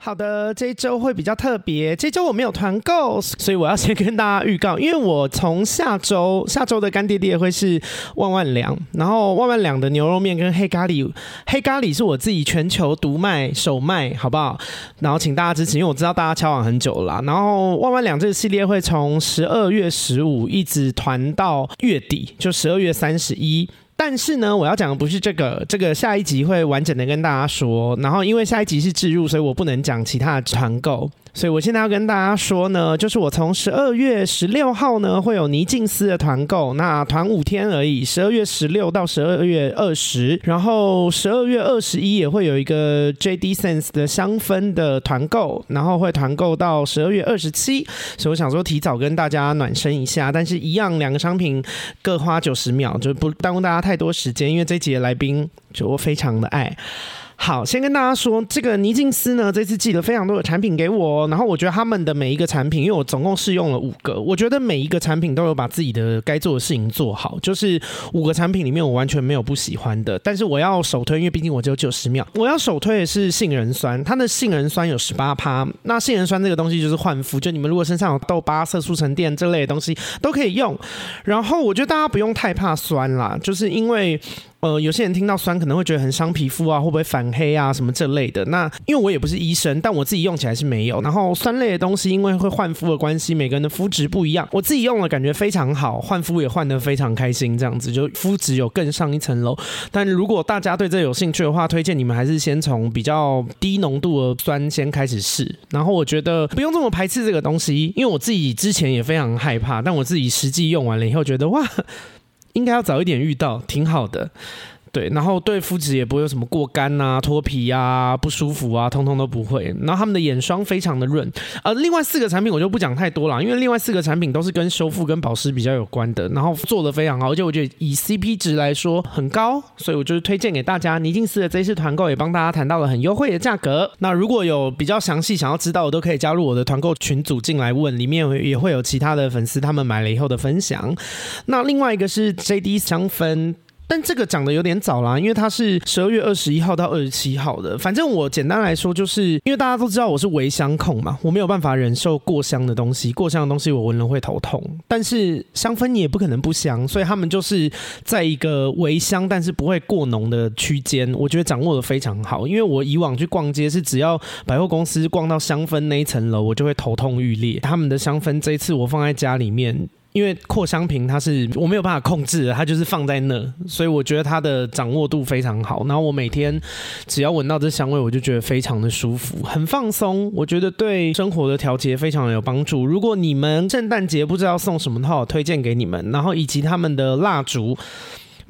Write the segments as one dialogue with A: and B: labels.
A: 好的，这一周会比较特别，这周我没有团购，所以我要先跟大家预告，因为我从下周下周的干爹爹会是万万良，然后万万良的牛肉面跟黑咖喱，黑咖喱是我自己全球独卖首卖，好不好？然后请大家支持，因为我知道大家敲碗很久了啦。然后万万良这个系列会从十二月十五一直团到月底，就十二月三十一。但是呢，我要讲的不是这个，这个下一集会完整的跟大家说。然后因为下一集是置入，所以我不能讲其他的团购。所以我现在要跟大家说呢，就是我从十二月十六号呢会有尼静思的团购，那团五天而已，十二月十六到十二月二十，然后十二月二十一也会有一个 JD Sense 的香氛的团购，然后会团购到十二月二十七，所以我想说提早跟大家暖身一下，但是一样两个商品各花九十秒，就不耽误大家太多时间，因为这一集的来宾就我非常的爱。好，先跟大家说，这个尼静斯呢，这次寄了非常多的产品给我，然后我觉得他们的每一个产品，因为我总共试用了五个，我觉得每一个产品都有把自己的该做的事情做好，就是五个产品里面我完全没有不喜欢的，但是我要首推，因为毕竟我只有九十秒，我要首推的是杏仁酸，它的杏仁酸有十八趴，那杏仁酸这个东西就是焕肤，就你们如果身上有痘疤、色素沉淀这类的东西都可以用，然后我觉得大家不用太怕酸啦，就是因为。呃，有些人听到酸可能会觉得很伤皮肤啊，会不会反黑啊什么这类的。那因为我也不是医生，但我自己用起来是没有。然后酸类的东西，因为会换肤的关系，每个人的肤质不一样。我自己用了感觉非常好，换肤也换得非常开心，这样子就肤质有更上一层楼。但如果大家对这有兴趣的话，推荐你们还是先从比较低浓度的酸先开始试。然后我觉得不用这么排斥这个东西，因为我自己之前也非常害怕，但我自己实际用完了以后，觉得哇。应该要早一点遇到，挺好的。对，然后对肤质也不会有什么过干啊、脱皮啊、不舒服啊，通通都不会。然后他们的眼霜非常的润，呃，另外四个产品我就不讲太多了，因为另外四个产品都是跟修复跟保湿比较有关的，然后做的非常好，而且我觉得以 CP 值来说很高，所以我就是推荐给大家。尼静斯的这一次团购也帮大家谈到了很优惠的价格。那如果有比较详细想要知道的，都可以加入我的团购群组进来问，里面也会有其他的粉丝他们买了以后的分享。那另外一个是 JD 香氛。但这个讲的有点早啦，因为它是十二月二十一号到二十七号的。反正我简单来说，就是因为大家都知道我是微香控嘛，我没有办法忍受过香的东西，过香的东西我闻了会头痛。但是香氛你也不可能不香，所以他们就是在一个微香但是不会过浓的区间，我觉得掌握的非常好。因为我以往去逛街是只要百货公司逛到香氛那一层楼，我就会头痛欲裂。他们的香氛这一次我放在家里面。因为扩香瓶它是我没有办法控制的，它就是放在那，所以我觉得它的掌握度非常好。然后我每天只要闻到这香味，我就觉得非常的舒服，很放松。我觉得对生活的调节非常有帮助。如果你们圣诞节不知道送什么的话，我推荐给你们。然后以及他们的蜡烛。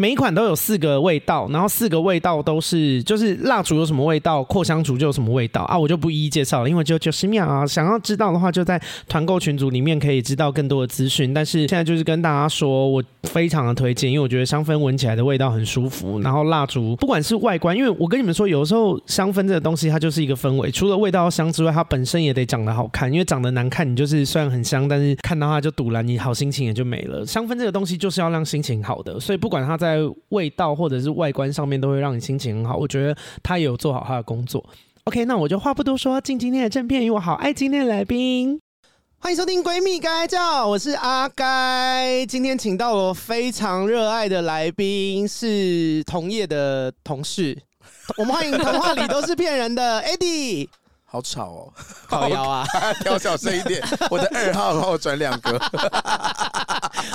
A: 每一款都有四个味道，然后四个味道都是，就是蜡烛有什么味道，扩香烛就有什么味道啊，我就不一一介绍了，因为只有九十秒啊。想要知道的话，就在团购群组里面可以知道更多的资讯。但是现在就是跟大家说，我非常的推荐，因为我觉得香氛闻起来的味道很舒服，然后蜡烛不管是外观，因为我跟你们说，有时候香氛这个东西它就是一个氛围，除了味道香之外，它本身也得长得好看，因为长得难看，你就是虽然很香，但是看到它就堵了，你好心情也就没了。香氛这个东西就是要让心情好的，所以不管它在在味道或者是外观上面都会让你心情很好，我觉得他也有做好他的工作。OK，那我就话不多说，进今天的正片，因为我好爱今天的来宾。欢迎收听《闺蜜该叫》，我是阿该。今天请到我非常热爱的来宾，是同业的同 事。我们欢迎童话里都是骗人的 Eddie。
B: 好吵哦，
A: 好腰啊，
B: 调小声一 点。我的二号帮我转两格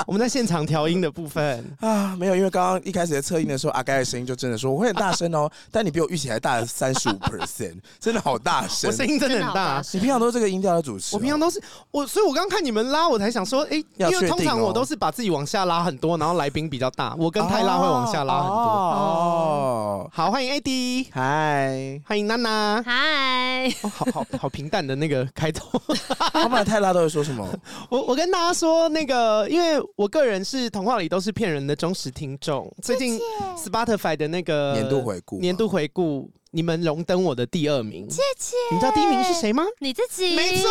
A: 我们在现场调音的部分。
B: 啊，没有，因为刚刚一开始在测音的时候，阿该的声音就真的说我会很大声哦，但你比我预期还大三十五 percent，真的好大声
A: 我。声音真的很大，
B: 你平常都是这个音调的主持哦、
A: 我平常都是我，所以我刚看你们拉，我才想说，哎、
B: 要
A: 因为
B: 确
A: 通
B: 定
A: 常
B: 哦
A: 我都是把自己往下拉很多，然后来宾比较大，我
B: 啊
A: 跟泰拉会往下拉很多。
B: 哦，
A: 好，欢迎 AD，
B: 嗨，
A: 欢迎娜娜。
C: 嗨，
A: 哦、好好好平淡的那个开头。
B: 他们泰拉都会说什么？
A: 我我跟大家说，那个因为我个人是童话里都是骗人的忠实听众，最近 Spotify 的那个
B: 年度回顾吗啊？
A: 年度回顾，你们荣登我的第二名。谢谢。你知道第一名是谁吗？
C: 你自己
A: 没 错，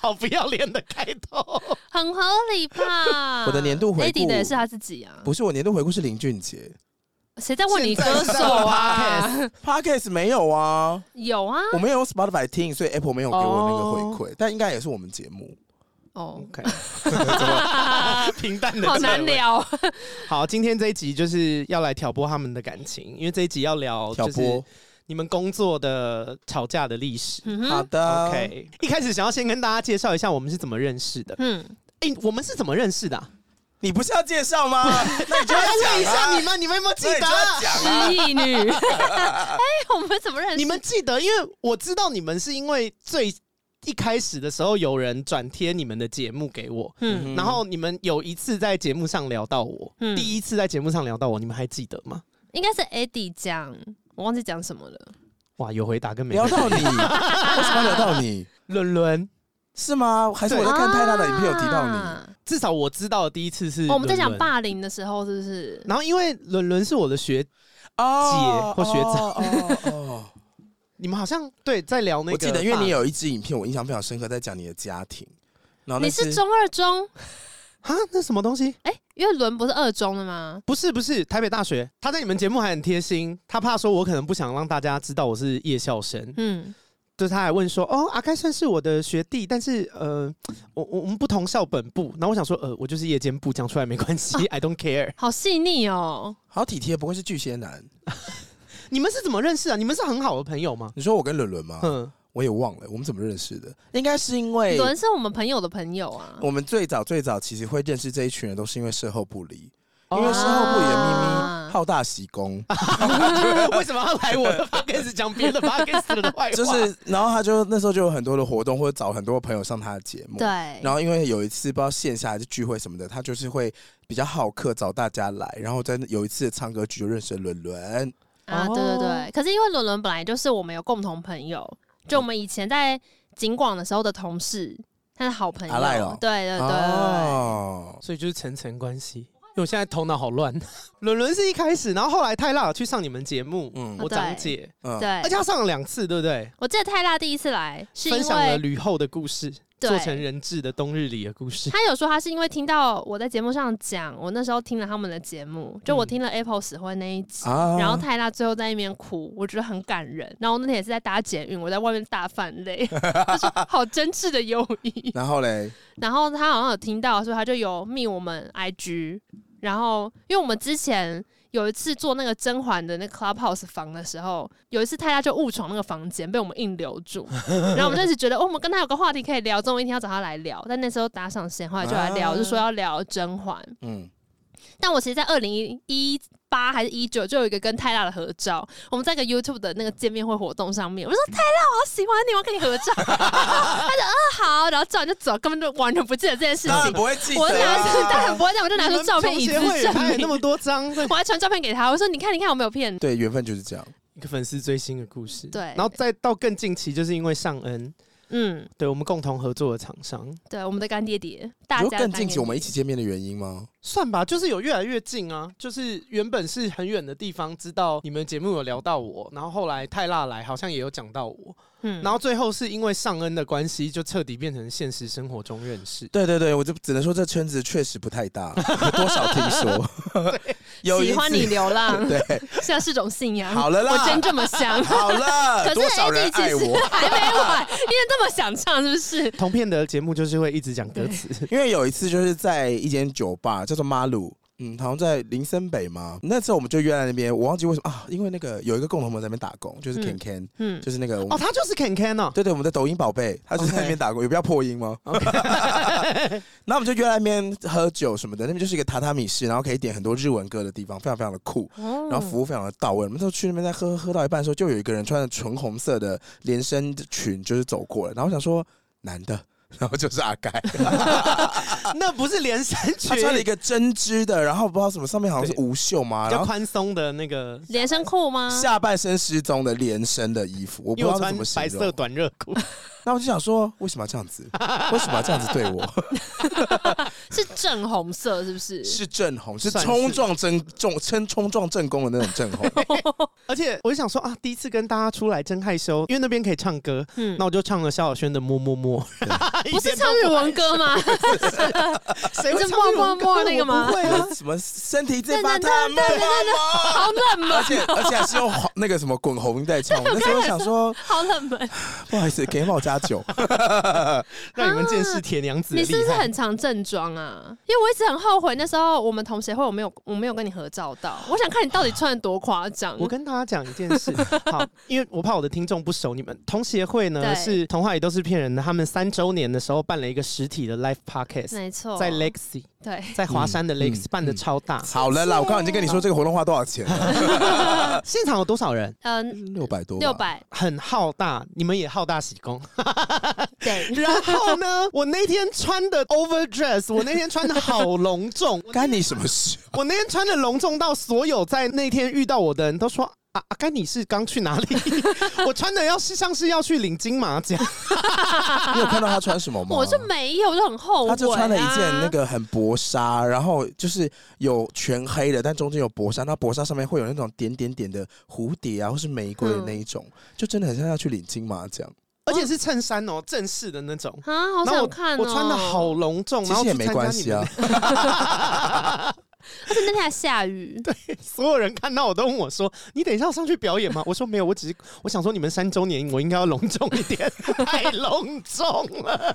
A: 好不要脸的开头。
C: 很合理吧
B: 我的年度回顾
C: Eddie 的也是他自己啊，
B: 不是我年度回顾是林俊杰，
C: 谁在问你
B: 现在
C: 歌
B: 是在
C: 手啊？
B: Podcast 没有啊，
C: 有啊，
B: 我没有用 Spotify 听，所以 Apple 没有给我那个回馈，但应该也是我们节目。
C: 哦，
D: OK，平淡的
C: 好难。聊。
D: 好，今天这一集就是要来挑拨他们的感情，因为这一集要聊
B: 挑
D: 哦就是
B: 拨，
D: 你们工作的吵架的历史。
C: 嗯
B: 好
C: 哼，
B: 的
D: OK，一开始想要先跟大家介绍一下我们是怎么认识的。
C: 嗯，
D: 哎、我们是怎么认识的、啊？
B: 你不是要介绍吗？ 那你就要
D: 问一
B: 讲
D: 下
B: 啊，
D: 你们，你们有没有记
B: 那你
D: 得
B: 就
D: 啊？
B: 要讲啊
C: 失。忆女。哎， 我们怎么认识？
D: 你们记得？因为我知道你们是因为最一开始的时候有人转贴你们的节目给我，
C: 嗯
B: 嗯
D: 然后你们有一次在节目上聊到我，
C: 嗯
D: 第一次在节目上聊到我，你们还记得吗？
C: 应该是 Eddie 讲，我忘记讲什么了。
D: 哇，有回答跟没
B: 聊
D: 回答？
B: 到你，为什么要聊到你？
D: 伦伦，
B: 是吗？还是我在看太大的影片有提到你？
C: 啊
D: 至少我知道的第一次是
C: 哦我们在讲
D: 伦伦。
C: 霸凌的时候，是不是？
D: 然后因为伦伦是我的学，姐或学
B: 长。
D: 长
B: 哦哦
D: 你们好像对在聊那 个
B: 我
D: 霸，
B: 记得，因为你有一支影片，我印象非常深刻，在讲你的家庭。然后那
C: 你是
B: 支
C: 中二中？
D: 啊，那什么东西？
C: 哎，因为伦不是二中的吗？
D: 不是不是，台北大学，他在你们节目还很贴心，他怕说我可能不想让大家知道我是夜校生，
C: 嗯，
D: 就是他还问说，哦，阿该算是我的学弟，但是呃，我我我们不同校本部。然后我想说，呃，我就是夜间部，讲出来没关系、i don't care。
C: 好细腻哦。
B: 好体贴，不愧是巨蟹男。
D: 你们是怎么认识啊？你们是很好的朋友吗？
B: 你说我跟伦伦吗？
D: 嗯，
B: 我也忘了我们怎么认识的，应该是因为
C: 伦是我们朋友的朋友啊。
B: 我们最早最早其实会认识这一群人，都是因为事后不离，因为
D: 哦
B: 事后不离的咪
C: 啊
B: 咪好大喜功，
D: 为什么要来我的 podcast 讲别的 podcast 的坏话？
B: 就是然后他就那时候就有很多的活动，或者找很多朋友上他的节目。
C: 对，
B: 然后因为有一次不知道线下还是聚会什么的，他就是会比较好客找大家来，然后在有一次的唱歌局就认识了伦伦，
C: 啊，
D: 哦
C: 对对对。可是因为伦伦本来就是我们有共同朋友，
B: 嗯
C: 就我们以前在景广的时候的同事，他是好朋友。
B: 阿赖哦
C: 对对对对对
B: 哦，
D: 所以就是层层关系。因为我现在头脑好 乱。伦伦是一开始，然后后来泰拉有去上你们节目，
B: 嗯
D: 我
C: 哦对
D: 长姐，
B: 嗯，
C: 对
D: 而且他上了两次，对不对？
C: 我记得泰拉第一次来是因
D: 分享了
C: 为
D: 吕后的故事，
C: 对
D: 做成人质的冬日里的故事。
C: 他有说他是因为听到我在节目上讲，我那时候听了他们的节目，就我
D: 嗯
C: 听了 Apple 死灰那一集。
B: 啊
C: 然后泰拉最后在那边哭，我觉得很感人。然后那天也是在搭捷运，我在外面大泛 泪， 他说好真挚的友谊。
B: 然后嘞，
C: 然后他好像有听到，所以他就有密我们 IG。然后因为我们之前有一次做那个甄嬛的那个 Clubhouse 房的时候，有一次泰拉就误闯那个房间，被我们硬留住。然后我们就一直觉得，哦，我们跟他有个话题可以聊，终于一天要找他来聊。但那时候搭上线，后来就来聊，
B: 啊
C: 就说要聊甄嬛。
B: 嗯，
C: 但我其实，在二零一八还是一九，就有一个跟泰拉的合照。我们在一个 YouTube 的那个见面会活动上面，我说
B: 嗯
C: 泰拉，我好喜欢你，我要跟你合照。 他说啊好，然后照完就走，根本就完全不记得这件事
B: 当然
C: 情。
B: 不会记得
C: 我拿出，当然
B: 啊，
C: 不会这样，我就拿出照片以
D: 你
C: 资
D: 们同学会
C: 证
D: 拍了那
C: 明。
D: 么多张，对
C: 我还传照片给他，我说你看，你看，我没有骗你。
B: 对，缘分就是这样。
D: 一个粉丝追星的故事。
C: 对
D: 然后再到更近期，就是因为尚恩，
C: 嗯，
D: 对我们共同合作的厂商，
C: 对，我们的干爹爹，大
B: 你说更
C: 家的干
B: 近
C: 爹
B: 期我们
C: 爹
B: 一起见面的原因吗？
D: 算吧，就是有越来越近啊。就是原本是很远的地方，知道你们节目有聊到我，然后后来泰辣来好像也有讲到我，
C: 嗯，
D: 然后最后是因为尚恩的关系，就彻底变成现实生活中认识。
B: 对对对，我就只能说这圈子确实不太大， 多少听说。 有一
C: 喜欢你
B: 次，
C: 流浪，
B: 对，
C: 像是种信仰。
B: 好了啦
C: 我真这么想。
B: 好了，
C: 可 是哎
B: 多少人
C: AD 其
B: 爱
C: 实
B: 我？
C: 还没完，因为这么想唱，是不是？
D: 同片的节目就是会一直讲歌词，
B: 因为有一次就是在一间酒吧叫做马鲁。嗯，好像在林森北嘛。那次我们就约在那边，我忘记为什么啊，因为那个有一个共同朋友在那边打工，就是
C: 嗯
B: Ken Ken，、
C: 嗯，
B: 就是那个我们、
D: 哦，他就是 Ken Ken 哦，
B: 对对，我们的抖音宝贝，他就在那边打工，有必要破音吗 然后我们就约在那边喝酒什么的，那边就是一个榻榻米室，然后可以点很多日文歌的地方，非常非常的酷。
C: 然
B: 然后服务非常的到位。我们都去那边在喝，喝到一半的时候，就有一个人穿着纯红色的连身裙，就是走过来，然后我想说男的。 然后就是阿盖，
C: 啊
D: 那不是连身
B: 他
D: 裙，
B: 穿了一个针织的，然后不知道什么，上面好像是
D: 对
B: 无袖嘛，
D: 比
B: 然
D: 较
B: 后
D: 宽松的那个，
C: 连身裤吗？
B: 下半身失踪的连身的衣服，我不知
D: 又
B: 道是
D: 穿
B: 怎么形
D: 白色
B: 容。
D: 短热 裤。
B: 那我就想说，为什么要这样 子？为什么要这样子对我？
C: 是正红色，是不是？
B: 是正红，是
D: 算是
B: 冲撞正中冲冲撞正宫的那种正红。
D: 而且我就想说啊，第一次跟大家出来真害羞，因为那边可以唱歌，
C: 嗯
D: 那，我就唱了萧亚轩的《么么么》，
C: 不是唱日文歌吗？
D: 谁会
C: 是
D: 唱
C: 么
D: 日文
C: 么
D: 歌
C: 么那个
D: 我不
C: 吗
D: 会啊，
B: 什么身体最 发烫，妈妈
C: 好冷
B: 而
C: 门，
B: 且而且还是用黄那个什么滚红在唱，我那时候想说，
C: 好冷门。
B: 不好意思，可以帮我加 酒。
D: 让你们见识铁娘子的
C: 啊你是不
D: 厉
C: 是
D: 害。
C: 很常正装啊？因为我一直很后悔那时候我们同学会我没有我没有跟你合照到，我想看你到底穿的多夸张。
D: 我跟大家讲一件 事，好，因为我怕我的听众不熟你们。同协会呢
C: 对
D: 是童话也都是骗人的，他们三周年的时候办了一个实体的 live podcast，
C: 没错，
D: 在 Lexi，
C: 对，
D: 在华山的 Lexi、
B: 嗯
D: 办的超大。
B: 好了啦，我刚刚已经跟你说这个活动花多少钱了，
D: 现场有多少人？
C: 嗯，
B: 六百多，
C: 六。百，
D: 很浩大，你们也浩大喜功。
C: 对，
D: 然后呢，我那天穿的 overdress，我那天穿的好隆重，我
B: 干你什么事？
D: 我那天穿的隆重到所有在那天遇到我的人都说。啊啊！干你是刚去哪里？ 我穿的要是像是要去领金马奖，
B: 你有看到他穿什么吗？
C: 我就没有，我就很后悔、
B: 他
C: 啊。
B: 就穿了一件那个很薄纱，然后就是有全黑的，但中间有薄纱，那薄纱上面会有那种点点点的蝴蝶啊，或是玫瑰
D: 嗯
B: 的那一种，就真的很像要去领金马奖。
D: 而且是衬衫哦，正式的那种。
C: 啊，好
D: 然后
C: 想看、
D: 我
C: 哦
D: 穿的好，隆重，
B: 其
D: 然后
B: 实也
D: 去
B: 没
D: 参加
B: 关
D: 你
B: 系
D: 们
B: 啊，
C: 而且那天还下雨。
D: 所有人看到我都问我说：“你等一下要上去表演吗？”我说：“没有，我只是我想说你们三周年，我应该要隆重一 点，太隆重了，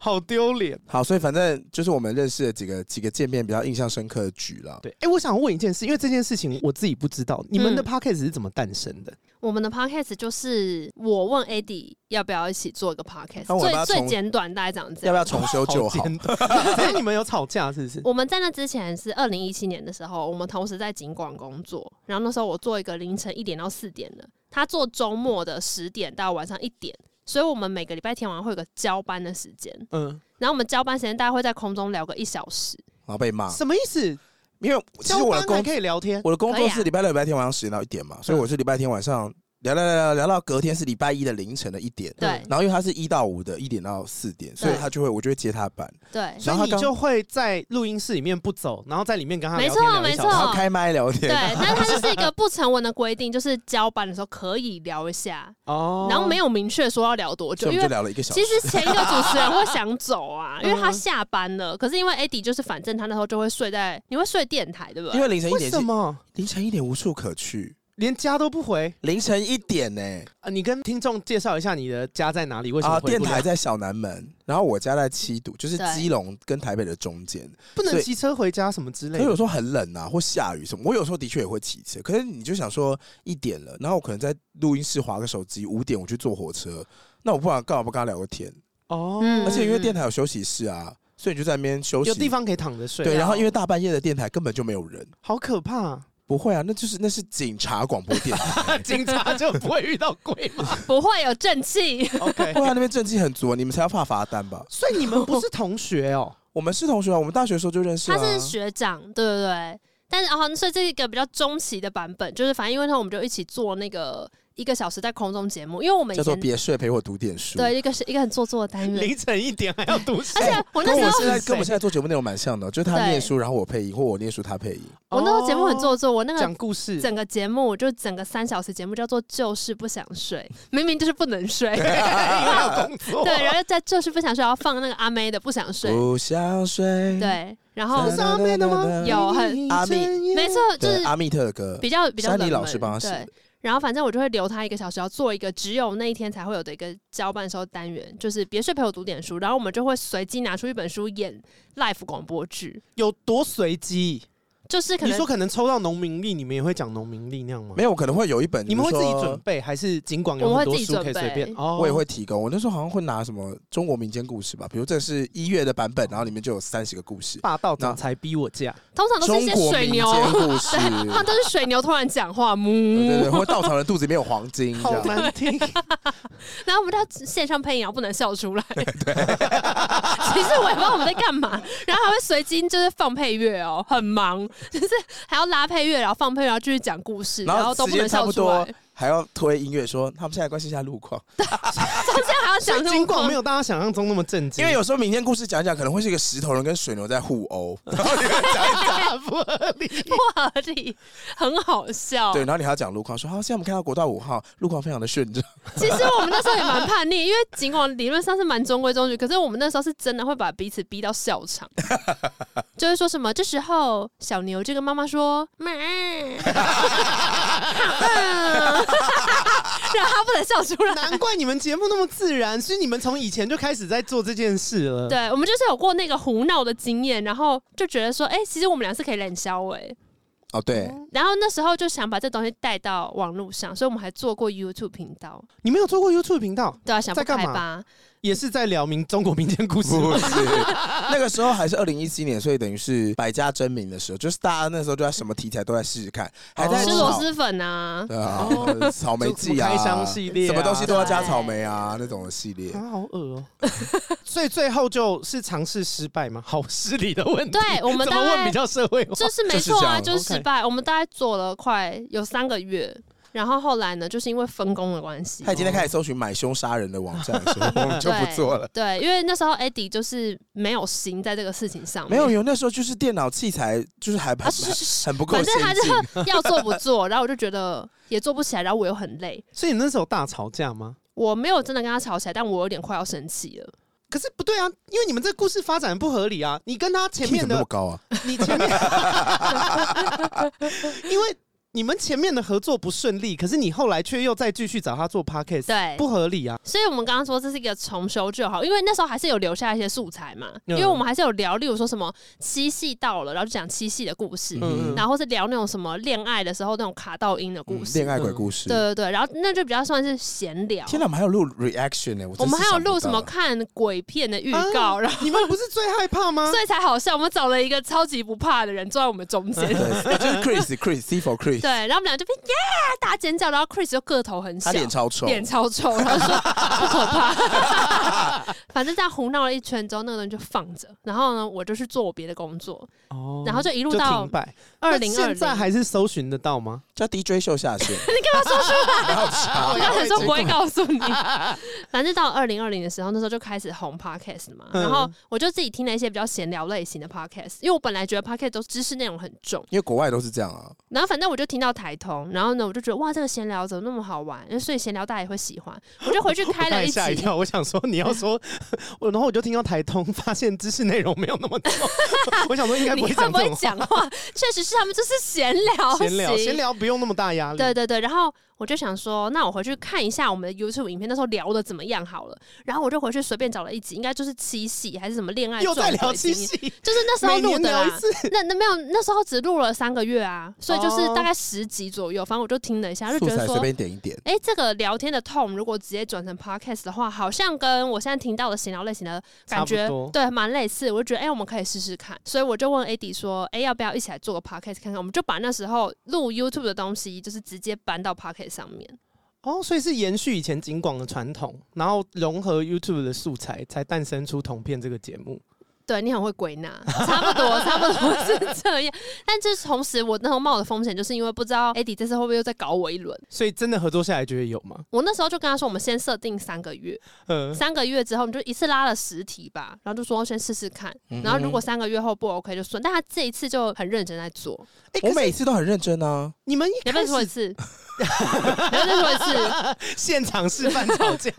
D: 好丢脸。
B: 好，所以反正就是我们认识的几个几个见面比较印象深刻的局了”。
D: 对，哎、我想问一件事，因为这件事情我自己不知道，你们的
C: 嗯
D: podcast 是怎么诞生的？
C: 我们的 podcast 就是我问 AD 要不要一起做一个 podcast，
B: 那我们要不要
C: 最最
B: 从
C: 简短大概长这
B: 要
C: 样。啊
B: 不要重修旧好？
D: 简短所以你们有吵架是不是？
C: 我们在那之前是二零一七年的时候，我们同时在景广工作，然后那时候我做一个凌晨一点到四点的，他做周末的十点到晚上一点，所以我们每个礼拜天晚上会有个交班的时间，
D: 嗯，
C: 然后我们交班时间大概会在空中聊个一小时，
B: 然后被骂，
D: 什么意思？
B: 因为啊其实
D: 交
B: 我
D: 班
B: 的
D: 还
B: 工
D: 可以嗯聊天，
B: 我的工
C: 可
B: 作
C: 以啊
B: 是礼拜六、礼拜天晚上十点到一点嘛，所以我是礼拜天晚上聊聊聊聊聊到隔天是礼拜一的凌晨的一点。
C: 对
B: 然后因为他是一到五的，一点到四点，所以
C: 对
B: 他就会，我就会接他班，
C: 对
D: 所
B: 然后
D: 以
B: 他
D: 你
B: 刚
D: 就会在录音室里面不走，然后在里面跟他
C: 没
D: 聊天
C: 错
D: 聊一
C: 没
D: 小
C: 错
D: 时
B: 然后开麦聊
C: 哦对，
B: 天。
C: 但它就是一个不成文的规定，就是交班的时候可以聊一下，
D: 哦，
C: 然后没
D: 有
C: 有明确说要聊多
B: 所
C: 久，
B: 以我 们就
C: 因为
B: 聊了一个小时
C: 其。实前一个主持人会想走啊，
D: 嗯
C: 因为他下班了。可是因为 AD 就是反正他那时候就会睡在，你会睡电台对不
B: 因
C: 对？
B: 为凌晨一
D: 为
B: 点
D: 什
B: 是，
D: 么
B: 凌晨一点无处可去，
D: 连家都不回？
B: 凌晨一点呢、
D: 啊，你跟听众介绍一下你的家在哪里？为什么
B: 啊，
D: 回
B: 电
D: 不了
B: 台在小南门，然后我家在七堵，就是
C: 对
B: 基隆跟台北的中间。
D: 不能
B: 所以
D: 骑车回家什么之类
B: 可有
D: 的？
B: 时候很冷啊，或下雨什么，我有时候的确也会骑车。可是你就想说一点了，然后我可能在录音室划个手机，五点我去坐火车，那我不然干嘛不跟他聊个天？
D: 哦，
C: 嗯
B: 而且因为电台有休息室啊，所以你就在那边休息。
D: 有地方可以躺着睡，
B: 对，
C: 啊
B: 然后因为大半夜的电台根本就没有人。
D: 好可怕、
B: 不会啊，那就是那是警察广播电台，
D: 警察就不会遇到鬼嘛
C: 不会有正气，
D: ？OK，
B: 不然那边政绩很足，你们才要怕罚单吧？
D: 所以你们不是同学哦？
B: 我们是同学啊，我们大学的时候就认识
C: 他
B: 啊。
C: 是学长，对不对？但是哦，所以这是一个比较中期的版本，就是反正因为他我们就一起做那个一个小时在空中节目，因为我们以
B: 叫做
C: 前
B: 别睡陪我读点书。
C: 对一个是一个很做作的单元，
D: 凌晨一点还要读书
C: 嗯而，且我那
B: 哎跟
C: 时
B: 我
C: 候
B: 现 在跟我们现在做节目内容蛮像的，就是他
C: 对
B: 念书，然后我配音，或我念书他配 音。
C: 我那时候节目很做作，我那
D: 哦
C: 个
D: 讲故事，
C: 整个节目，就整个三小时节目叫做“就是不想睡”，明明就是不能 睡，对，
D: 工作
C: 然后在就是不想睡，然后放那个阿妹的不想睡，
B: 不想睡。
C: 对，然后
D: 不是阿妹的吗？
C: 有很
B: 嗯阿
D: 密
C: 没错，就
B: 对，
C: 是
B: 阿密特的歌，
C: 比较比较
B: 山
C: 冷
B: 里
C: 门
B: 老师帮他写
C: 对
B: 的。。
C: 然后反正我就会留他一个小时，要做一个只有那一天才会有的一个交办收单元，就是别睡陪我读点书。然后我们就会随机拿出一本书演 live 广播剧，
D: 有多随机？
C: 就是可
D: 你
C: 能
D: 说可能抽到农民历，你们也会讲农民历那样吗
B: 没？有，我可能会有一本，
D: 你们会
B: 比如
D: 自己
B: 说
D: 准备，还是尽管有
C: 我
D: 很
C: 们会
D: 多
C: 自己
D: 书可以
C: 准
D: 随
C: 备
D: 便？哦
B: 我也会提供。我那时候好像会拿什么中国民间故事吧，比如这是一月的版本，然后里面就有三十个故事，
D: 霸道总裁逼我嫁，
C: 通常都是一
B: 中
C: 些
B: 国
C: 水
B: 民
C: 牛，
B: 间
C: 啊
B: 故事。
C: 他都是水牛突然 讲话，
B: 对对
C: 嗯
B: 对，，或稻草人肚子里面有黄金这
D: 好
B: 样。
D: 难 听。
C: 然后我们到线上配音，然后不能笑出来。对， 其实我也不知道我们在干嘛，然后还会随机就是放配乐哦，很忙，就是还要拉配乐，然后放配乐，然后继续讲故事，
B: 然
C: 然
B: 后
C: 后都
B: 时
C: 不
B: 间
C: 能
B: 差
C: 笑
B: 不
C: 出
B: 多
C: 来。
B: 还要推音乐说他们现在关心一下路况，
C: 这样还要讲
D: 金广没
C: 有？
D: 有大家想象中那么震惊，
B: 因为有时候民间故事讲一讲，可能会是一个石头人跟水牛在互殴，
C: 哦
B: 然后你会讲一讲，
D: 大不合理。
C: 不合理，很好笑。
B: 对，然后你还要讲路况，说好，现在我们看到国道五号路况非常的顺畅，
C: 其实我们那时候也蛮叛逆，因为尽管理论上是蛮中规中矩，可是我们那时候是真的会把彼此逼到 笑场，就会说什么这时候小牛就跟妈妈说 妈，好饿，然后他不能笑出来。
D: 难怪你们节目那么自然，是你们从以前就开始在做这件事了。，
C: 对，我们就是有过那个胡闹的经验，然后就觉得说，哎、其实我们俩是可以冷笑哎、
B: 哦，对，
D: 嗯
C: 然后那时候就想把这东西带到网络上，所以我们还做过 YouTube 频道，
D: 你们有做过 YouTube 频道，
C: 对啊，想不
D: 在干
C: 开
D: 嘛
C: 吧？
D: 也是在聊民中国民间故事
B: 不
D: 吗。
B: 是，那个时候还是二零一七年，所以等于是百家争鸣的时候，就是大家那时候就在什么题材都在试试看，还在
D: 哦
C: 吃
B: 炒
C: 螺蛳粉啊，
B: 对啊，草莓季啊，
D: 就什么开箱系列啊
B: 什么东西都要加草莓啊那种的系列。
D: 啊，好恶哦、所以最后就是尝试失败吗？好失礼的问题。
C: 对我们
D: 怎么
C: 大概
D: 问比较社会化？
C: 就是没错啊，
B: 就
C: 就是
B: 这样
C: 是失败。我们大概做了快有三个月，然后后来呢，就是因为分工的关系哦
B: 他，已经在开始搜寻买凶杀人的网站的时 候，我们就不做了。
C: 对，因为那时候 Eddie 就是没有心在这个事情上面，
B: 没有，有那时候就是电脑器材就是还很
C: 啊，是是是，
B: 很不够
C: 反
B: 先
C: 正他就
B: 进，
C: 要做不做，然后我就觉得也做不起来，然后我又很累，
D: 所以你那时候大吵架吗？
C: 我没有真的跟他吵起来，但我有点快要生气了。
D: 可是不对啊，因为你们这故事发展不合理啊！你跟他前
B: key
D: 面
B: 怎么那
D: 的
B: 么，高啊？
D: 你前面，因为你们前面的合作不顺利，可是你后来却又再继续找他做 podcast，
C: 对
D: 不合理啊！
C: 所以我们刚刚说这是一个重修旧好，因为那时候还是有留下一些素材嘛，
D: 嗯
C: 因为我们还是有聊，例如说什么七夕到了，然后就讲七夕的故事，
D: 嗯
C: 然后是聊那种什么恋爱的时候那种卡到音的故事，
B: 嗯恋爱鬼故事。
C: 对啊对对，然后那就比较算是闲聊。
B: 天哪，我们还有录 reaction 呢，我
C: 我
B: 真
C: 们
B: 是
C: 还有录什
B: 想
C: 么
B: 不到啊
C: 看鬼片的预告，
D: 啊
C: 然后
D: 你们不是最害怕吗
C: 所？以才好笑。我们找了一个超级不怕的人坐在我们中 间，
B: 对，就是 Chris Chris C for Chris，
C: 对，然后我们俩就被耶大尖叫，然后 Chris 就个头很小
B: 他，脸超臭，
C: 脸超臭，然后 说不可怕。 反正这样胡闹了一圈之后，那个人就放着。然后呢，我就去做我别的工作，
D: 哦
C: 然后就一路
D: 就
C: 到
D: 停摆。
C: 二
D: 那
C: 零二
D: 现
C: 零。
D: 在还是搜寻得到吗？
B: 叫 DJ 秀下 线。你 干嘛说出来？
C: 我刚才说不会告诉你， 反正到二零二零的时候，那时候就开始红 podcast 嘛，
D: 嗯
C: 然后我就自己听了一些比较闲聊类型的 podcast，因为我本来觉得 podcast 都知识内容很重，
B: 因为国外都是这样啊，
C: 然后反正我就听到台通，然后呢我就觉得哇这个闲聊怎么那么好玩，所以闲聊大家也会喜欢，我就回去开了
D: 我
C: 一
D: 吓一
C: 集，
D: 跳， 我想说你要说， 我然后我就听到台通，发现知识内容没有那么 多，我想说应该
C: 你
D: 不会
C: 会
D: 讲
C: 不
D: 这
C: 会
D: 种话
C: 讲话？确实是他们就是闲聊，
D: 闲聊，
C: 行
D: 闲聊不用那么大压力。
C: 对对对，然后我就想说，那我回去看一下我们的 YouTube 影片，那时候聊的怎么样好了。然后我就回去随便找了一集，应该就是七夕还是什么恋爱，
D: 又在聊七，夕，
C: 就是那时候
D: 每
C: 录
D: 年
C: 的
D: 聊一
C: 啦。
D: 次。
C: 那那没有，那时候只录了三个月啊，所以就是
D: 哦
C: 大概十集左右。反正我就听了一下，就
B: 素
C: 觉得
B: 材随
C: 说，
B: 便点一点。
C: 哎、这个聊天的 tone 如果直接转成 podcast 的话，好像跟我现在听到的闲聊类型的感觉
D: 差不多
C: 对蛮类似。我就觉得，哎、我们可以试试看。所以我就问 AD 说，哎、要不要一起来做个 podcast 看看？我们就把那时候录 YouTube 的东西，就是直接搬到 podcast 上面。
D: 哦，所以是延续以前景广的传统，然后融合 YouTube 的素材，才诞生出同片这个节目。
C: 对你很会归 纳，差不多，差不多是这样。但就是同时，我那时候冒的风险，就是因为不知道 AD 这次会不会又再搞我一轮。
D: 所以真的合作下来，觉得有吗？
C: 我那时候就跟他说，我们先设定三个月，
D: 嗯，
C: 三个月之后你就一次拉了十题吧，然后就说先试试看，
B: 嗯
C: 然后如果三个月后不 OK 就算。但他这一次就很认真在做，
D: 哎、
B: 我
D: 可
B: 每
D: 是
B: 次都很认真啊，
D: 你们
C: 你
D: 一
C: 要不要
D: 开
C: 说一
D: 始
C: 次？ 你要不要再说一次？
D: 现场示范吵 架，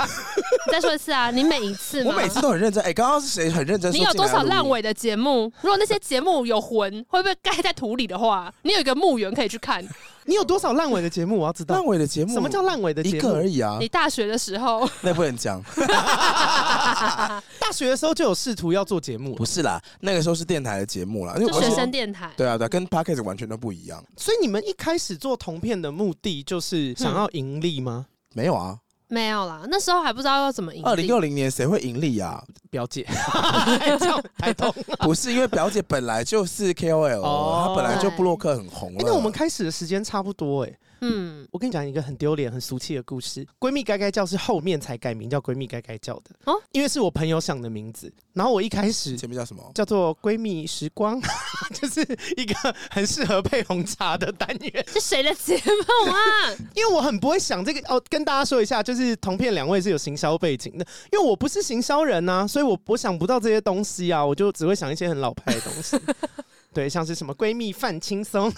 C: 再说一次啊！你每一次
B: 我
C: 吗？
B: 每次都很认真。哎，刚刚是谁很认真？
C: 你有多少烂？尾的节目？如果那些节目有魂，会不会盖在土里的话，你有一个墓园可以去看。
B: 啊
D: 你有多少烂尾的节目？我要知
B: 烂
D: 道。
B: 尾的节目？
D: 什么叫烂尾的
B: 一
D: 节
B: 个而
D: 目？
B: 已啊
C: 你？大学的时候，
B: 那不能讲，
D: 大学的时候就有试图要做节目了
B: 不，是啦，那个时候是电台的节目啦，因为
C: 就
B: 我
C: 学生电台。
B: 对啊对啊，跟 podcast 完全都不一样。
D: 所以你们一开始做同片的目的就是想要盈利吗？
B: 没有啊，
C: 没有啦，那时候还不知道要怎么赢。
B: 二零二零年谁会盈利啊？
D: 表 姐，哎这样台东。
B: 不是因为表姐本来就是 KOL，
D: 哦
B: 她本来就布洛克很红了。
D: 哎、那我们开始的时间差不多哎、
C: 嗯，
D: 我跟你讲一个很丢脸、很俗气的故事。闺蜜该该叫是后面才改名叫闺蜜该该叫的
C: 哦
D: 哦，因为是我朋友想的名字。然后我一开始
B: 前面叫什么？
D: 叫做闺蜜时光， 就是一个很适合配红茶的单元。
C: 是谁的节目啊？
D: 因为我很不会想这个哦，跟大家说一下，就是同片两位是有行销背景的，因为我不是行销人呐、所以我我想不到这些东西啊，我就只会想一些很老派的东 西，对，像是什么闺蜜犯轻松，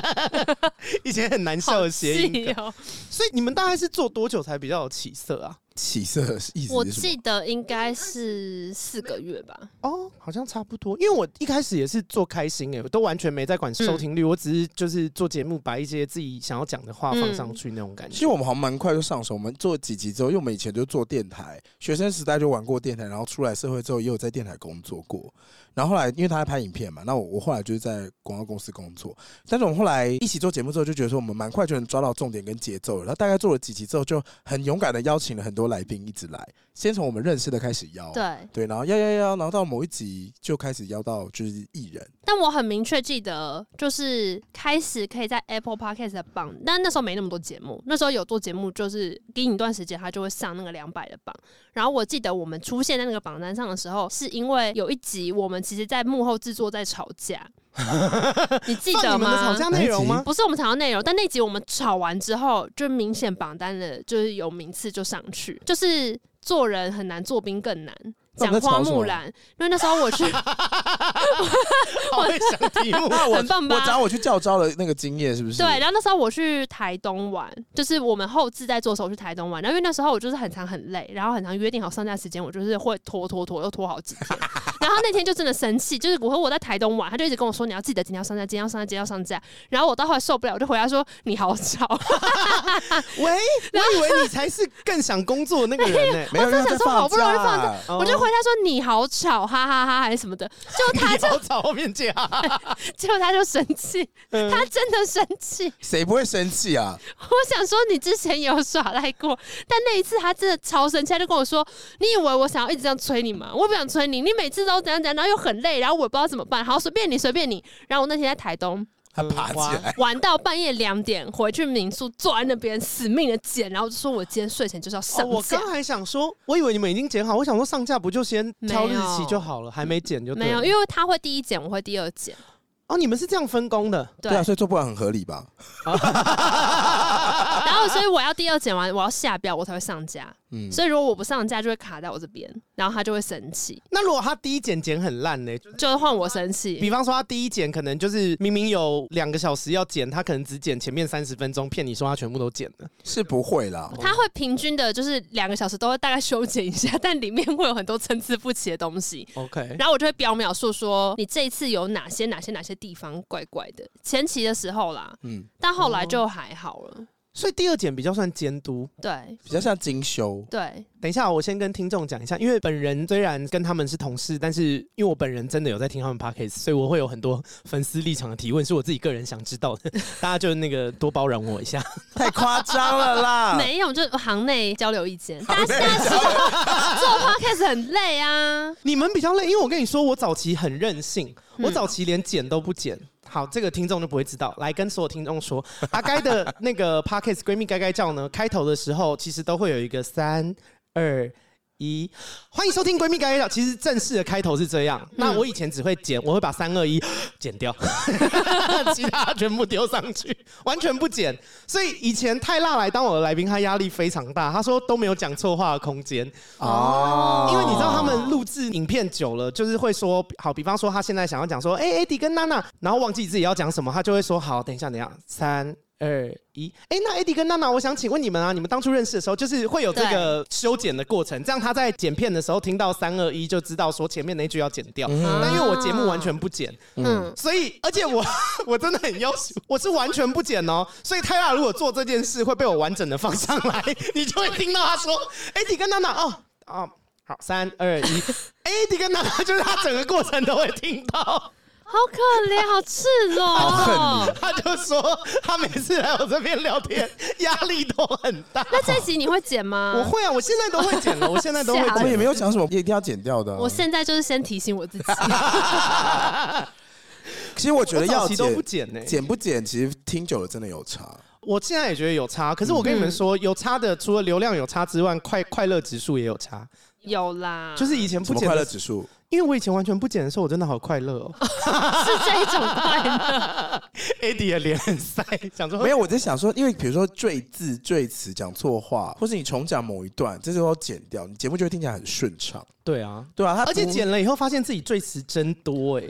D: 一些很难笑的谐音梗
C: 好细哦
D: 所以你们大概是做多久才比较有起色啊？
B: 起色的意
C: 我
B: 思是什
C: 记
B: 么？
C: 得应该是四个月吧。
D: 哦，好像差不多，因为我一开始也是做开心哎、我都完全没在管收听率，我只是就是做节目，把一些自己想要讲的话放上去那种感
B: 其
C: 嗯
D: 觉。
B: 实我们好像蛮快就上手，我们做几集之后，因为我们以前就做电台，学生时代就玩过电台，然后出来社会之后也有在电台工作过。然后后来因为他在拍影片嘛，那我我后来就是在广告公司工作。但是我们后来一起做节目之后，就觉得说我们蛮快就能抓到重点跟节奏了。然后大概做了几集之后，就很勇敢的邀请了很多来宾一直来，先从我们认识的开始
D: 哦
B: 邀，
C: 对，
B: 对，然后邀邀邀，然后到某一集就开始邀到就是艺人，
C: 但我很明确记得，就是开始可以在 Apple Podcast 的榜，但那时候没那么多节目，那时候有做节目，就是给你一段时间，它就会上那个两百的榜。然后我记得我们出现在那个榜单上的时候，是因为有一集我们其实，在幕后制作在吵 架，你记
D: 放
C: 得
D: 你们的
C: 吗
D: 吵？架内容吗？
C: 不是我们吵到内容，但那集我们吵完之后，就明显榜单的，就是有名次就上去，就是做人很难，做兵更难。
B: 那我
C: 讲
B: 们在
C: 花
B: 吵什
C: 木
B: 么
C: 兰，因为那时候我去，
D: 好会想题目，
B: 那 我
C: 很棒吧
B: 我找我去教招的那个经验是不是？
C: 对，然后那时候我去台东玩，就是我们后置在做的时候我去台东玩，然后因为那时候我就是很常很累，然后很常约定好上架时间，我就是会拖拖拖，又拖好几 天。然后那天就真的生气，就是我和我在台东玩，他就一直跟我说你要记得今天要上架，今天要上架，今天要上架。然后我到后来受不了，我就回他说你好吵，
D: 喂，我以为你才是更想工作的那个人呢、
B: 没有，
C: 真的
B: 因为
C: 想
B: 在
C: 说
B: 放
C: 好不容易放
B: 假
D: 哦
C: 我就回他说你好吵，哈哈哈还是什么的。就 他
D: 你
C: 就
D: 好吵，后面接啊！
C: 结果 他就生气，
D: 嗯
C: 他真的生气。
B: 谁不会生气啊？
C: 我想说，你之前有耍赖过，但那一次他真的超生气，他就跟我说：“你以为我想要一直这样催你吗？我不想催你，你每次都怎样怎样，然后又很累，然后我也不知道怎么办，好随便你，随便你。”然后我那天在台东
B: 他爬起来，
C: 玩到半夜两点，回去民宿坐在那边死命的剪，然后就说我今天睡前就是要上
D: 哦我
C: 架。
D: 刚还想说，我以为你们已经剪好，我想说上架不就先挑日期就好了，还没剪就对
C: 没有，
D: 为
C: 因为他会第一剪，我会第二剪。
D: 哦，你们是这样分工 的，
C: 对，
B: 对啊，所以做不完很合理吧？
C: 然后所以我要第二剪完，我要下标，我才会上架。
B: 嗯，
C: 所以如果我不上架，就会卡在我这边，然后他就会生气，
D: 那如果他第一剪剪很烂呢、就是
C: 就会换我生气。
D: 比方说，他第一剪可能就是明明有两个小时要剪，他可能只剪前面三十分钟，骗你说他全部都剪了。
B: 是不会啦。
C: 他会平均的，就是两个小时都会大概修剪一下，但里面会有很多参差不齐的东西。
D: OK，
C: 然后我就会标描述说，你这一次有哪些哪些哪些地方怪怪的。前期的时候啦，
B: 嗯，
C: 但后来就还好了。
D: 所以第二剪比较算监督。
C: 对
B: 比较像精 修。
C: 对，
D: 等一下，我先跟听众讲一下，因为本人虽然跟他们是同事，但是因为我本人真的有在听他们 podcast，所以我会有很多粉丝立场的提问，是我自己个人想知道 的，大家就那个多包容我一下。
B: 太夸张了 啦！
C: 啊没有，就行内交流意见。大家大家说 做 podcast 很累啊，
D: 你们比较累，因为我跟你说，我早期很任性，我早期连剪都不剪。好，这个听众就不会知道。来跟所有听众说， 阿该的那个 podcast 闺蜜该该叫呢，开头的时候其实都会有一个三二。一，欢迎收听《闺蜜该该叫》。其实正式的开头是这样。那我以前只会剪，我会把三二一 剪掉，其他全部丢上去，完全不剪。所以以前泰辣来当我的来宾，他压力非常大。他说都没有讲错话的空间，
B: 哦，
D: 因为你知道他们录制影片久了，就是会说好，比方说他现在想要讲说，哎、艾迪跟娜娜，然后忘记自己要讲什么，他就会说好，等一下，等一下，三。二一，哎、那艾迪跟娜娜，我想请问你们啊，你们当初认识的时候，就是会有这个修剪的过程，这样他在剪片的时候听到三二一就知道说前面那句要剪掉。
C: 啊
D: 但因为我节目完全不剪，
C: 嗯，
D: 所以，而且我 我真的很要求，我是完全不剪哦。所以泰拉如果做这件事会被我完整的放上来，你就会听到他说：“ 哎、你跟娜娜哦哦，好，三二一，哎、你跟娜娜，就是他整个过程都会听到。
C: 好可怜，好赤裸
B: 好
C: 哦。
D: 他就说他每次来我这边聊天，压力都很大。
C: 那这一集你会剪吗？
D: 我会啊，我现在都会剪了，我现在都会
C: 吓
B: 我们
D: 剪
B: 也。没有讲什么，也一定要剪掉的啊。
C: 我现在就是先提醒 我自己，
B: 其实我觉得
D: 我
B: 要
D: 早期都不剪呢
B: 剪不剪，其实听久了真的有差。
D: 我现在也觉得有差，可是我跟你们说，有差的除了流量有差之外，快快乐指数也有差。
C: 有 啦，
D: 就是以前
B: 什
D: 不
B: 么
D: 剪
B: 快乐
D: 的，
B: 指数？
D: 因为我以前完全不剪的时候，我真的好快乐哦。
C: 是这 种快乐。
D: Adi 的脸很塞，想说
B: 没有，我在想说，因为比如说赘字、赘词讲错话，
D: 嗯
B: 或是你重讲某一段，这时候剪掉，你节目就会听起来很顺畅，
D: 对啊，
B: 对啊，它
D: 而且
B: 不
D: 剪了以后发现自己赘词真多哎、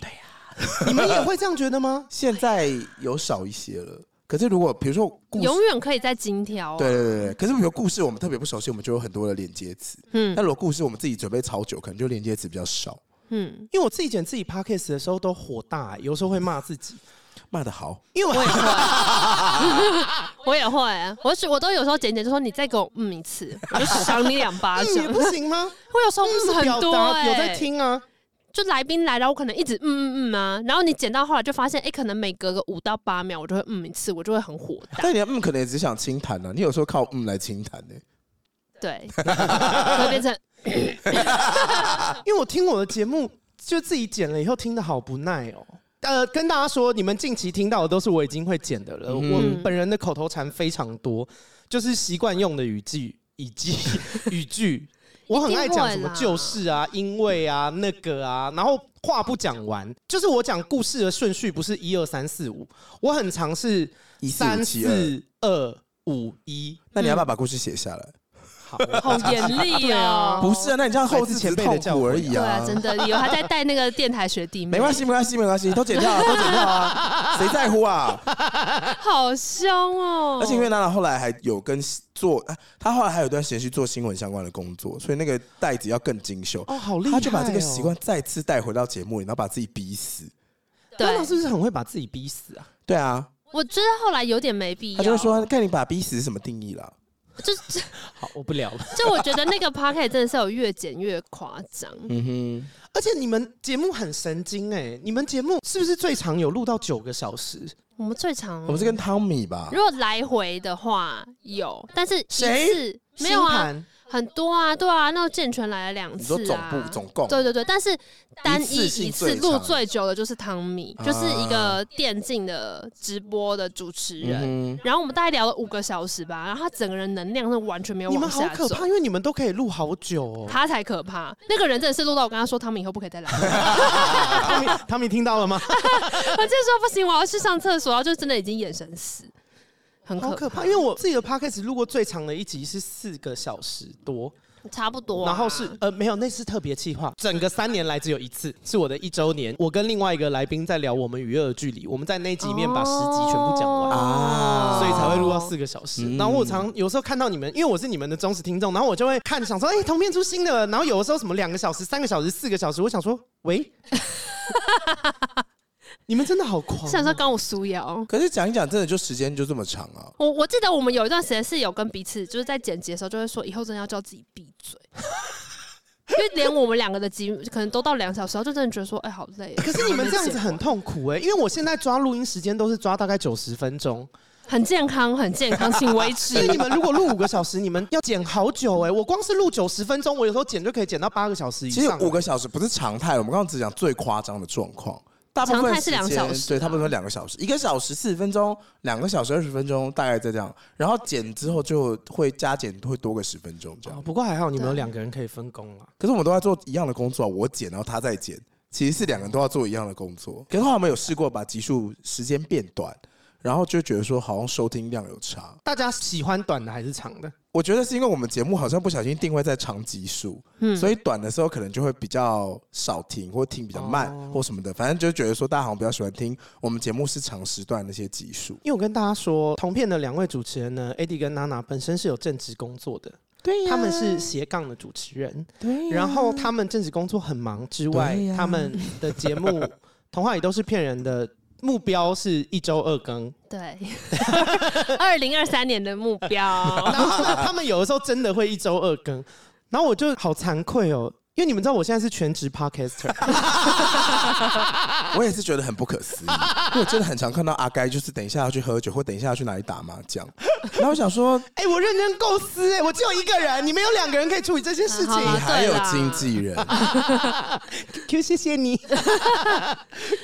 D: 对呀、你们也会这样觉得吗？
B: 现在有少一些了。可是如果比如说故事，
C: 永远可以再精挑、啊。
B: 对对对对，可是比如故事我们特别不熟悉，我们就有很多的连接词。
C: 嗯
B: 那如果故事我们自己准备超久，可能就连接词比较少。
C: 嗯，
D: 因为我自己剪自己 podcast 的时候都火大、欸有时候会骂自己，
B: 骂的好，
D: 因为我
C: 我也会，我是我都有时候剪剪就说你再给我嗯一次，我就赏你两巴
D: 嗯
C: 掌
D: 也。不行吗？
C: 我有时候嗯
D: 是表
C: 很多、
D: 达
C: 欸，
D: 有在，听啊，
C: 就来宾来，然后我可能一直嗯嗯嗯啊，然后你剪到后来就发现，哎、可能每隔个五到八秒我就会嗯一次，我就会很火大。
B: 但你的嗯可能也只想轻谈呢、你有时候靠嗯来轻谈呢、
C: 对，会变成
D: 因为我听我的节目就自己剪了以后听的好不耐哦。呃，跟大家说，你们近期听到的都是我已经会剪的了。
B: 嗯
D: 我本人的口头禅非常多，就是习惯用的语句、 以及语句。我很爱讲什么
C: 一定会啦
D: 就是啊、因为啊、那个啊，然后话不讲完，就是我讲故事的顺序不是一二三四五，我很常是
B: 一四五
D: 三
B: 七二。
D: 四二五一。
B: 那你要不要把故事写下来？
D: 好，
C: 好严厉哦、
B: 不是啊，那你这样后置前辈的痛苦而已
C: 对啊，真的有还在带那个电台学弟妹，
B: 没关系，没关系，没关系，都剪掉啊，都剪掉啊，谁在乎啊？
C: 好凶哦、
B: 而且因为娜娜后来还有跟做，啊她后来还有段时间去做新闻相关的工作，所以那个袋子要更精修。
D: 哦，好厉害、
B: 她
D: 哦！
B: 就把这个习惯，再次带回到节目里，然后把自己逼死。
D: 当
C: 对
D: 然，是不是很会把自己逼死啊？
B: 对啊，
C: 我觉得后来有点没必要。
B: 她就会说：“看你把逼死是什么定义啦。
C: 就 就
D: 好，我不聊了。
C: 就我觉得那个 p o c a s t 真的是有越剪越夸张。”
B: 嗯哼，
D: 而且你们节目很神经哎、你们节目是不是最长有录到九个小时？
C: 我们最长
B: 我们是跟汤米吧？
C: 如果来回的话有，但是一
D: 谁
C: 次没有
D: 星
C: 啊，
D: 盘？
C: 很多啊，对啊，那健全来了两
B: 你
C: 次
B: 说总
C: 啊，
B: 部总共
C: 对对对，但是单
B: 一
C: 一
B: 次性
C: 一次
B: 最
C: 录
B: 长啊
C: 最久的就是汤米，就是一个电竞的直播的主持人。
B: 嗯哼，
C: 然后我们大概聊了五个小时吧，然后他整个人能量是完全没有
D: 你们
C: 往
D: 好
C: 下
D: 可
C: 走，
D: 怕，因为你们都可以录好久哦。
C: 他才可怕。那个人真的是录到我跟他说，汤米以后不可以 再来了，
D: 汤米，汤米听到了吗？
C: 我就说不行，我要去上厕所，然后就真的已经眼神死，很
D: 好可怕，因为我自己的 podcast 录过最长的一集是四个小时多，
C: 差不多啊、
D: 然后是呃没有，那是特别企划，整个三年来只有一次，是我的一周年。我跟另外一个来宾在聊我们娱乐的距离，我们在那集里面把十集全部讲完。
B: 啊
D: 所以才会录到
C: 哦
D: 四个小时。
B: 嗯
D: 然后我常有时候看到你们，因为我是你们的忠实听众，然后我就会看，想说，哎、同片出新的。然后有的时候什么两个小时、三个小时、四个小时，我想说，喂， 你们真的好狂、哦
C: 想说刚我苏瑶。
B: 可是讲一讲，真的就时间就这么长啊。
C: 我我记得我们有一段时间是有跟彼此，就是在剪辑的时候就会说，以后真的要叫自己闭 嘴，因为连我们两个的集可能都到两小时，然后就真的觉得说，哎、好累哦。
D: 可是你们这样子很痛苦哎、因为我现在抓录音时间都是抓大概九十分钟，
C: 很健康，很健康，请维持
D: 所以你们如果录五个小时，你们要剪好久哎、我光是录九十分钟，我有时候剪就可以剪到八个小时以
B: 其实
C: 啊
D: 上。
B: 五个小时不是常态，我们刚刚只讲最夸张的状况，大部
C: 常
B: 分
C: 态是两
B: 时间
C: 小时啊
B: 对，他们说两个小时，一个小时四十分钟，两个小时二十分钟，大概在这样，然后剪之后就会加减会多个十分钟这样
D: 哦。不过还好你们有两个人可以分工啊了。
B: 可是我们都在做一样的工作啊，我剪然后他再剪，其实是两个人都要做一样的工作。可是后来我们有试过把集数时间变短，然后就觉得说好像收听量有差。
D: 大家喜欢短的还是长的？
B: 我觉得是因为我们节目好像不小心定位在长集数，
C: 嗯
B: 所以短的时候可能就会比较少听，或听比较慢，
D: 哦
B: 或什么的。反正就觉得说，大家好像比较喜欢听我们节目是长时段那些集 数。
D: 因为我跟大家说，同片的两位主持人呢，AD 跟娜娜本身是有正职工作的，
B: 对
D: 他们是斜杠的主持人，
B: 对
D: 然后他们正职工作很忙之外，
B: 对呀
D: 他们的节目《童话里都是骗人的》目标是一周二 更，
C: 对， 二零二三年的目标。
D: 然后他们他们有的时候真的会一周二更，然后我就好惭愧哦。因为你们知道我现在是全职 podcaster，
B: 我也是觉得很不可思议，因为我真的很常看到阿该，就是等一下要去喝酒，或等一下要去哪里打麻 将。然后我想说，
D: 哎、我认真构思、哎，我只有一个人，你们有两个人可以处理这件事
C: 好
D: 情
B: 你
C: 啦。
B: 还
C: 对
B: 有
C: 啦
B: 经纪人，
D: Q，谢谢你，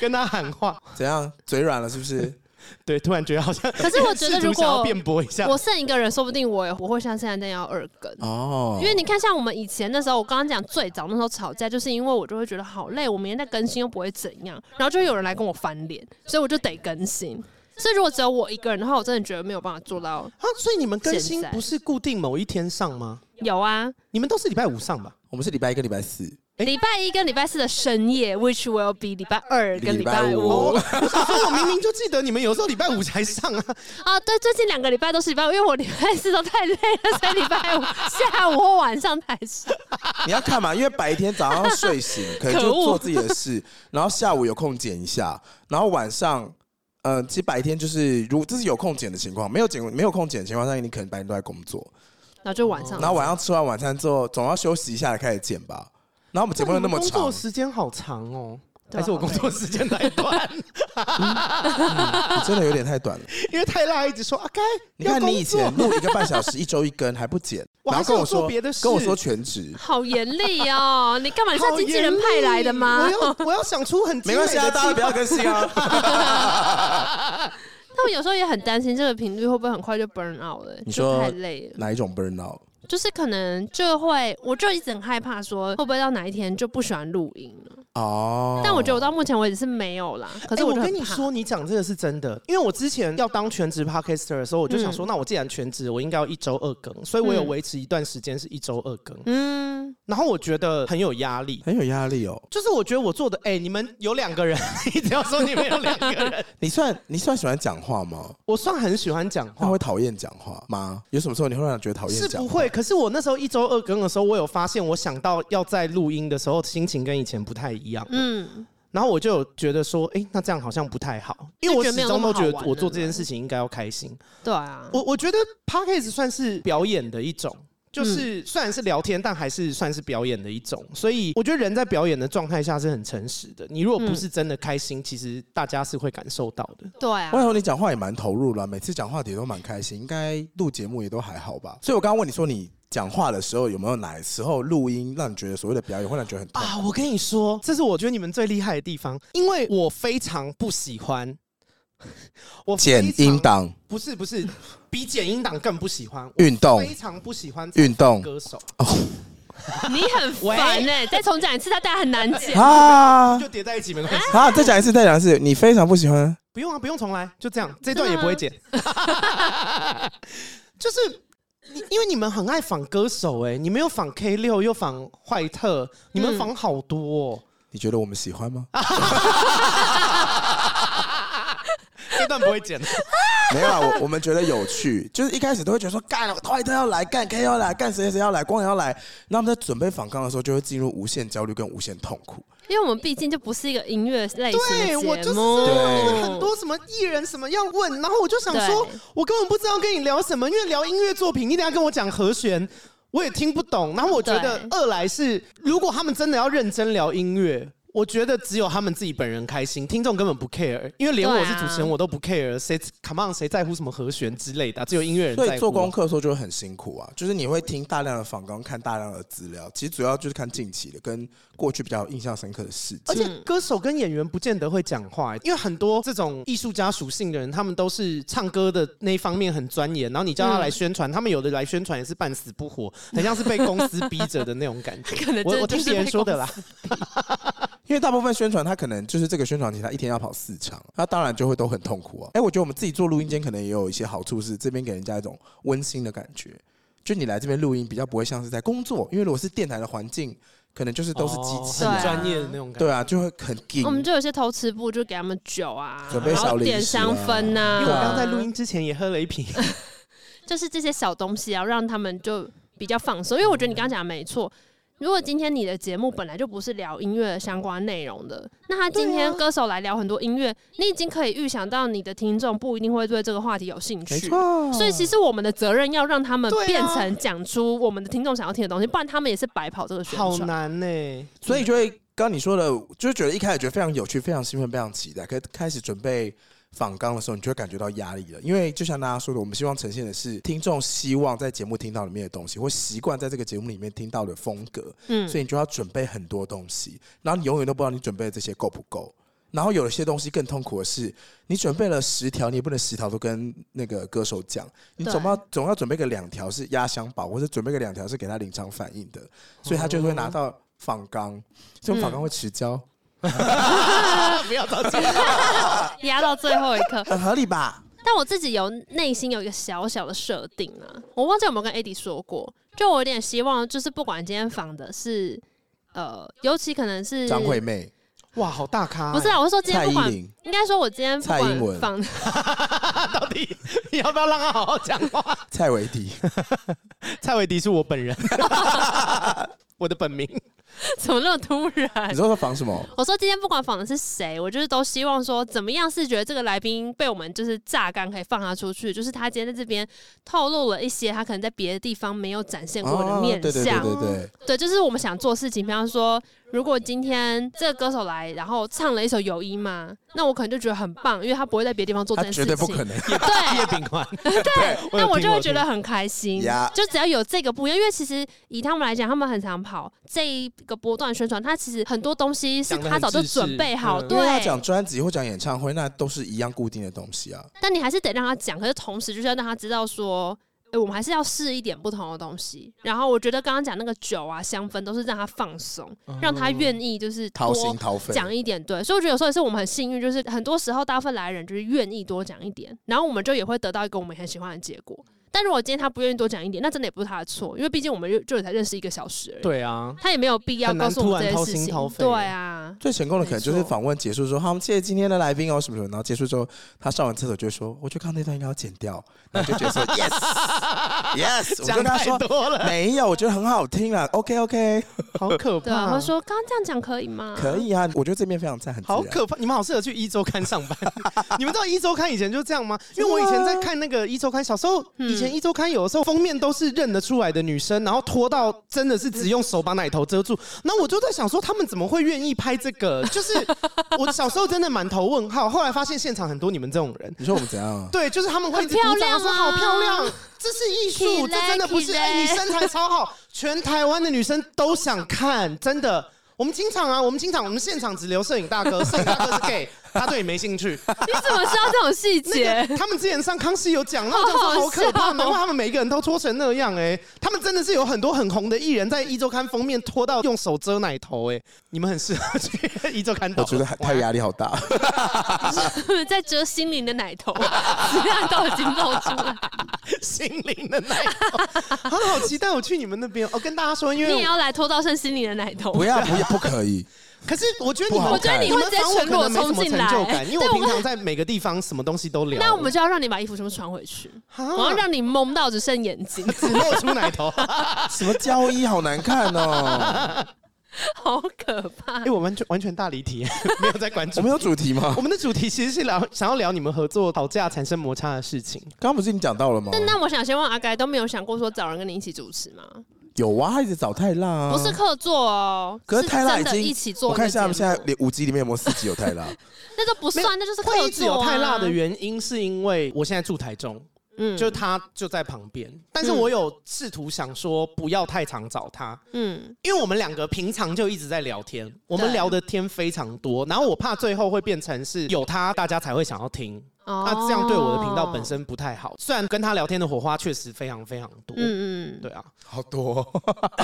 D: 跟他喊话。
B: 怎样？嘴软了是不是？
D: 对，突然觉得好像，
C: 可是我觉得
D: 试图
C: 如
D: 想要
C: 果
D: 辩驳一下，
C: 我剩一个人，说不定我也我会像现在那样二更。
B: 哦，
C: 因为你看，像我们以前那时候，我刚刚讲最早那时候吵架，就是因为我就会觉得好累，我明天再更新又不会怎样，然后就有人来跟我翻脸，所以我就得更新。所以如果只有我一个人的话，我真的觉得没有办法做到。
D: 啊，所以你们更新
C: 现在
D: 不是固定某一天上吗？
C: 有啊，
D: 你们都是礼拜五上吧？
B: 我们是礼拜一跟礼拜四，
D: 诶
C: 礼拜一跟礼拜四的深夜，which will be 礼拜二跟礼
B: 礼拜
C: 五
B: 五。
D: 所以我明明就记得你们有时候礼拜五才上啊，
C: 啊，对，最近两个礼拜都是礼拜五，因为我礼拜四都太累了，所以礼拜五 下午或晚上才 上。
B: 你要看嘛，因为白天早上睡醒，可能就
C: 可恶
B: 做自己的事，然后下午有空剪一下，然后晚上，呃，其实白天就是如果这是有空剪的情况，没有剪没有空剪的情况下，你可能白天都在工作，
C: 然后就晚上，
B: 然后晚上吃完晚餐之后，总要休息一下开始剪吧。然后我们节目又那么
D: 工
B: 长
D: 作，时间好长哦。
C: 对啊
D: 还是我工作时间太短，
B: 你真的有点太短了。
D: 因为太辣一直说啊该
B: 你看
D: 要
B: 你
D: 工
B: 以
D: 作
B: 前录一个半小时，一周一更还不剪，
D: 我还
B: 然后
D: 是有
B: 跟我
D: 做
B: 说
D: 别的事
B: 跟我说全职，
C: 好严厉哦！你干嘛？你是
D: 好
C: 经纪
D: 严
C: 人
D: 厉
C: 派来的吗
D: 我？要我要想出很
B: 没关系啊，大家不
D: 要
B: 要更新啊。
C: 他们有时候也很担心这个频率会不会很快就 burn out 了、
B: 你
C: 就
B: 说
C: 太累了，
B: 哪一种 burn out？
C: 就是可能就会，我就一直很害怕说会不会到哪一天就不喜欢录音了。
B: 哦，
C: 但我觉得我到目前为止是没有啦，可
D: 可
C: 是
D: 哎我
C: 就很
D: 跟你
C: 怕，
D: 说，你讲这个是真的，因为我之前要当全职 podcaster 的时候，我就想说，那我既然全职，我应该要一周二更，所以我有
C: 嗯
D: 维持一段时间是一周二更，
C: 嗯，
D: 然后我觉得很有压力。
B: 很有压力哦。
D: 就是我觉得我做的，哎、你们有两个人， 你只要说你们有两个人，
B: 你算你算喜欢讲话吗？
D: 我算很喜欢讲
B: 他
D: 话
B: 会，讨厌讲话吗？有什么时候你会让人觉得讨厌
D: 是
B: 讲
D: 不
B: 话？
D: 会。可是我那时候一周二更的时候，我有发现，我想到要在录音的时候，心情跟以前不太一样。
C: 嗯，
D: 然后我就有觉得说，哎、那这样好像不太好，因为我
C: 就觉
D: 始
C: 得没有
D: 终都
C: 那么好
D: 觉
C: 玩
D: 得我做
C: 了
D: 这件事情应该要开心。
C: 对啊，
D: 我我觉得 podcast 算是表演的一种。就是虽然是聊天，但还是算是表演的一种，所以我觉得人在表演的状态下是很诚实的。你如果不
C: 嗯
D: 是真的开心，其实大家是会感受到的。
C: 对啊
B: 我，想你讲话也蛮投入了，每次讲话题都蛮开心，应该录节目也都还好吧。所以我刚刚问你说，你讲话的时候有没有哪时候录音让你觉得所谓的表演会让你觉得很痛？
D: 啊，我跟你说，这是我觉得你们最厉害的地方，因为我非常不喜欢我非
B: 剪
D: 常
B: 音，档、
D: 不是不是，比剪音档更不喜欢，我
B: 运动
D: 非、常不喜欢
B: 运动啊
D: 歌手，
C: 你很烦哎、再重讲一次，他大家很难解。
B: 啊
D: 就叠在一起没关系，
B: 啊！再讲一次，再讲一次，你非常不喜欢
D: 不用啊，不用重来，就这样，这
C: 真
D: 段
C: 的
D: 也不会
C: 吗
D: 剪， 就是。你因为你们很爱仿歌手哎、你们又仿 K 六，又仿坏特，你们
C: 嗯
D: 仿好多、哦，
B: 你觉得我们喜欢吗？
D: 啊这段不会剪的。
B: 没有啊，我我们觉得有趣，就是一开始都会觉得说干，快特要来，干 K 要来，干谁谁要来，光阳要来。那我们在准备反抗的时候，就会进入无限焦虑跟无限痛苦。
C: 因为我们毕竟就不是一个音乐类型的节
D: 对，
C: 目，
D: 我就是这样因为
B: 对
D: 很多什么艺人什么要问，然后我就想说
C: 对，
D: 我根本不知道跟你聊什么，因为聊音乐作品，你等一下跟我讲和弦，我也听不懂。然后我觉得
C: 对
D: 二来是，如果他们真的要认真聊音乐。我觉得只有他们自己本人开心，听众根本不 care，因为连
C: 对啊
D: 我是主持人我都不 care，谁 come on 谁在乎什么和弦之类的啊、只有音乐人在
B: 所
D: 乎啊。
B: 以做功课的时候就会很辛苦啊，就是你会听大量的访纲，看大量的资料，其实主要就是看近期的跟过去比较有印象深刻的事
D: 而
B: 情。
D: 且
C: 嗯
D: 歌手跟演员不见得会讲话、因为很多这种艺术家属性的人，他们都是唱歌的那一方面很钻研，然后你
C: 嗯
D: 叫他来宣传，他们有的来宣传也是半死不活，很像是被公司逼着的那种感觉。
C: 可能真
D: 我
C: 的
D: 我听
C: 就是
D: 别人说的啦，
B: 因为大部分宣传，他可能就是这个宣传题，他一天要跑四场，那当然就会都很痛苦啊。哎、我觉得我们自己做录音间可能也有一些好处，是这边给人家一种温馨的感觉。就你来这边录音，比较不会像是在工作，因为如果是电台的环境，可能就是都是机器、
D: 哦
B: 啊
D: 很专业的那种感觉。
B: 对啊，就会很紧
C: 我。们就有些偷吃部，就给他们酒啊，
B: 准备
C: 然
B: 小
C: 后
B: 零食啊
C: 点香氛呐、
D: 因为我刚刚在录音之前也喝了一瓶，
C: 就是这些小东西啊，让他们就比较放松。因为我觉得你刚刚讲的没错，如果今天你的节目本来就不是聊音乐相关内容的，那他今天歌手来聊很多音乐，你已经可以预想到你的听众不一定会对这个话题有兴趣。
B: 啊
C: 所以其实我们的责任要让他们
D: 对啊
C: 变成讲出我们的听众想要听的东西，不然他们也是白跑这个宣
D: 好
C: 传。
D: 难呢、
B: 所以就会刚刚你说的，就是觉得一开始觉得非常有趣、非常兴奋、非常期待，可是开始准备访纲的时候，你就会感觉到压力了。因为就像大家说的，我们希望呈现的是听众希望在节目听到里面的东西，或习惯在这个节目里面听到的风格，
C: 嗯
B: 所以你就要准备很多东西，然后你永远都不知道你准备的这些够不够。然后有一些东西更痛苦的是，你准备了十条，你也不能十条都跟那个歌手讲，你
C: 对
B: 总要总要准备个两条是压箱宝，或者准备个两条是给他临场反应的，所以他就会
C: 哦
B: 拿到仿钢，这种仿
C: 嗯
B: 钢会持胶，
D: 不要着急。
C: 压到最后一刻。
B: 很合理吧？
C: 但我自己有内心有一个小小的设定啊，我忘记有没有跟 AD 说过，就我有点希望，就是不管今天访的是呃，尤其可能是
B: 张惠妹、
D: 哇，好大咖、
C: 不是啊，我是说今天
B: 蔡
C: 不
B: 依
C: 管，
B: 林，
C: 应该说我今天不
B: 蔡英文
C: 管访
D: 到底 你要不要让他好好讲话？
B: 蔡维迪，
D: 蔡伟迪是我本人，我的本名。
C: 怎么那么突然
B: 你？说说仿什么？
C: 我说今天不管访的是谁，我就是都希望说，怎么样是觉得这个来宾被我们就是榨干，可以放他出去，就是他今天在这边透露了一些他可能在别的地方没有展现过的面
B: 哦对对对
C: 相。
B: 对对，
C: 对，就是我们想做事情，比方说，如果今天这个歌手来，然后唱了一首《友谊》嘛，那我可能就觉得很棒，因为他不会在别的地方做这
B: 他
C: 件事
B: 绝
C: 情。
B: 对不可 能。
D: 叶
C: 对，
D: 秉宽，我有
C: 那我
D: 听
C: 就
D: 我
C: 会
D: 有
C: 觉
D: 听
C: 得很开心
B: 呀。
C: 就只要有这个不一样，因为其实以他们来讲，他们很常跑这一个波段宣传，他其实很多东西是
D: 讲得
C: 他
D: 很
C: 早就
D: 自制
C: 准备好，
D: 嗯
B: 因为他
C: 对
B: 啊讲。专辑或讲演唱会，那都是一样固定的东西啊。
C: 但你还是得让他讲，可是同时就是要让他知道说。诶我们还是要试一点不同的东西，然后我觉得刚刚讲那个酒啊、香氛都是让他放松，让
D: 嗯
C: 他愿意就是
B: 掏
C: 多
B: 心掏肺，
C: 讲一点，对，所以我觉得有时候也是我们很幸运，就是很多时候大部分来的人就是愿意多讲一点，然后我们就也会得到一个我们很喜欢的结果。
D: 嗯
C: 但如果今天他不愿意多讲一点，那真的也不是他的错，因为毕竟我们就就才认识一个小时而已，
D: 对啊，
C: 他也没有必要
D: 很难
C: 告诉我
D: 突
C: 们
D: 然
C: 这
D: 掏
C: 件
D: 心
C: 事情
D: 掏。肺
C: 对啊，
B: 最成功的可能就是访问结束说：“好，我们谢谢今天的来宾哦，什么什么。”然后结束之后，他上完厕所就会说：“我觉得刚刚那段应该要剪掉。”然后就觉得 说：“yes，yes。”我就
D: 讲
B: 跟他
D: 太
B: 说
D: 多：“了，
B: 没有，我觉得很好听啊。”OK，OK，、
D: 好可
C: 对啊，
D: 怕。
C: 我说刚刚这样讲可以吗？
B: 可。以啊。我觉得这边非常赞，很自然
D: 好可怕！你们好适合去一周刊上班。 你们知道一周刊以前就这样吗？因为我以前在看那个一周刊，小时候
C: 啊嗯
D: 以前一周刊有的时候封面都是认得出来的女生，然后拖到真的是只用手把奶头遮住。那我就在想说，他们怎么会愿意拍这个？就是我小时候真的满头问号，后来发现现场很多你们这种人。
B: 你说我们怎 样？啊
D: 对，就是他们会一直
C: 很漂
D: 鼓掌
C: 亮
D: 说
C: 啊
D: 好漂亮，这是艺术，
C: 起
D: 这
C: 来
D: 真的不是。
C: 起来
D: 哎、你身材超好，全台湾的女生都想看，真的。我们经常啊，我们经常，我们现场只留摄影大 哥，摄影大哥是 gay，他对你没兴趣。
C: 你怎么知道这种细
D: 那
C: 节？
D: 个他们之前上康熙有讲，然后我就说
C: 好
D: 好
C: 好
D: 可怕，
C: 笑哦
D: 难怪他们每个人都脱成那样哎、他们真的是有很多很红的艺人，在一周刊封面脱到用手遮奶头哎、你们很适合去一周刊导
B: 我觉
D: 览。
B: 得他压力好 大。
C: 在遮心灵的 奶头，这样都已经露出来。
D: 心灵的奶头，啊好期待我去你们那边哦。跟大家说，因
C: 你
D: 为
C: 也要来拖到剩心灵的奶头。
B: 不要不要，不可以。
D: 可是我觉得你们，
B: 不好
C: 我觉得
B: 看
C: 你
D: 们
C: 会直接
D: 访我
C: 全
D: 可
C: 裸
D: 能没什
C: 冲
D: 么
C: 进
D: 成
C: 来。
D: 就感，因为
C: 对
D: 我平常在每个地方什么东西都聊。
C: 那我们就要让你把衣服全部穿回去，
D: 啊
C: 我要让你蒙到只剩眼睛，
D: 只露出奶头，
B: 什么交易好难 看哦。
C: 好可怕
D: 因为！哎我完全完全大离题， 没有在关
B: 我
D: 注
B: 们。有主题吗
D: 我？们的主题其实是聊想要聊你们合作吵架产生摩擦的事情。
B: 刚刚不是已经讲到了吗？
D: 哦
C: 但那我想先问阿该，都没有想过说找人跟你一起主持吗？
B: 有啊，他一直找泰辣
D: 嗯
B: 啊。
C: 不是客座哦，
B: 可是
C: 是
B: 泰拉已
C: 真
B: 经
C: 的一起做。
B: 我看一下他们现在，连五集里面有没有四集有泰拉？
C: 那都不算，那就是
D: 会
C: 客
D: 一直
C: 座
D: 有
C: 啊。
D: 太辣的原因，是因为我现在住台中，
C: 嗯
D: 就他就在旁边，但是我有试图想说不要太常找他，
C: 嗯，
D: 因为我们两个平常就一直在聊天，我们
C: 对
D: 聊的天非常多，然后我怕最后会变成是有他大家才会想要听，
C: 哦
D: 那这样对我的频道本，身不太好。虽然跟他聊天的火花确实非常非常多，
C: 嗯嗯，
D: 对啊。
B: 好多、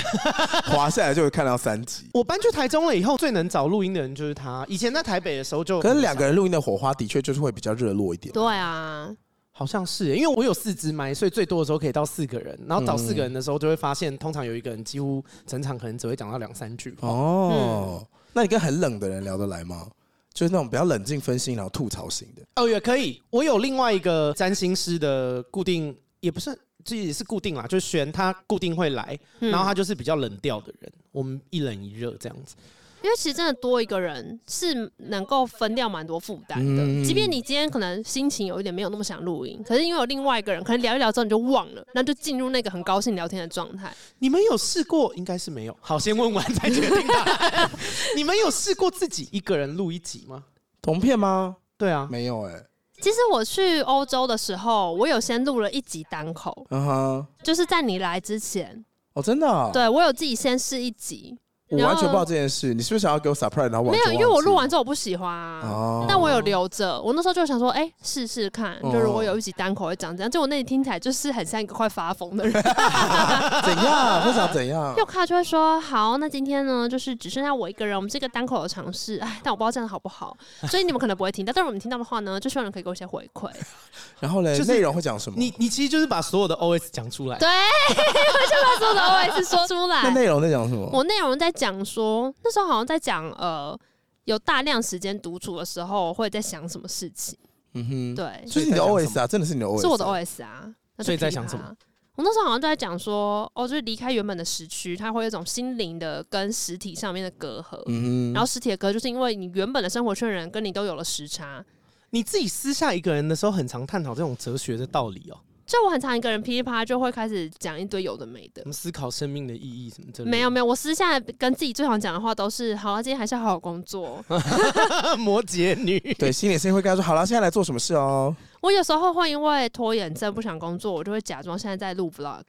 B: 滑下来就会看到三集。
D: 我搬去台中了以后，最能找录音的人就是他。以前在台北的时候就，
B: 可是两个人录音的火花的确就是会比较热络一点。
C: 对啊，
D: 好像是耶，因为我有四支麦，所以最多的时候可以到四个人。然后找四个人的时候，就会发现通常有一个人几乎整场可能只会讲到两三句话。
C: 嗯
B: 哦，那你跟很冷的人聊得来吗？就是那种比较冷静分析，然后吐槽型的。
D: 哦，也可以。我有另外一个占星师的固定，也不是，这也是固定啦，就是选他固定会来，
C: 嗯
D: 然后他就是比较冷调的人，我们一冷一热这样子。
C: 因为其实真的多一个人是能够分掉蛮多负担的，
B: 嗯
C: 即便你今天可能心情有一点没有那么想录音，可是因为有另外一个人，可能聊一聊之后你就忘了，那就进入那个很高兴聊天的状态。
D: 你们有试过？应该是没有。好，先问完再决定答 案。你们有试过自己一个人录一集吗？
B: 同片吗？
D: 对啊，
B: 没有哎、
C: 其实我去欧洲的时候，我有先录了一集单口，
B: 嗯哼，
C: 就是在你来之前，
B: 哦，真的、啊。
C: 对我有自己先试一集，
B: 我完全不知道这件事。你是不是想要给我 surprise，然后完
C: 没
B: 全
C: 有，因为我
B: 忘记
C: 录完之后我不喜欢啊。
B: 哦，
C: 但我有留着，我那时候就想说，哎、试试看，就如果
B: 哦
C: 有一集单口会讲这样，结果那里听起来就是很像一个快发疯的 人。
B: 怎样会想怎样
C: 又？卡就会说，好，那今天呢，就是只剩下我一个人，我们这个单口的尝试，哎，但我不知道这样好 不好，所以你们可能不会听到，但是我们听到的话呢，就希望你可以给我一些回馈。
B: 然后嘞
D: 就，是
B: 内容会讲什么？
D: 你你其实就是把所有的 OS 讲出来，
C: 对， 我就把所有的 OS 说出
B: 那
C: 来。
B: 内容在讲什
D: 哦
B: 么？
C: 我内容在讲说，那时候好像在讲呃，有大量时间独处的时候会在想什么事情，
B: 嗯哼，
C: 对，
B: 所以你的
D: 所以在讲什
B: OS 啊，真的是你的 OS，
C: 是我的 OS 啊。那就
D: 所以在
C: 噼里
D: 想
C: 啪
D: 什
C: 啦
D: 么？
C: 我那时候好像都在讲说，哦，就是离开原本的时区，它会有一种心灵的跟实体上面的隔阂。
B: 嗯哼，
C: 然后实体的隔，就是因为你原本的生活圈人跟你都有了时差。
D: 你自己私下一个人的时候，很常探讨这种哲学的道理哦，
C: 就我很常一个人噼里啪啦就会开始讲一堆有的没的
D: 怎。么思考生命的意义什么之类的。
C: 没有没有，我私下跟自己最常讲的话都是：好啊，今天还是要好好工作。
D: 有，啊摩羯女，
B: 对，心理声音会跟他说，好了，现在来做什么事哦？
C: 我有时候会因为拖延症不想工作，我就会假装现在在录 vlog，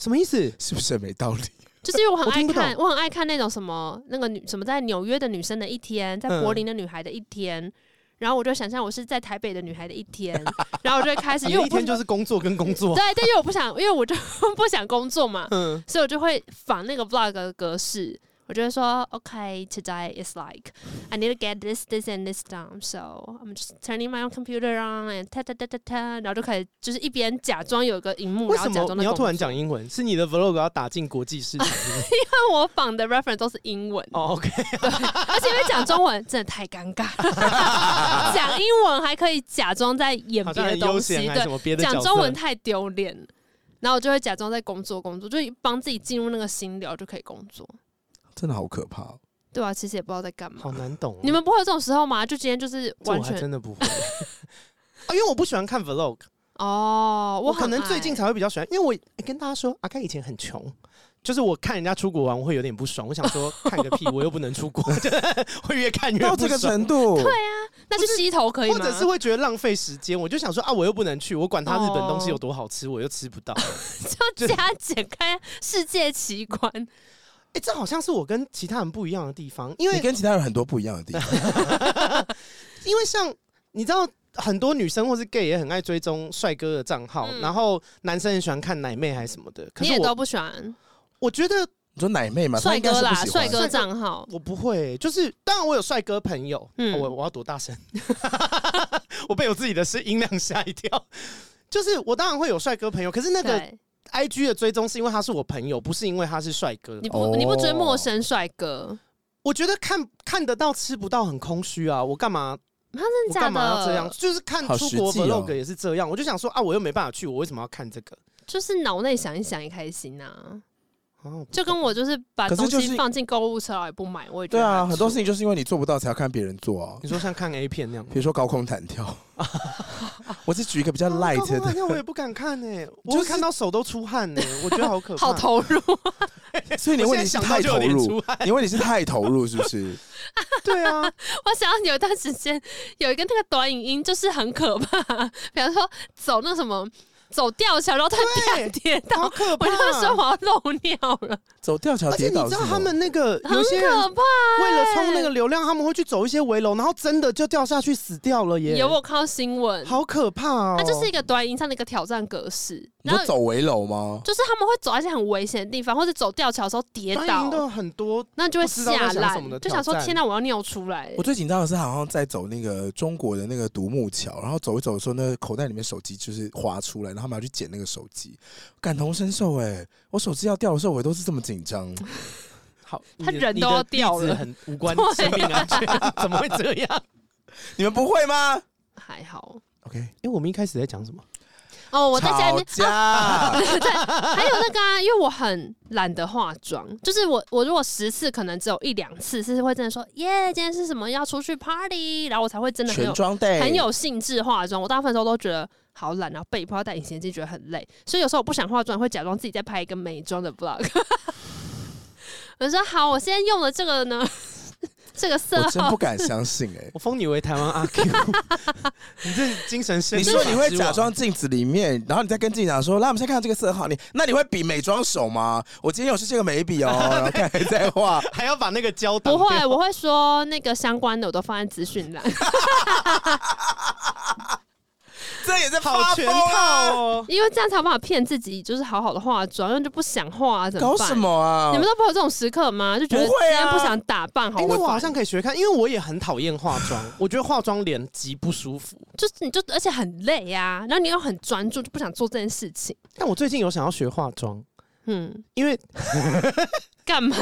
D: 什么意思？
B: 是不是很没道理？
C: 就是因为我很
D: 我
C: 爱
D: 听不
C: 看，我很爱看那种什么那个女什么在纽约的女生的一天，在柏
D: 嗯
C: 林的女孩的一天。然后我就想象我是在台北的女孩的一天， 然后我就会开始，
D: 你
C: 因为
D: 的
C: 我
D: 一
C: 不
D: 天就是工作跟工作，
C: 对对，因为我不想，因为我就 不想工作嘛，
D: 嗯，
C: 所以我就会仿那个 vlog 的格式，我就会说，OK，today is like I need to get this, this and this done, so I'm just turning my own computer on and ta ta ta ta ta，然后就开始就是一边假装有个荧幕，
D: 为
C: 然后
D: 什
C: 假装
D: 么
C: 在
D: 你要突
C: 工作
D: 然讲英文？是你的 vlog 要打进国际市场？是不 是
C: 因为我仿的 reference 都是英文，
D: 哦，OK，
C: 而且因为讲中文真的太 尴尬，讲英文还可以假装在 演
D: 好
C: 别
D: 像
C: 的
D: 很
C: 东
D: 悠
C: 西，
D: 闲还
C: 对
D: 是什，么别的角
C: 讲
D: 色？
C: 中文太丢脸了。然后我就会假装在工作，工作就帮自己进入那个心流，就可以工作，
B: 真的好可怕哦。
C: 对啊，其实也不知道在干嘛
D: 好。难懂哦。
C: 你们不会有这种时候吗？就今天就是
D: 这我
C: 完
D: 还
C: 全
D: 真的不 会。啊因为我不喜欢看 vlog，
C: 哦，
D: 我
C: 很
D: 可能最
C: 爱
D: 近才会比较喜欢，因为我、欸跟大家说，阿开以前很穷，就是我看人家出国玩，我会有点不爽，我想 说看个屁，我又不能出国， 就是会越看越
B: 到
D: 不
B: 这个
D: 爽，
B: 程 度，
C: 啊那是吸头可以
D: 或
C: 吗？
D: 者 是会觉得浪费时间，我就想说啊，我又不能去，我管他日本东西
C: 哦
D: 有多好吃，我又吃不到。
C: 就加减开世界奇观，
D: 哎、这好像是我跟其他人不一样的地方，因
B: 你
D: 为
B: 跟其他人很多不一样的地方。
D: 因为像你知道。很多女生或是 gay 也很爱追踪帅哥的账号，
C: 嗯
D: 然后男生很喜欢看奶妹还是什么的。可
C: 你
D: 是
C: 也
D: 我
C: 都不喜欢
D: 我觉得
B: 你说奶妹嘛，她
C: 帅
B: 应该
C: 哥
B: 是不
C: 啦，
B: 喜欢
C: 帅哥
D: 帅哥
C: 账号
D: 我不会，就是当然我有帅哥朋友，
C: 嗯
D: 嗯，我我要多大声？ 我被我自己的声音量吓一跳。就是我当然会有帅哥朋友，可是那个
C: 对
D: I G 的追踪是因为他是我朋友，不是因为他是帅哥
C: 你。不你不追
B: 哦
C: 陌生帅哥，
D: 我觉得看看得到吃不到很空虚啊，我干嘛
C: 真
D: 我
C: 的假
D: 干嘛要这样？
C: 的？
D: 就是看
B: 好
D: 出
B: 实
D: 国
B: 际哦
D: vlog 也是这样，我就想说啊，我又没办法去，我为什么要看这个？
C: 就是脑内想一想也开心啊，
D: 哦，
C: 就跟我就是把
B: 可是
C: 东
B: 就是
C: 西放进购物车然后也不买，我也觉
B: 对
C: 得
B: 啊，
C: 还
B: 很多
C: 不
B: 事情就是因为你做不到，才要看别人做啊。
D: 你说像看 A 片那样
B: 比。如说高空弹 跳，我只举一个比较
D: 啊高
B: light
D: 空弹
B: 的，
D: 跳我也不敢看呢、 我
B: 就
D: 会
B: 是
D: 看到手都出汗呢、我觉得好可
C: 错
D: 怕。
C: 好投入，
B: 所以你
D: 我
B: 问题
D: 现在
B: 是
D: 想到
B: 太
D: 就有
B: 投
D: 点出
B: 入，
D: 汗。
B: 你问题是太投入是不 是？
D: 对啊，
C: 我想要有一段时间有一个那个短影音，就是很可怕，比方说走那什么走吊桥，然后他
D: 对
C: 跌
D: 好
C: 倒，
D: 可
C: 我
D: 怕！啊
C: 就说我要漏尿了，
B: 走吊桥
D: 而
B: 跌
D: 且你
B: 倒
D: 知
B: 是
D: 道
B: 吗
D: 他们那个
C: 很
D: 有些人
C: 可怕。
D: 为了冲那个流量，他们会去走一些围楼，然后真的就掉下去死掉了耶！
C: 有我看到新闻，
D: 好可怕哦！
C: 它就是一个短影音上的一个挑战格式，
B: 你
C: 然
B: 说
C: 后
B: 走围楼吗？
C: 就是他们会走到一些很危险的地方，或者走吊桥的时候跌
D: 短影
C: 倒，
D: 都很多，
C: 那就会
D: 不知道在
C: 吓
D: 想什么
C: 烂，
D: 的
C: 就想说
D: 挑战
C: 天哪，我要尿出来
B: 我。最紧张的是好像在走那个中国的那个独木桥，然后走一走的时候，那个口袋里面手机就是滑出来，然后他们要去捡那个手机，感同身受哎、我手机要掉的时候，我也都是这么紧张。
D: 好，
C: 他
D: 你的
C: 人都要掉了
D: 你的例子很无 关生啊命安全，怎么会这 样？
B: 你们不会吗
C: 还好
B: ？OK，
D: 哎，我们一开始在讲什么？
C: 哦，我在家里
B: 吵
C: 面啊
B: 架，
C: 还有那个啊，因为我很懒得化妆，就是我我如果十次可能只有一两次是会真的说耶，今天是什么要出去 party，然后我才会 真的很
B: 全
C: 有
B: 装袋，
C: 很有兴致化妆。我大部分时候都觉得好懒，然后被迫要戴隐形眼镜，觉得很累，所以有时候我不想化妆，会假装自己在拍一个美妆的 vlog。我就说好，我现在用了这个呢， 这个色
B: 我真
C: 号
B: 不敢相信哎、
D: 我封你为台湾阿 Q，你这精神啊胜利
B: 你
D: 法
B: 说
D: 之王。
B: 你会假装镜子里面，然后你再跟镜子讲说：“来，我们先看看这个色号。你”那你会比美妆手吗？我今天有是这个眉笔哦，然后看还在画。
D: 还要把那个胶
C: 不
D: 挡掉
C: 会，我会说那个相关的我都放在资讯栏，
B: 这也是
D: 好
B: 发
D: 全
B: 疯
D: 套
B: 啊！
D: 哦。
C: 因为这样才有办法骗自己，就是好好的化妆，因为就不想化、啊、怎么
B: 搞
C: 办？
B: 什么啊？
C: 你们都不会有这种时刻吗？就觉得
B: 不会
C: 今
B: 啊
C: 天不想打扮，好
D: 哎、那
C: 我
D: 我好像可以学看，因为我也很讨厌化 妆，我觉得化妆脸极不舒服。
C: 就是你就而且很累呀、然后你又很专注，就不想做这件事情。
D: 但我最近有想要学化妆，
C: 嗯，
D: 因为
C: 干嘛？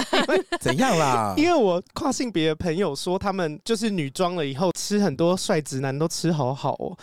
B: 怎样 啦？
D: 因为我跨性别的朋友说，他们就是女装了以后，吃很多帅直男都吃好好哦，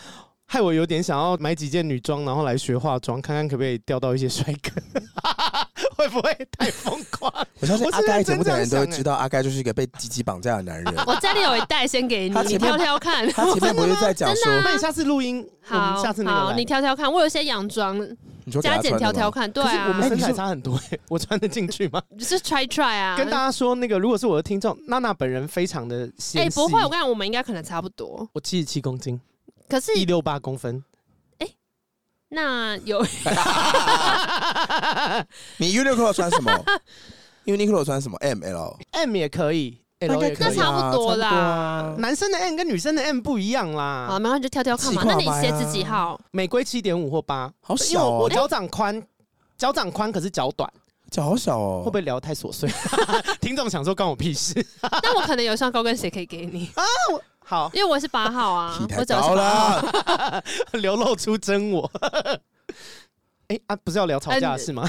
D: 害我有点想要买几件女装，然后来学化妆，看看可不可以钓到一些帅哥， 会不会太疯狂？
C: 啊
B: 我相信
D: 我是
B: 阿该
D: 认
B: 节
D: 真
B: 目
D: 这
B: 的
D: 样
B: 人都会
D: 想欸
B: 知道，阿该就是一个被鸡鸡绑架的男人。
C: 我家里有一袋，先给你，
B: 他
C: 你
B: 前面
C: 挑挑看。
B: 他前面不是在讲说，
D: 那你下次录音，我
C: 好，
D: 们下次那个
C: 好，
D: 来
C: 你挑挑看。我有一些洋装，
B: 你说给他
C: 加减
B: 穿的
C: 挑
B: 吗
C: 挑，看。对
D: 可是我
C: 啊
D: 们，身
B: 哎
D: 材
B: 你是
D: 差很多、欸，我穿得进去吗？
C: 就是 try try 啊。
D: 跟大家说，那个如果是我的听众，娜娜本人非常的纤
C: 哎、
D: 细，
C: 不会，我跟你讲，我们应该可能差不多。
D: 我七十七公斤，
C: 可是
D: 一六八公分，
C: 那 有
B: 你 Uniqlo 穿什么？Uniqlo 穿什么？M L
D: M 也可以，L 也可
C: 那
D: 以。
C: 差不多啦
B: 啊
D: 男生的 M 跟女生的 M 不一样
C: 好，
D: 啦，
C: 没关系，就挑挑看嘛。
B: 计划
C: 那
B: 吧
C: 你鞋子几号？
D: 玫瑰七点五或八，
B: 好
D: 因为
B: 小
D: 我
B: 哦，
D: 脚掌宽，脚掌宽可是脚短，
B: 脚好小哦，
D: 会不会聊得太琐碎？ 听众想说关我屁事。
C: 但我可能有一双高跟鞋可以给你，
D: 好，
C: 因为我是八号啊
B: 体，太
C: 我脚是
B: 高
C: 八号。
B: 了？
D: 流露出真 我。哎、啊，不是要聊吵架的事吗？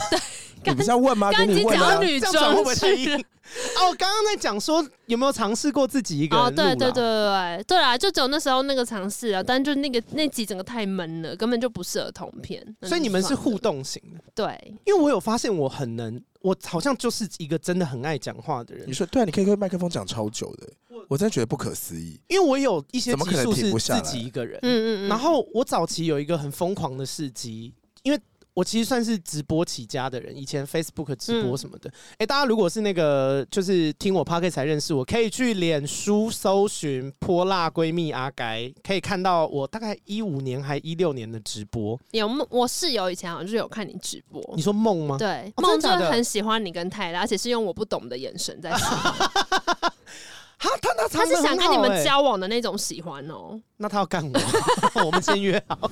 B: 你不是要问吗？给
C: 刚刚已
B: 你
C: 经
B: 问
C: 讲到
B: 啊！
C: 女
D: 这样讲
C: 装
D: 会不会太
C: 去
D: 硬？
C: 了。
D: 哦，刚刚在讲说有没有尝试过自己一个人
C: 哦，对
D: 录啦
C: 对对对对对啦，就只有那时候那个尝试啊，但就那个那集整个太闷了，根本就不适合同片。那就
D: 所以你们是
C: 算了
D: 互动型的，
C: 对，
D: 因为我有发现我很能，我好像就是一个真的很爱讲话的人
B: 你，说对啊，你可以跟麦克风讲超久的，欸我真的觉得不可思议。
D: 因为我有一些
B: 怎么
D: 集
B: 可能
D: 数
B: 停
D: 是
B: 不下
D: 自
B: 来
D: 己一个人，
C: 嗯嗯嗯。
D: 然后我早期有一个很疯狂的事迹，因为我其实算是直播起家的人，以前 Facebook 直
C: 嗯
D: 播什么的。哎、大家如果是那个就是听我 p o c a s t 才认识我，可以去脸书搜寻“泼辣闺蜜阿该”，可以看到我大概一五年还一六年的直播。
C: 有梦，我室友以前好像就有看你直播，
D: 你说梦吗？
C: 对，
D: 哦
C: 梦、
D: 真的
C: 就
D: 假的
C: 很喜欢你跟泰拉，而且是用我不懂的眼 神在说，
D: 哈，他他
C: 他
D: 他
C: 是想跟你
D: 欸
C: 们，交往的那种喜欢 哦，
D: 那他要干我，我们先约好。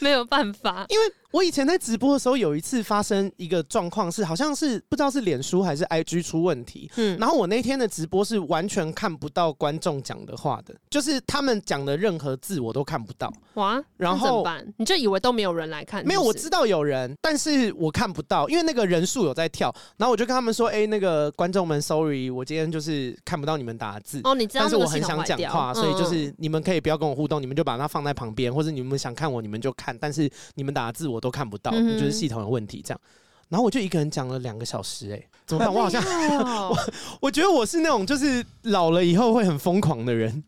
C: 没有办法，
D: 因为我以前在直播的时候，有一次发生一个状况是，好像是不知道是脸书还是 IG 出问题，
C: 嗯，
D: 然后我那天的直播是完全看不到观众讲的话的，就是他们讲的任何字我都看不到。
C: 哇，
D: 然
C: 那怎么
D: 后
C: 办？你就以为都没有人来看是不
D: 没
C: 是
D: 有，我知道有人，但是我看不到，因为那个人数有在跳。然后我就跟他们说：“哎、那个观众们，sorry，我今天就是看不到你们打的字。”
C: 哦，你知道
D: 但是
C: 那
D: 我
C: 个系
D: 很
C: 统
D: 想
C: 坏
D: 讲
C: 掉
D: 话，所以就
C: 嗯嗯
D: 是你们可以不要跟我互动，你们就把它放在旁边，或者你们想看我，你们就看，但是你们打的字我都看不到，
C: 嗯哼
D: 就是系统有问题 这样。然后我就一个人讲了两个小时、哎，怎
C: 嗯
D: 么办？我好 像
C: 厉害哦
D: 我觉得我是那种就是老了以后会很疯狂的 人。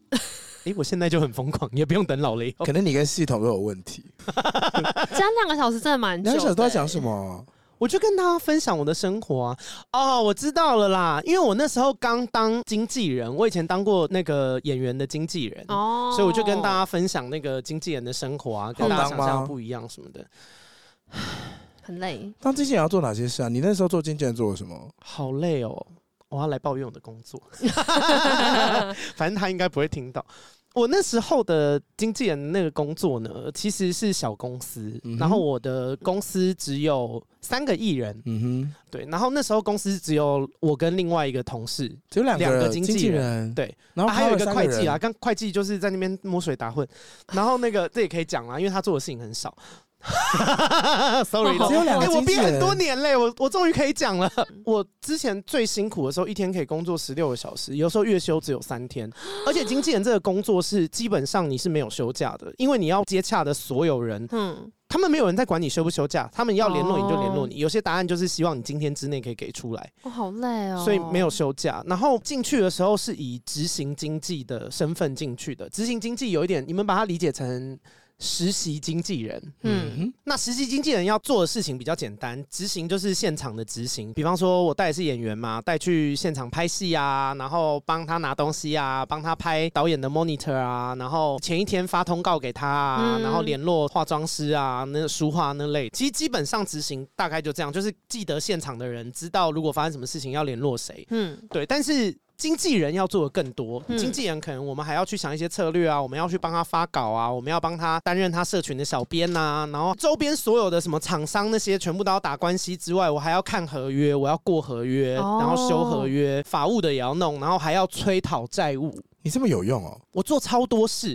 D: 诶，我现在就很疯狂，也不用等老了以后
B: 可。能你跟系统都有问题。
C: 这样两个小时真的蛮久
B: 两
C: 的、欸
B: 个小时都在讲什么？
D: 我就跟他分享我的生活啊。哦，我知道了啦，因为我那时候刚当经纪人，我以前当过那个演员的经纪人，
C: 哦，
D: 所以我就跟大家分享那个经纪人的生活啊，跟大家想象不一样什么的。
C: 很累，
B: 当经纪人要做哪些事啊？你那时候做经纪人做了什么？
D: 好累哦，我要来抱怨我的工作。反正他应该不会听到。我那时候的经纪人那个工作呢，其实是小公司，
B: 嗯哼
D: 然后我的公司只有三个艺人，
B: 嗯哼，
D: 对，然后那时候公司只有我跟另外一个同事，
B: 只有两
D: 两个
B: 个
D: 经纪
B: 经纪人，
D: 对，
B: 然后
D: 啊还有一个
B: cover
D: 会
B: 哦三
D: 计啦，
B: 人，
D: 跟会计就是在那边摸水打混，然后那个这也可以讲啊啦，因为他做的事情很少。Sorry
C: 哦
D: 咯
B: 只有两
D: 哎、
B: 个
D: 我
B: 经纪
D: 憋
B: 人，
D: 很多年嘞，我我终于可以讲了。 我之前最辛苦的时候，一天可以工作十六个小时，有时候月休只有三天。而且经纪人这个工作是基本上你是没有休假的，因为你要接洽的所有人，
C: 嗯，
D: 他们没有人在管你休不休假，他们要联络你就联络
C: 哦
D: 你。有些答案就是希望你今天之内可以给出来，
C: 我好累哦，
D: 所以没有休假。然后进去的时候是以执行经济的身份进去的，执行经济有一点，你们把它理解成。实习经纪人。
C: 嗯
B: 嗯
D: 那实习经纪人要做的事情比较简单，执行就是现场的执行。比方说，我带的是演员嘛，带去现场拍戏啊，然后帮他拿东西啊，帮他拍导演的 monitor 啊，然后前一天发通告给他啊，
C: 嗯
D: 然后联络化妆师啊、那书画那类。其实基本上执行大概就这样，就是记得现场的人，知道如果发生什么事情要联络谁。
C: 嗯
D: 对，但是经纪人要做的更多。
C: 嗯
D: 经纪人可能我们还要去想一些策略啊，我们要去帮他发稿啊，我们要帮他担任他社群的小编呐、然后周边所有的什么厂商那些全部都要打关系之外，我还要看合约，我要过合约，
C: 哦
D: 然后修合约，法务的也要弄，然后还要催讨债务。
B: 你这么有用哦，
D: 我做超多事，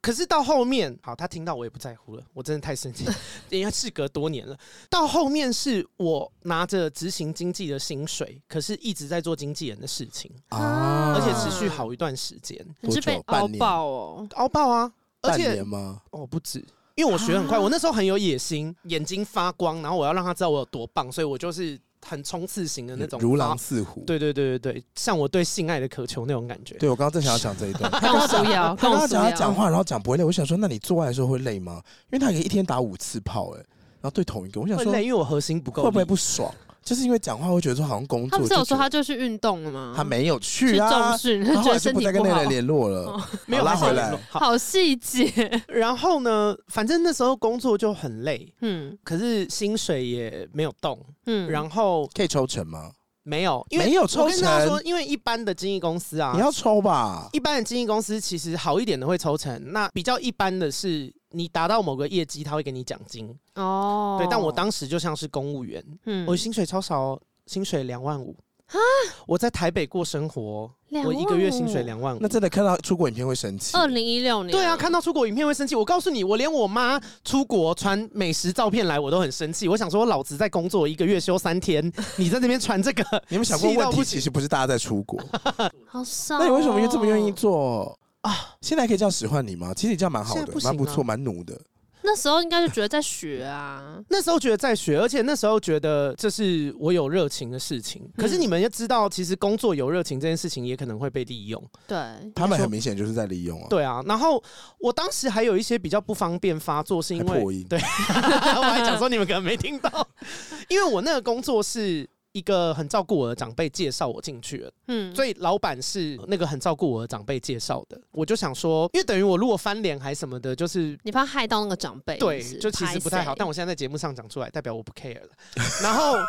D: 可是到后面，好，他听到我也不在乎了，我真的太生 气，因为事隔多年了。到后面是我拿着执行经纪的薪水，可是一直在做经纪人的事情，
C: 啊
D: 而且持
B: 嗯
D: 续好一段时间，
C: 你是
B: 多
C: 被
B: 久
C: 熬
B: 半年
C: 爆哦，
D: 熬爆啊！而
B: 半
D: 且
B: 年啊吗？
D: 哦，不止，因为我学很快，我那时候很有野心，眼睛发光，然后我要让他知道我有多棒，所以我就是很冲刺型的那种
B: 如狼
D: 发。
B: 似虎。
D: 对对对对对，像我对性爱的渴求那种感觉。
B: 对，我刚刚正想要讲这一 段。
C: 跟我苏瑶，
B: 他
C: 跟
B: 刚
C: 我
B: 刚
C: 苏
B: 讲他讲
C: 瑶，
B: 话，然后讲不会累，我想说，那你做爱的时候会累吗？因为他可以一天打五次炮，哎，然后对同一个，我想
D: 会
B: 说
D: 累，
B: 会
D: 因为我核心不够力。
B: 不会不爽？就是因为讲话会觉得说好像工作
C: 他不
B: 就觉
C: 是
B: 得，
C: 有说他就去运动了吗？
B: 他没有
C: 去
B: 去啊
C: 重，训，
B: 然后
C: 他
B: 后
C: 觉
B: 来
C: 得
B: 就
C: 身
B: 不
C: 体
B: 再跟那
C: 好
B: 个，联络了。
D: 没有
B: 好拉
D: 他
B: 回
D: 想
B: 来
D: 好，
C: 好细节，
D: 然后呢，反正那时候工作就很累，
C: 嗯
D: 可是薪水也没有动，
C: 嗯，
D: 然后
B: 可以抽成吗？
D: 没有，因为
B: 没有
D: 我
B: 抽
D: 跟大家说
B: 成，，
D: 因为一般的经纪公司啊，
B: 你要抽吧？
D: 一般的经纪公司其实好一点的会抽成，那比较一般的是你达到某个业绩，他会给你奖金。
C: 哦，
D: 对，但我当时就像是公务员，
C: 嗯啊
D: 我薪水超少哦，薪水两万五我在台北过生活，
C: 两
D: 我一个月薪水
C: 万五
D: 两万五
B: 那。真的看到出国影片会生气。
D: 嗯
C: 二零一六年，
D: 对啊，看到出国影片会生气。我告诉你，我连我妈出国传美食照片来，我都很生气。我想说，老子在工作一个月休三天，你在那边传这个，
B: 你们想过
D: 气到
B: 问题
D: 不行
B: 其实不是大家在出 国，
C: 好少哦，
B: 那你为什么又这么愿意做啊？现在可以这样使唤你吗？其实你这样蛮好
D: 现在
B: 的
D: 不，行啊
B: 蛮不错，蛮努的。
C: 那时候应该就觉得在学 啊，
D: 那时候觉得在学，而且那时候觉得这是我有热情的事情。
B: 嗯
D: 可是你们要知道，其实工作有热情这件事情也可能会被利用。
B: 哦
C: 对，
B: 他们很明显就是在利用啊，
D: 对啊，然后我当时还有一些比较不方便发作，是因
B: 还
D: 为
B: 破音。
D: 对 我还讲说你们可能没听到，因为我那个工作是一个很照顾我的长辈介绍我进去的，
C: 嗯，
D: 所以老板是那个很照顾我的长辈介绍的。我就想说，因为等于我如果翻脸还什么的，就是
C: 你怕害到那个长辈，
D: 对
C: 是不，是
D: 就其实不太好。但
C: 我
D: 我现在在节目上讲出来，代表我不 care 了。 然后。啊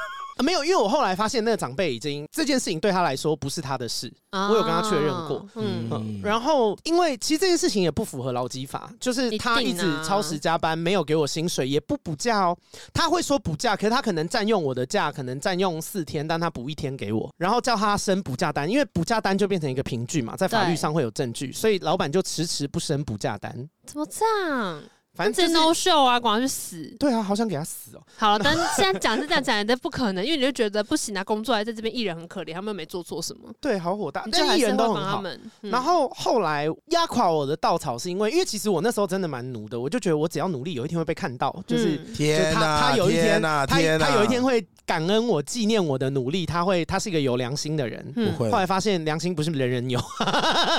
D: 没有，因为我后来发现那个长辈已经这件事情对他来说不是他的事，我有跟他确认过，
C: 嗯
D: 嗯
B: 嗯，
D: 然后因为其实这件事情也不符合劳基法，就是他
C: 一
D: 一
C: 定
D: 直
C: 啊
D: 超时加班，没有给我薪水，也不补假哦。他会说补假，可是他可能占用我的假，可能占用四天，但他补一天给我，然后叫他升补假单，因为补假单就变成一个凭据嘛，在法律
C: 对
D: 上会有证据，所以老板就迟迟不升补假单。
C: 怎么这样？
D: 反
C: 这
D: 正、就是、
C: no show 啊，管他去死！
D: 对啊，好想给他死哦。
C: 好 了，但现在讲是这样讲，但不可能，因为你就觉得不行啊，工作还在这边，艺人很可怜，他们又没做错什么，
D: 对，好火大，
C: 你就还
D: 啊但艺
C: 是
D: 人
C: 会
D: 都
C: 帮
D: 很
C: 他
D: 好。
C: 们。嗯
D: 然后后来压垮我的稻草是因为，因为其实我那时候真的蛮奴的，我就觉得我只要努力，有一天会被看到，就是。
C: 嗯
D: 就
B: 天
D: 他
B: 呐，
D: 他有一天，
B: 天呐，
D: 他
B: 天呐
D: 他有一天会感恩我、纪念我的努力，他会他是一个有良心的人。
C: 嗯
B: 不会
D: 后来发现良心不是人人有，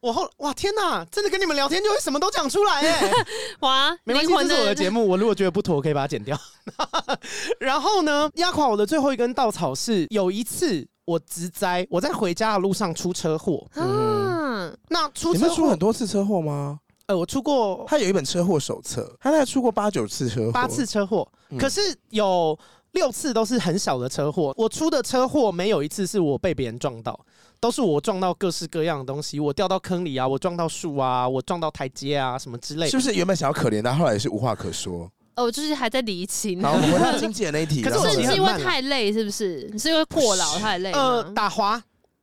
D: 我后哇天哪，真的跟你们聊天就会什么都讲出来哎，
C: 哇，
D: 没关
C: 灵
D: 系，
C: 魂
D: 这是我的
C: 的
D: 节目，我如果觉得不妥，我可以把它剪掉。 然后呢，压垮我的最后一根稻草是有一次我直栽，我在回家的路上出车祸。
C: 啊，
D: 那出
B: 你
D: 车
B: 们出
D: 祸
B: 很，多次车祸吗？
D: 呃，我出过
B: 他有一本车祸手册，他大概出过八九次车祸，
D: 八次车祸，
B: 嗯
D: 可是有六次都是很小的车祸。我出的车祸没有一次是我被别人撞到，都是我撞到各式各样的东西，我掉到坑里啊，我撞到树啊，我撞到台阶啊，什么之类
B: 是
D: 的。
B: 不是原本想要可怜他，后来也是无话可 说。
C: 哦，我就是还在厘清，
B: 好，我们回到经纪人那一题。
D: 可是
B: 然后
D: 我
C: 是
D: 骑
C: 你
D: 很
C: 是因
D: 慢
C: 为
D: 啊
C: 太累，是不是？你是因为过劳太累
D: 呃，
C: 吗？
D: 打滑，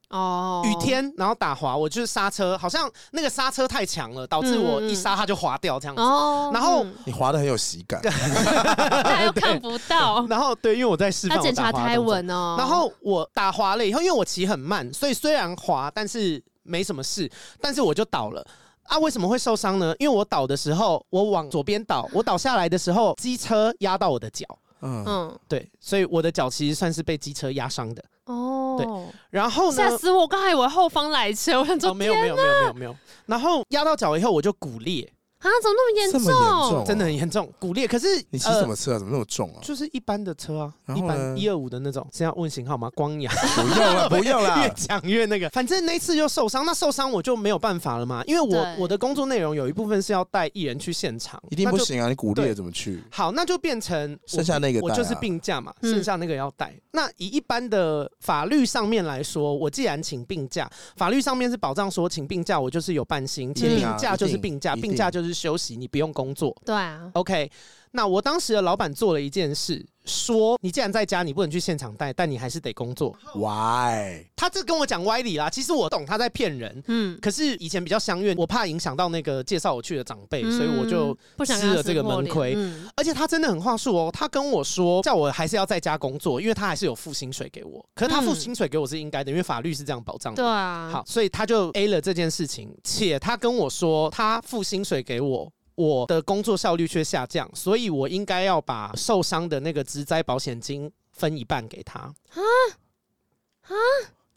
C: 哦，
D: 呃雨天，然后打滑，我就是刹车，好像那个刹车太强了，导致我
C: 嗯嗯
D: 一刹它就滑掉这样子。
C: 哦，
D: 然后
C: 嗯
B: 你滑的很有喜 感，
C: 他又看不到，
D: 然后对，因为我在示范我
C: 他检
D: 打滑
C: 查
D: 的
C: 胎
D: 动作
C: 纹哦。
D: 然后我打滑了以后，因为我骑很慢，所以虽然滑，但是没什么事，但是我就倒了。啊，为什么会受伤呢？因为我倒的时候，我往左边倒，我倒下来的时候，机车压到我的脚，
B: 嗯，
C: 嗯，
D: 对，所以我的脚其实算是被机车压伤的。
C: 哦，
D: 然后呢
C: 吓？死我！我刚才以为后方来车，我想
D: 哦，
C: 说
D: 没有没有没有没有没有。然后压到脚以后，我就骨裂，
C: 啊，怎么那么严
B: 这
C: 重？
B: 么严重，
D: 真的很严重，骨裂。可是
B: 你骑
D: 呃
B: 什么车啊？怎么那么重 啊？
D: 就是一般的车啊，
B: 然
D: 一
B: 后呢
D: 般一二五的那种，是要问型号吗？光阳
B: 不要啦，不要
D: 越
B: 啦！
D: 讲越那个，反正那次就受伤，那受伤我就没有办法了嘛，因为我
C: 对
D: 我的工作内容有一部分是要带艺人去现场，
B: 一定
D: 那
B: 不
D: 就。
B: 行 啊！你骨裂怎么去？
D: 好，那就变成我
B: 剩下那个
D: 我
B: 带
D: 就是
B: 啊
D: 病假嘛，
C: 嗯
D: 剩下那个要带。那以一般的法律上面来说，我既然请病假，法律上面是保障说请病假我就是有半薪，请
C: 嗯
D: 病假就是
B: 一定
D: 病假，
B: 一
D: 病假
B: 定
D: 就是休息，你不用工作。
C: 对啊，
D: OK，那我当时的老板做了一件事，说你既然在家，你不能去现场带，但你还是得工作。
B: Why？
D: 他这跟我讲歪理啦，其实我懂他在骗人。
C: 嗯，
D: 可是以前比较相怨，我怕影响到那个介绍我去的长辈，所以我就
C: 嗯不想
D: 吃
C: 跟他
D: 了这个
C: 撕破
D: 闷
C: 脸
D: 亏
C: 嗯
D: 而且他真的很话术哦，他跟我说叫我还是要在家工作，因为他还是有付薪水给我。可是他付
C: 嗯
D: 薪水给我是应该的，因为法律是这样保障的
C: 对。啊，
D: 嗯好，，所以他就 A 了这件事情，且他跟我说他付薪水给我。我的工作效率却下降，所以我应该要把受伤的那个职灾保险金分一半给他。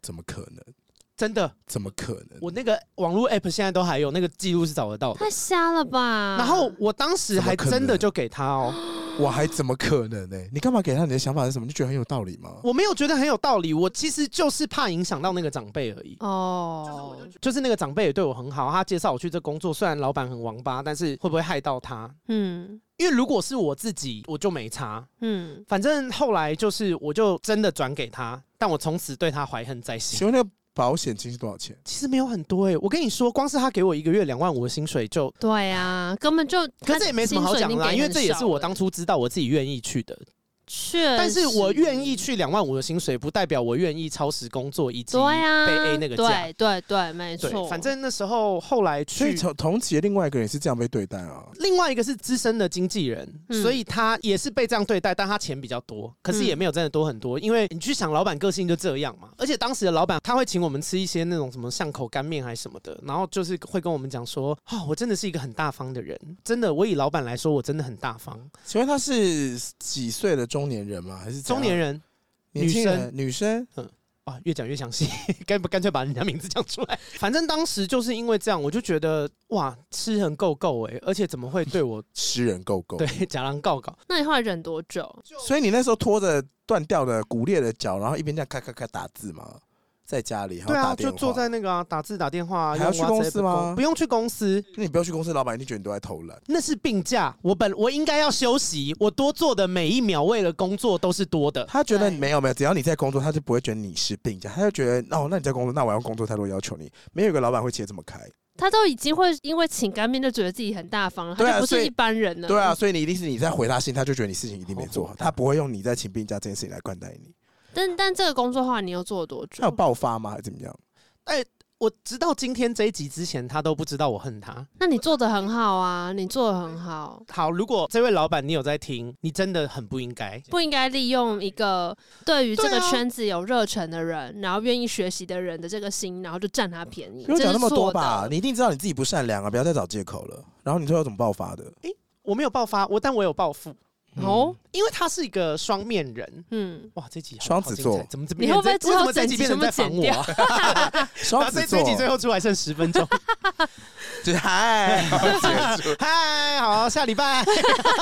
B: 怎么可能？
D: 真的，
B: 怎么可能？
D: 我那个网络 app 现在都还有那个记录是找得到的。
C: 太瞎了吧？
D: 然后我当时
B: 怎
D: 还
B: 么可能
D: 真的就给他哦，
B: 我还怎么可能呢、你干嘛给他？你的想法是什么？你觉得很有道理吗？
D: 我没有觉得很有道理，我其实就是怕影响到那个长辈而已。
C: 哦，
D: 就是那个长辈也对我很好，他介绍我去这工作，虽然老板很王八，但是会不会害到他？
C: 嗯
D: 因为如果是我自己，我就没差。
C: 嗯，
D: 反正后来就是，我就真的转给他，但我从此对他怀恨在
B: 请
D: 心。
B: 问那个保险金是多少钱？
D: 其实没有很多哎、我跟你说，光是他给我一个月两万五的薪水就，
C: 对啊，根本就
D: 可是也没什么好讲
C: 欸
D: 的啦，因为这也是我当初
C: 初，
D: 知道我自己愿意去的。
C: 确实，
D: 但是我愿意去两万五的薪水，不代表我愿意超时工作以及
C: 欸对啊，
D: 被 A 那个价。
C: 对对对，没错，
D: 对，反正那时候后来
B: 所以
D: 去嗯
B: 同同级的另外一个人也是这样被对待啊。
D: 另外一个是资深的经纪人，
C: 嗯
D: 所以他也是被这样对待，但他钱比较多，可是也没有真的多很多，因为你去想，老板个性就这样
B: 嗯
D: 嘛。而且当时的老板他会请我们吃一些那种什么巷口干面还是什么的，然后就是会跟我们讲说，哦，我真的是一个很大方的人，真的，我以老板来说，我真的很大方。
B: 请问他是几岁的中年人吗？还是怎
D: 中
B: 样
D: 年、人
B: 年轻人、女生？
D: 啊，越讲越详细， 干不干脆把人家名字讲出来？反正当时就是因为这样，我就觉得哇，吃很够够哎，而且怎么会对我
B: 诗人够 够。
D: 对，假狼告告？
C: 那你后来忍多久？
B: 所以你那时候拖着断掉的骨裂的脚，然后一边这样咔咔咔打字嘛，在家里，然后
D: 对
B: 打
D: 啊，
B: 电
D: 就
B: 话。
D: 坐在那个啊，打字打电话、啊，
B: 还要
D: 用
B: 去公
D: WhatsApp
B: 司吗
D: 沟不用去公司，
B: 那你不要去公司，老板一定觉得你都在偷懒。
D: 那是病假。我本我应该要休息，我多做的每一秒为了工作都是多的。
B: 他觉得
C: 对
B: 没有没有，只要你在工作，他就不会觉得你是病假，他就觉得哦，那你在工作，那我要工作太多要求你，没有一个老板会切这么开。
C: 他都已经会因为请干面就觉得自己很大方了，
B: 对啊
C: 他就不
B: 所以
C: 是一般人了。
B: 对啊，，所以你一定是你在回他信，他就觉得你事情一定没做
D: 好
B: 好，
D: 火大
B: 他不会用你在请病假这件事情来灌溉你。
C: 但但这个工作的话，你又做了多久
B: 他有？爆发吗？还是怎么样？
D: 我直到今天这一集之前，他都不知道我恨他。
C: 那你做的很好啊，你做的很好，
D: 好，如果这位老板你有在听，你真的很不应该。
C: 不应该利用一个对于这
D: 对
C: 个
D: 啊
C: 圈子有热忱的人，然后愿意学习的人的这个心，然后就占他便宜。
B: 不用
C: 这
B: 讲
C: 是
B: 那么多
C: 错
B: 吧，
C: 的。
B: 你一定知道你自己不善良啊，不要再找借口了。然后你最后怎么爆发的？
D: 我没有爆发，我但我有报复，
B: 嗯
C: 哦，
D: 因为他是一个双面人。
C: 嗯，
D: 哇，这集好
B: 双子座
D: 好精彩怎么怎么
C: 你会不会
D: 这为什么
C: 之
D: 这
C: 后
D: 集
C: 整集
D: 变成在反我、啊？ 然
B: 双
D: 后
B: 子
D: 这
B: 座
D: 啊这，集最后出来剩十分钟，
B: 就是 嗨，结 束
D: 嗨，好，下礼拜。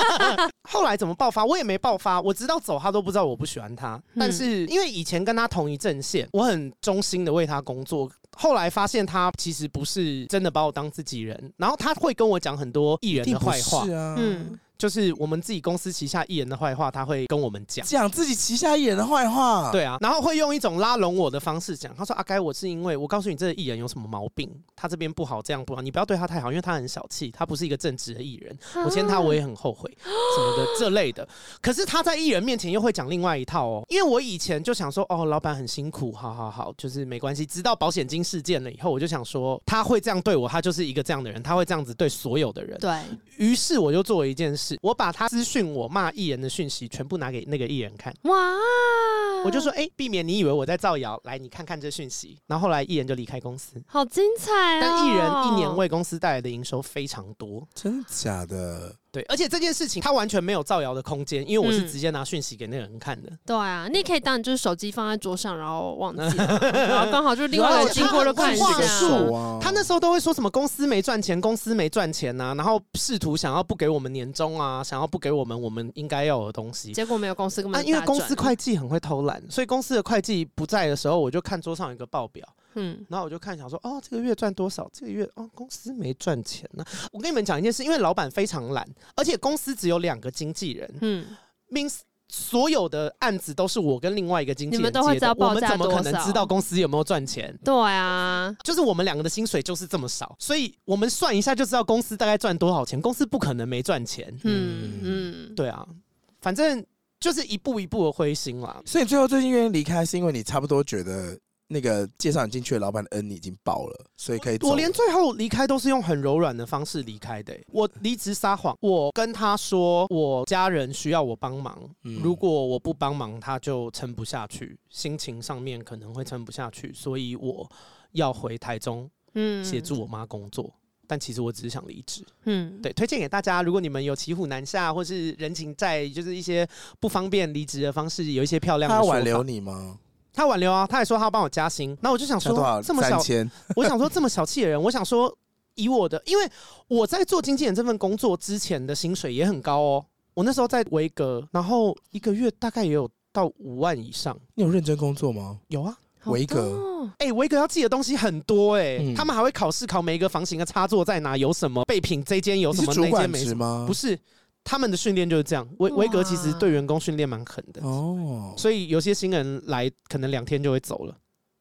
D: 后来怎么爆发？我也没爆发，我直到走他都不知道我不喜欢他。
C: 嗯
D: 但是因为以前跟他同一阵线，我很忠心的为他工作。后来发现他其实不是真的把我当自己人，然后他会跟我讲很多艺人
B: 一定
D: 的
B: 不
D: 坏话
B: 是，啊，嗯，
C: 嗯，
D: 就是我们自己公司旗下艺人的坏话，他会跟我们讲。
B: 讲自己旗下艺人的坏话，，
D: 对啊，然后会用一种拉拢我的方式讲，他说：“阿、该，我是因为我告诉你这个艺人有什么毛病，他这边不好，这样不好，你不要对他太好，因为他很小气，他不是一个正直的艺人。”我签他我也很后悔
C: 啊
D: 什么的这类的。可是他在艺人面前又会讲另外一套哦，因为我以前就想说，哦，老板很辛苦，好好好，就是没关系。直到保险金事件了以后，我就想说，他会这样对我，他就是一个这样的人，他会这样子对所有的人。
C: 对，
D: 于是我就做了一件事，我把他私讯我骂艺人的讯息全部拿给那个艺人看。
C: 哇，嗯
D: 我就说，哎、避免你以为我在造谣，来，你看看这讯息。然后后来艺人就离开公司，
C: 好精彩哦！
D: 但艺人一年为公司带来的营收非常多，
B: 真的假的？
D: 对，而且这件事情他完全没有造谣的空间，因为我
C: 嗯
D: 是直接拿讯息给那个人看的。
C: 对啊，你也可以当你就是手机放在桌上，然后忘记了， 然后刚好就是另外一个人经过就看一
D: 他很话
C: 下
D: 术。
B: 手啊，
D: 他那时候都会说什么公司没赚钱，公司没赚钱啊呐、然后试图想要不给我们年终啊，想要不给我们我们应该要有的东西。
C: 结果没有公司根本
D: 啊，
C: 就
D: 因为
C: 大
D: 公
C: 赚
D: 司会计很会偷懒，所以公司的会计不在的时候，我就看桌上有一个报表，
C: 嗯
D: 然后我就看想说，哦，这个月赚多少？这个月哦，公司没赚钱呢、我跟你们讲一件事，因为老板非常懒，而且公司只有两个经纪人
C: 嗯，
D: ，means 所有的案子都是我跟另外一个经纪人
C: 你们
D: 接
C: 都会知
D: 的，
C: 道
D: 我
C: 报
D: 们
C: 价
D: 怎么可能
C: 多少
D: 知道公司有没有赚钱？
C: 对啊，
D: 就是我们两个的薪水就是这么少，所以我们算一下就知道公司大概赚多少钱。公司不可能没赚钱，
C: 嗯嗯，
D: 对啊，反正就是一步一步的灰心啊啦。
B: 所以最后最近愿意离开，是因为你差不多觉得那个介绍你进去的老板的恩你已经爆了，所以可以走了。
D: 我连最后离开都是用很柔软的方式离开的欸、我离职撒谎，我跟他说我家人需要我帮忙，
B: 嗯
D: 如果我不帮忙，他就撑不下去，心情上面可能会撑不下去，所以我要回台中
C: 嗯
D: 协助我妈工作。但其实我只是想离职。
C: 嗯
D: 对，推荐给大家，如果你们有骑虎难下或是人情债，就是一些不方便离职的方式，有一些漂亮
B: 他
D: 的
B: 要
D: 说法
B: 挽留，你吗？
D: 他挽留啊，他还说他要帮我加薪，那我就想
B: 差多
D: 说
B: 少？
D: 这么
B: 三
D: 小，
B: 千？
D: 我想说这么小气的人，我想说以我的，因为我在做经纪人这份工作之前的薪水也很高哦，我那时候在维格，然后一个月大概也有到五万以上，
B: 你有认真工作吗？
D: 有啊。
C: 好
B: 维格
C: 多哦
D: 哎、维格要记的东西很多哎、
B: 嗯
D: 他们还会考试考每一个房型的插座在哪，有什么备品，这间有
B: 你
D: 什
B: 是
D: 么，
B: 主
D: 那间
B: 管
D: 没什么
B: 职吗？
D: 不是，他们的训练就是这样。维
C: 哇
D: 维格其实对员工训练蛮狠的，
B: 哦，
D: 所以有些新人来可能两天就会走了，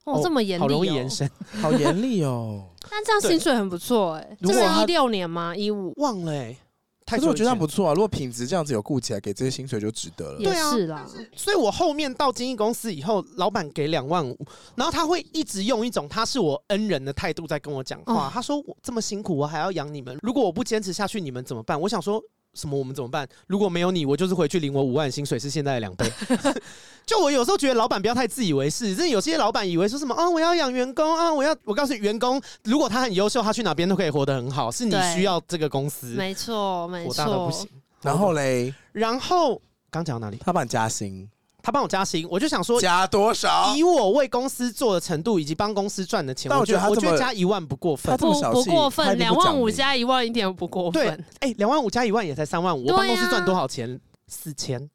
C: 哦，这么严厉，
D: 好容易延。啊 伸。
B: 好严厉哦。
C: 那这样薪水很不错哎，
B: 如
C: 这
B: 果
C: 个
B: 他
C: 一六年吗？一五
D: 忘了哎、 太
B: 可
D: 久
B: 是我
D: 以
B: 觉得这样
D: 前
B: 不错啊，如果品质这样子有顾起来，给这些薪水就值得了。
C: 也
D: 对啊
C: 是啦，
D: 所以我后面到经纪公司以后，老板给两万五，然后他会一直用一种他是我恩人的态度在跟我讲话。
C: 哦
D: 他说我这么辛苦，我还要养你们，如果我不坚持下去，你们怎么办？我想说。什么？我们怎么办？如果没有你，我就是回去领我五万薪水，是现在的两 倍。就我有时候觉得老板不要太自以为是，真的有些老板以为说什么啊，我要养员工啊，我要我告诉你，员工如果他很优秀，他去哪边都可以活得很好，是你
C: 对
D: 需要这个公司，
C: 没错没
D: 我大到
C: 错
D: 不。行。
B: 然后嘞，
D: 然后刚讲到哪里？
B: 他帮你加薪，
D: 他帮我加薪，我就想说，
B: 加多少？
D: 以我为公司做的程度以及帮公司赚的钱，
B: 但
D: 啊我
B: 我觉得他
D: 我
B: 这
D: 觉得
B: 么
D: 加一万不过分
B: 他。这么
C: 不
B: 小
C: 不
B: 气
C: 过
B: 他
C: 分，
B: 一定
C: 两
B: 不
C: 万
B: 涨
C: 五
B: 你
C: 加一万一点也不过
D: 对
C: 分。
D: 哎，两万五加一万也才三万五，
C: 对
D: 我办
C: 啊
D: 公室赚多少钱？四千，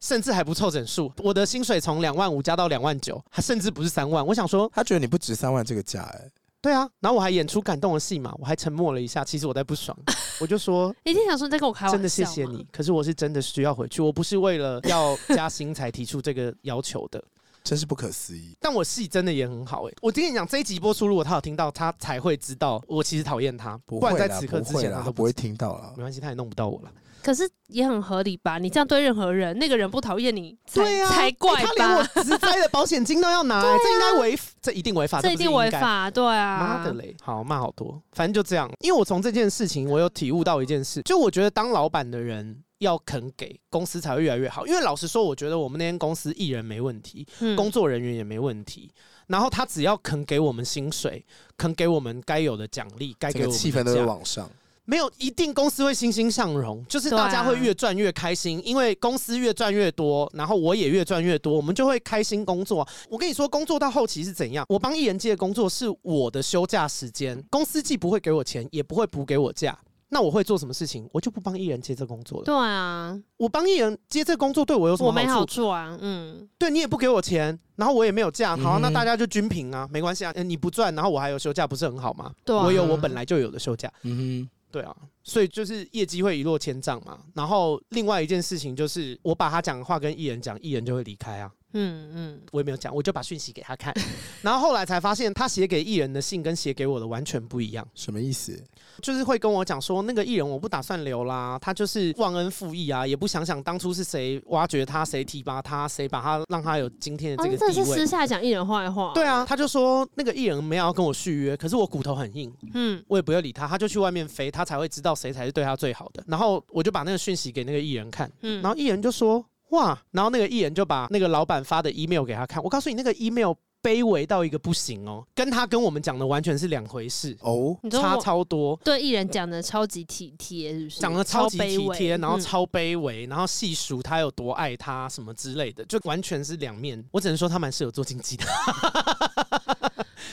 D: 甚至还不凑整数。我的薪水从两万五加到两万九，还甚至不是三万。我想说，
B: 他觉得你不值三万这个价，哎，
D: 对啊，然后我还演出感动的戏嘛，我还沉默了一下，其实我在不 爽，我就说
C: 一定想说你在跟我开玩笑
D: 真的谢谢
C: 吗
D: 你，可是我是真的需要回去，我不是为了要加薪才提出这个要求的。
B: 真是不可思议。
D: 但我戏真的也很好哎、我跟你讲，这一集播出，如果他有听到，他才会知道我其实讨厌他，
B: 不
D: 不然
B: 会
D: 在
B: 啦
D: 此刻
B: 不
D: 之
B: 会
D: 前
B: 啦
D: 他
B: 他
D: 都
B: 不
D: 不
B: 会
D: 知道。
B: 听到了
D: 没。关系，他也弄不到我了。
C: 可是也很合理吧？你这样对任何人，那个人不讨厌你才，
D: 对啊，
C: 才怪
D: 欸他连
C: 吧？
D: 我职灾的保险金都要拿、这应该违， 啊这一定违法，
C: 这
D: 不
C: 一
D: 是
C: 定违
D: 应该。
C: 法，对
D: 妈
C: 啊
D: 的。嘞！好骂好多，反正就这样。因为我从这件事情，我有体悟到一件事，就我觉得当老板的人要肯给公司才会越来越好。因为老实说，我觉得我们那间公司艺人没问题，
C: 嗯
D: 工作人员也没问题。然后他只要肯给我们薪水，肯给我们该有的奖励，该
B: 整
D: 给
B: 个
D: 我们
B: 气
D: 的
B: 氛都会
D: 假
B: 往上，
D: 没有一定公司会欣欣向荣，就是
C: 对啊
D: 大家会越赚越开
B: 啊
D: 心，因为公司越赚越多，然后我也越赚越多，我们就会开心工作。啊我跟你说，工作到后期是怎样？我帮艺人界工作是我的休假时间，公司既不会给我钱，也不会补给我假。那我会做什么事情？我就不帮艺人接这工作了。
C: 对啊，
D: 我帮艺人接这工作对我有什
C: 我
D: 么
C: 没
D: 好
C: 好
D: 处？
C: 处啊，嗯，
D: 对你也不给我钱，然后我也没有假，好啊、
B: 嗯哼
D: 那大家就均平啊，没关系啊。呃你不赚，然后我还有休假，不是很好吗？
C: 对啊
D: 我有我本来就有的休假。
B: 嗯
D: 对啊，所以就是业绩会一落千丈嘛。然后另外一件事情就是，我把他讲的话跟艺人讲，艺人就会离开啊。
C: 嗯嗯，
D: 我也没有讲，我就把讯息给他 看，然后后来才发现，他写给艺人的信跟写给我的完全不一样
B: 哼，，什么意思？
D: 就是会跟我讲说，那个艺人我不打算留啦，他就是忘恩负义啊，也不想想当初是谁挖掘他，谁提拔他，谁把他让他有今天的
C: 哦，
D: 这
C: 那
D: 个
C: 真的
D: 地
C: 是私
D: 位。
C: 下讲艺人坏话，
D: 对，啊，他就说那个艺人没有要跟我续约，可是我骨头很硬，
C: 嗯，
D: 我也不会理他，他就去外面飞，他才会知道谁才是对他最好的。然后我就把那个讯息给那个艺人看，
C: 嗯
D: 然后艺人就说哇，然后那个艺人就把那个老板发的 email 给他看。我告诉你，那个 email 卑微到一个不行哦，跟他跟我们讲的完全是两回事，
B: 哦，
C: 你说
D: 差
C: 我
D: 超多。
C: 对艺人讲的超级体贴，是不是？
D: 讲的超级体
C: 卑微
D: 贴，然后
C: 嗯
D: 超卑微，然后细数他有多爱他什么之类的，就完全是两面。我只能说他蛮适合做经济的，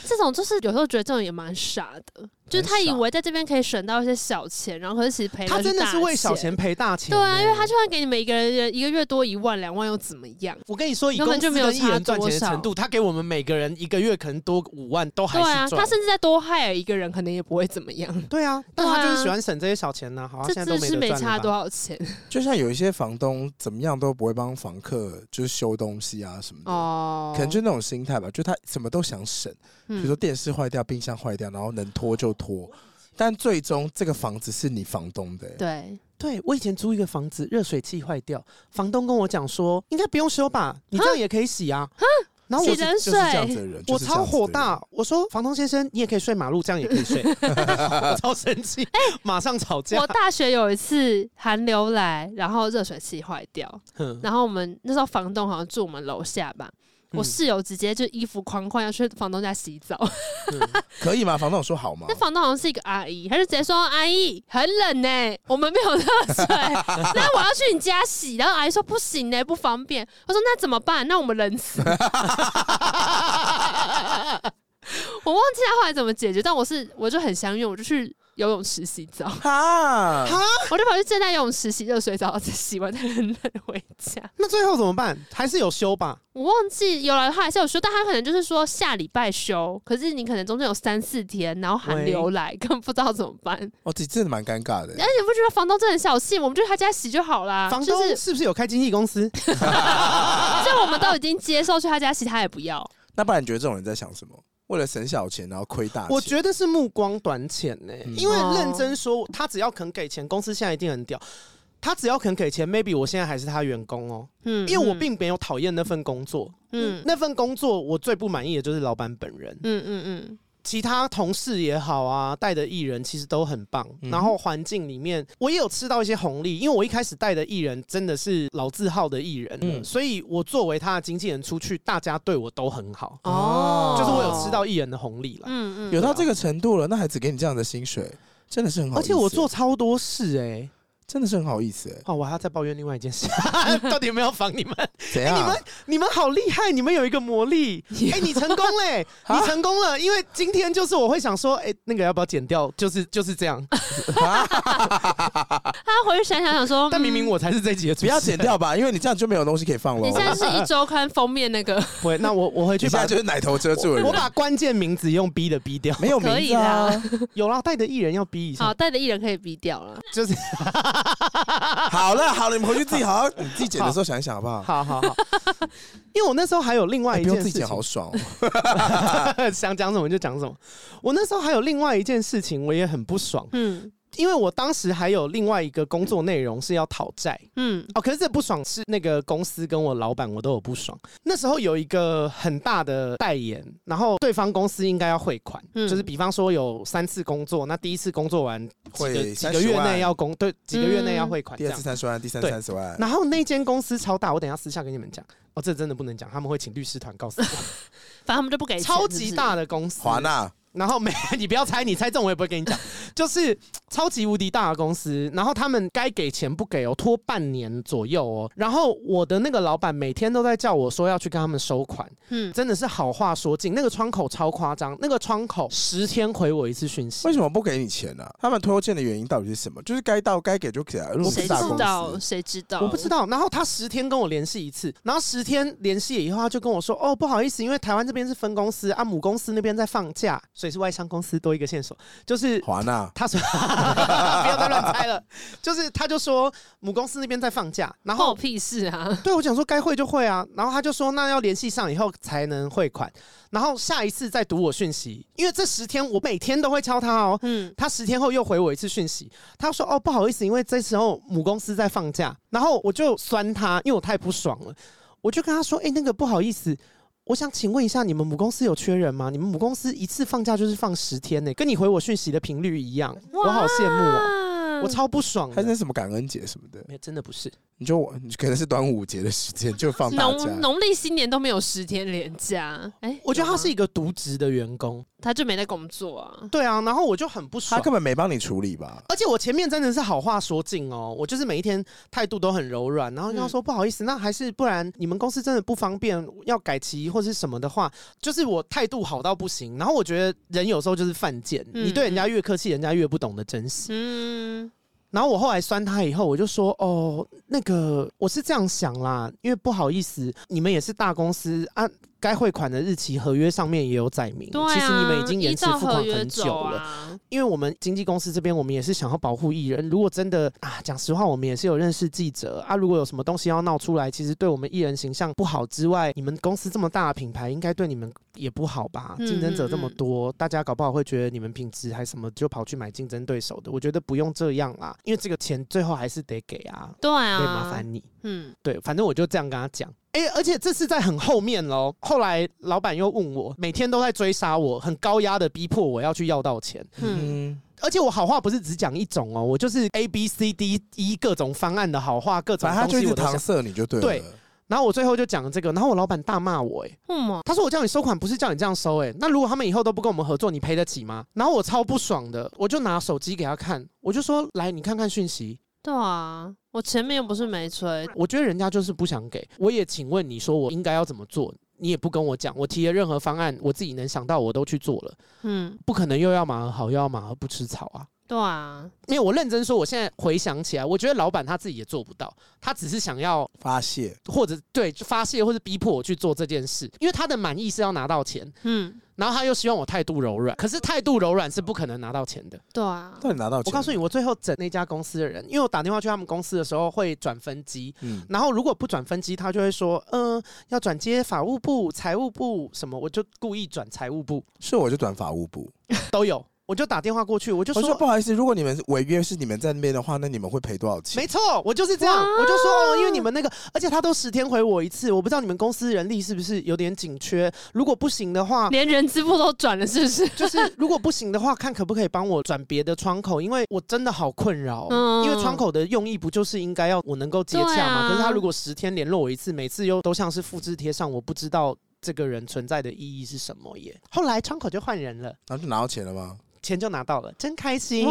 C: 这种就是有时候觉得这种也蛮傻的，就是他以为在这边可以省到一些小钱，然后可是其实赔
D: 他真的是为小钱
C: 赔。
D: 赔大钱
C: 对
D: 呢。
C: 啊，因为他就算给你们一个人一个月多一万两万又怎么样？
D: 我跟你说，以
C: 根
D: 公
C: 本
D: 司
C: 就没有
D: 跟艺
C: 差
D: 人赚钱的
C: 多少
D: 程度，他给我们每个人一个月可能多五万，都还
C: 对啊，
D: 是
C: 他
D: 赚。
C: 甚至再多害了一个人，可能也不会怎么样。
D: 对啊，但他就
C: 对
D: 是
C: 啊
D: 喜欢省这些小钱呢、好、啊，
C: 这
D: 现在
C: 真
D: 都
C: 是
D: 没
C: 没
D: 得赚
C: 差
D: 了
C: 多
D: 吧。
C: 少钱
B: 就像有一些房东怎么样都不会帮房客就是修东西啊什么的，
C: 哦。
B: 可能就那种心态吧，就他什么都想省，比
C: 嗯
B: 如说电视坏掉、冰箱坏掉，然后能拖就拖，但最终这个房子是你房东的、欸，
C: 对，
D: 对我以前租一个房子，热水器坏掉，房东跟我讲说应该不用修吧，你这样也可以洗啊。然后我
C: 洗
D: 就
C: 冷
B: 就是
C: 水，
B: 这样子的人，就
D: 我
B: 是这样
D: 超
B: 子的人
D: 火，大，我说房东先生，你也可以睡马路，这样也可以 睡，我超生气，马上吵架
C: 哎我。大学有一次寒流来，然后热水器坏掉，
D: 哼
C: 然后我们那时候房东好像住我们楼下吧，我
D: 嗯
C: 室友直接就衣服狂换要去房东家洗澡，
B: 可以吗？房东有说好吗
C: 那？房东好像是一个阿姨，她就直接说阿姨很冷呢、我们没有热水， 那我要去你家洗，然后阿姨说不行呢、不方便，我说那怎么办？那我们冷死。 我忘记他后来怎么解决，但我是我就很相怨，我就去游泳池洗澡。
B: 哈，
C: 我就跑去正在游泳池洗热水澡，再洗完再冷冷回家。
D: 那最后怎么办？还是有修吧？
C: 我忘记有了，他还是有修，但他可能就是说下礼拜修，可是你可能中间有三四天，然后寒流来，根本不知道怎么办。而
B: 哦，这真的蛮尴尬的、欸。
C: 且你不觉得房东真的很小气？我们就去他家洗就好啦。
D: 房
C: 啊就
D: 东
C: 是，
D: 是不是有开经纪公司？
C: 就我们都已经接受去他家洗，他也不要。
B: 那不然你觉得这种人在想什么？为了省小钱，然后亏大钱？
D: 我觉得是目光短浅呢、
B: 啊嗯
D: 因为认真说，他只要肯给钱，公司现在一定很屌。他只要肯给钱，maybe 我现在还是他员工哦，
C: 嗯，
D: 因为我并没有讨厌那份工作。
C: 嗯
D: 那份工作我最不满意的就是老板本人，
C: 嗯嗯嗯
D: 其他同事也好啊，带的艺人其实都很棒。
B: 嗯
D: 然后环境里面，我也有吃到一些红利，因为我一开始带的艺人真的是老字号的艺人，
B: 嗯
D: 所以我作为他的经纪人出去，大家对我都很好，
C: 嗯，哦，
D: 就是我有吃到艺人的红利了。
C: 嗯，嗯嗯，
B: 有到这个程度了，那还只给你这样的薪水，真的是很好
D: 啊而
B: 意思欸。
D: 且我做超多事哎、欸，
B: 真的是很好意思、欸，
D: 哦，我还要再抱怨另外一 件事， 到底有没有防你们？
B: 怎
D: 哎、
B: 样？
D: 你们你们好厉害，你们有一个魔 力。哎、你成功嘞、
B: 啊
D: 你成功了，因为今天就是我会想说，哎、那个要不要剪掉？就是就是 这样。
C: 他回去想想想说，
D: 但明明
C: 嗯。
D: 我才是这一集的
B: 不
D: 主持人，
B: 要剪掉吧，因为你这样就没有东西可以放了。
C: 你现在是一周刊封面那个，
D: 不会，那 我我回
B: 你
D: 去
B: 现
D: 把
B: 在就是奶头遮住了人，
D: 我把关键名字用 B 的 B 掉，
B: 没有
C: 可
B: 名
C: 以
B: 字啊
C: 啦，
D: 有啦，带的艺人要 B 一
C: 好
D: 下，
C: 带的艺人可以逼掉了。
D: 就是
B: 好了好了，你们回去自己好好，你自己剪的时候想一想好不好？
D: 好好好，因为我那时候还有另外
B: 哎
D: 一
B: 不用
D: 件
B: 自
D: 事
B: 己
D: 情
B: 剪，好爽哦。
D: 想讲什么就讲什么。我那时候还有另外一件事情，我也很不爽，
C: 嗯
D: 因为我当时还有另外一个工作内容是要讨债。
C: 嗯
D: 哦，可是这不爽是那个公司跟我老板我都有不爽。那时候有一个很大的代言，然后对方公司应该要汇款，
C: 嗯
D: 就是比方说有三次工作，那第一次工作完几
B: 会
D: 个几个
B: 30
D: 月
B: 万
D: 内要工，对，几个月内要
C: 嗯
D: 汇款这
B: 第二
D: 样
B: 次。三十万，第三次
D: 对
B: 三十万，
D: 然后那间公司超大，我等一下私下跟你们讲。哦，这真的不能讲，他们会请律师团告诉我。
C: 反正他们就不给钱，
D: 超
C: 是不
D: 级
C: 是
D: 大的公司，
B: 华纳
D: 然后没， 你不要猜，你猜中我也不会跟 你讲，就是超级无敌大的公司，然后他们该给钱不给哦，拖半年左右哦。然后我的那个老板每天都在叫我说要去跟他们收款，
C: 嗯，
D: 真的是好话说尽，那个窗口超夸张，那个窗口十天回我一次讯息
B: 为。什么不给你钱呢？他们拖欠的原因到底是什么？就是该到该给就给啊，如果不
C: 谁
B: 是大
C: 知道
B: 公司，
C: 谁知道？
D: 我不知道，然后他十天跟我联系一次，然后十天联系以后，他就跟我说：“哦，不好意思，因为台湾这边是分公司啊，母公司那边在放假，所以是外商公司多一个线索，就是
B: 华纳
D: 他说 不要再乱猜了，就是他就说母公司那边在放假，然
C: 关我
D: 后
C: 屁事啊！
D: 对我讲说该汇就汇啊，然后他就说那要联系上以后才能汇款，然后下一次再读我讯息，因为这十天我每天都会敲他哦。
C: 嗯，
D: 他十天后又回我一次讯息，他说：“哦，不好意思，因为这时候母公司在放假。”然后我就酸他，因为我太不爽了，我就跟他说：“哎、那个不好意思，我想请问一下，你们母公司有缺人吗？你们母公司一次放假就是放十天呢、跟你回我讯息的频率一样，我好羡慕哦、
C: 啊！嗯
D: 我超不爽
B: 还
D: 的。
B: 是什么感恩节什么的，
D: 没有，真的不是。
B: 你就你可能是端午节的时间就放大假
C: 农，农历新年都没有十天连假，哎、
D: 我觉得
C: 有
D: 他
C: 吗
D: 是一个渎职的员工，
C: 他就没在工作啊，
D: 对啊，然后我就很不
B: 他
D: 爽。
B: 根本没帮你处理吧？
D: 而且我前面真的是好话说尽哦，我就是每一天态度都很柔软，然后跟
C: 嗯
D: 他说、不好意思，那还是不然你们公司真的不方便要改期或是什么的话，就是我态度好到不行。然后我觉得人有时候就是犯贱，
C: 嗯
D: 你对人家越客气，人家越不懂得珍惜。
C: 嗯，
D: 然后我后来酸他以后，我就说哦，那个我是这样想啦，因为不好意思，你们也是大公司啊，该汇款的日期合约上面也有载明，
C: 对啊，
D: 其实你们已经延迟
C: 依照
D: 付款
C: 合约
D: 很久
C: 走
D: 了。
C: 啊，
D: 因为我们经纪公司这边，我们也是想要保护艺人。如果真的啊，讲实话，我们也是有认识记者啊。如果有什么东西要闹出来，其实对我们艺人形象不好之外，你们公司这么大的品牌，应该对你们也不好吧？
C: 嗯
D: 竞争者这么多，大家搞不好会觉得你们品质还什么，就跑去买竞争对手的。我觉得不用这样啦，因为这个钱最后还是得给啊，
C: 对
D: 得
C: 啊，
D: 麻烦你。
C: 嗯，
D: 对，反正我就这样跟他讲。哎、而且这是在很后面喽。后来老板又问我，每天都在追杀我，很高压的逼迫我要去要到钱。
C: 嗯
B: 嗯，
D: 而且我好话不是只讲一种哦，我就是 A B C D E 各种方案的好话，各种
B: 反正他就
D: 东
B: 一直
D: 西我都
B: 搪
D: 想。
B: 塞你就对
D: 对
B: 了。
D: 然后我最后就讲了这个，然后我老板大骂我、哎，
C: 为什么？
D: 他说我叫你收款不是叫你这样收、哎，那如果他们以后都不跟我们合作，你赔得起吗？然后我超不爽的，我就拿手机给他看，我就说来你看看讯息，
C: 对啊，我前面又不是没吹，
D: 我觉得人家就是不想给，我也请问你说我应该要怎么做？你也不跟我讲，我提的任何方案，我自己能想到我都去做了，
C: 嗯，
D: 不可能又要马儿好，又要马儿不吃草啊。
C: 对啊，
D: 因为我认真说，我现在回想起来，我觉得老板他自己也做不到，他只是想要
B: 发泄，
D: 或者对发泄，或是逼迫我去做这件事，因为他的满意是要拿到钱，
C: 嗯，
D: 然后他又希望我态度柔软，可是态度柔软是不可能拿到钱的。
C: 对啊，
B: 到底拿到
D: 我
B: 钱？
D: 告诉你，我最后整那家公司的人，因为我打电话去他们公司的时候会转分机，
B: 嗯，
D: 然后如果不转分机，他就会说，嗯、要转接法务部、财务部什么，我就故意转财务部
B: 是我就转法务部。
D: 都有，我就打电话过去，我就
B: 我
D: 说
B: 说不好意思，如果你们违约是你们在那边的话，那你们会赔多少钱？
D: 没错，我就是这样，
C: 哇
D: 我就说哦，因为你们那个，而且他都十天回我一次，我不知道你们公司人力是不是有点紧缺，如果不行的话。
C: 连人资部都转了，是不是？
D: 就是如果不行的话，看可不可以帮我转别的窗口，因为我真的好困扰哦。
C: 嗯
D: 因为窗口的用意不就是应该要我能够接洽
C: 对
D: 嘛？
C: 啊
D: 可是他如果十天联络我一次，每次又都像是复制贴上，我不知道这个人存在的意义是什么耶。后来窗口就换人了，
B: 然后就拿到钱了吗？
D: 钱就拿到了，真开心。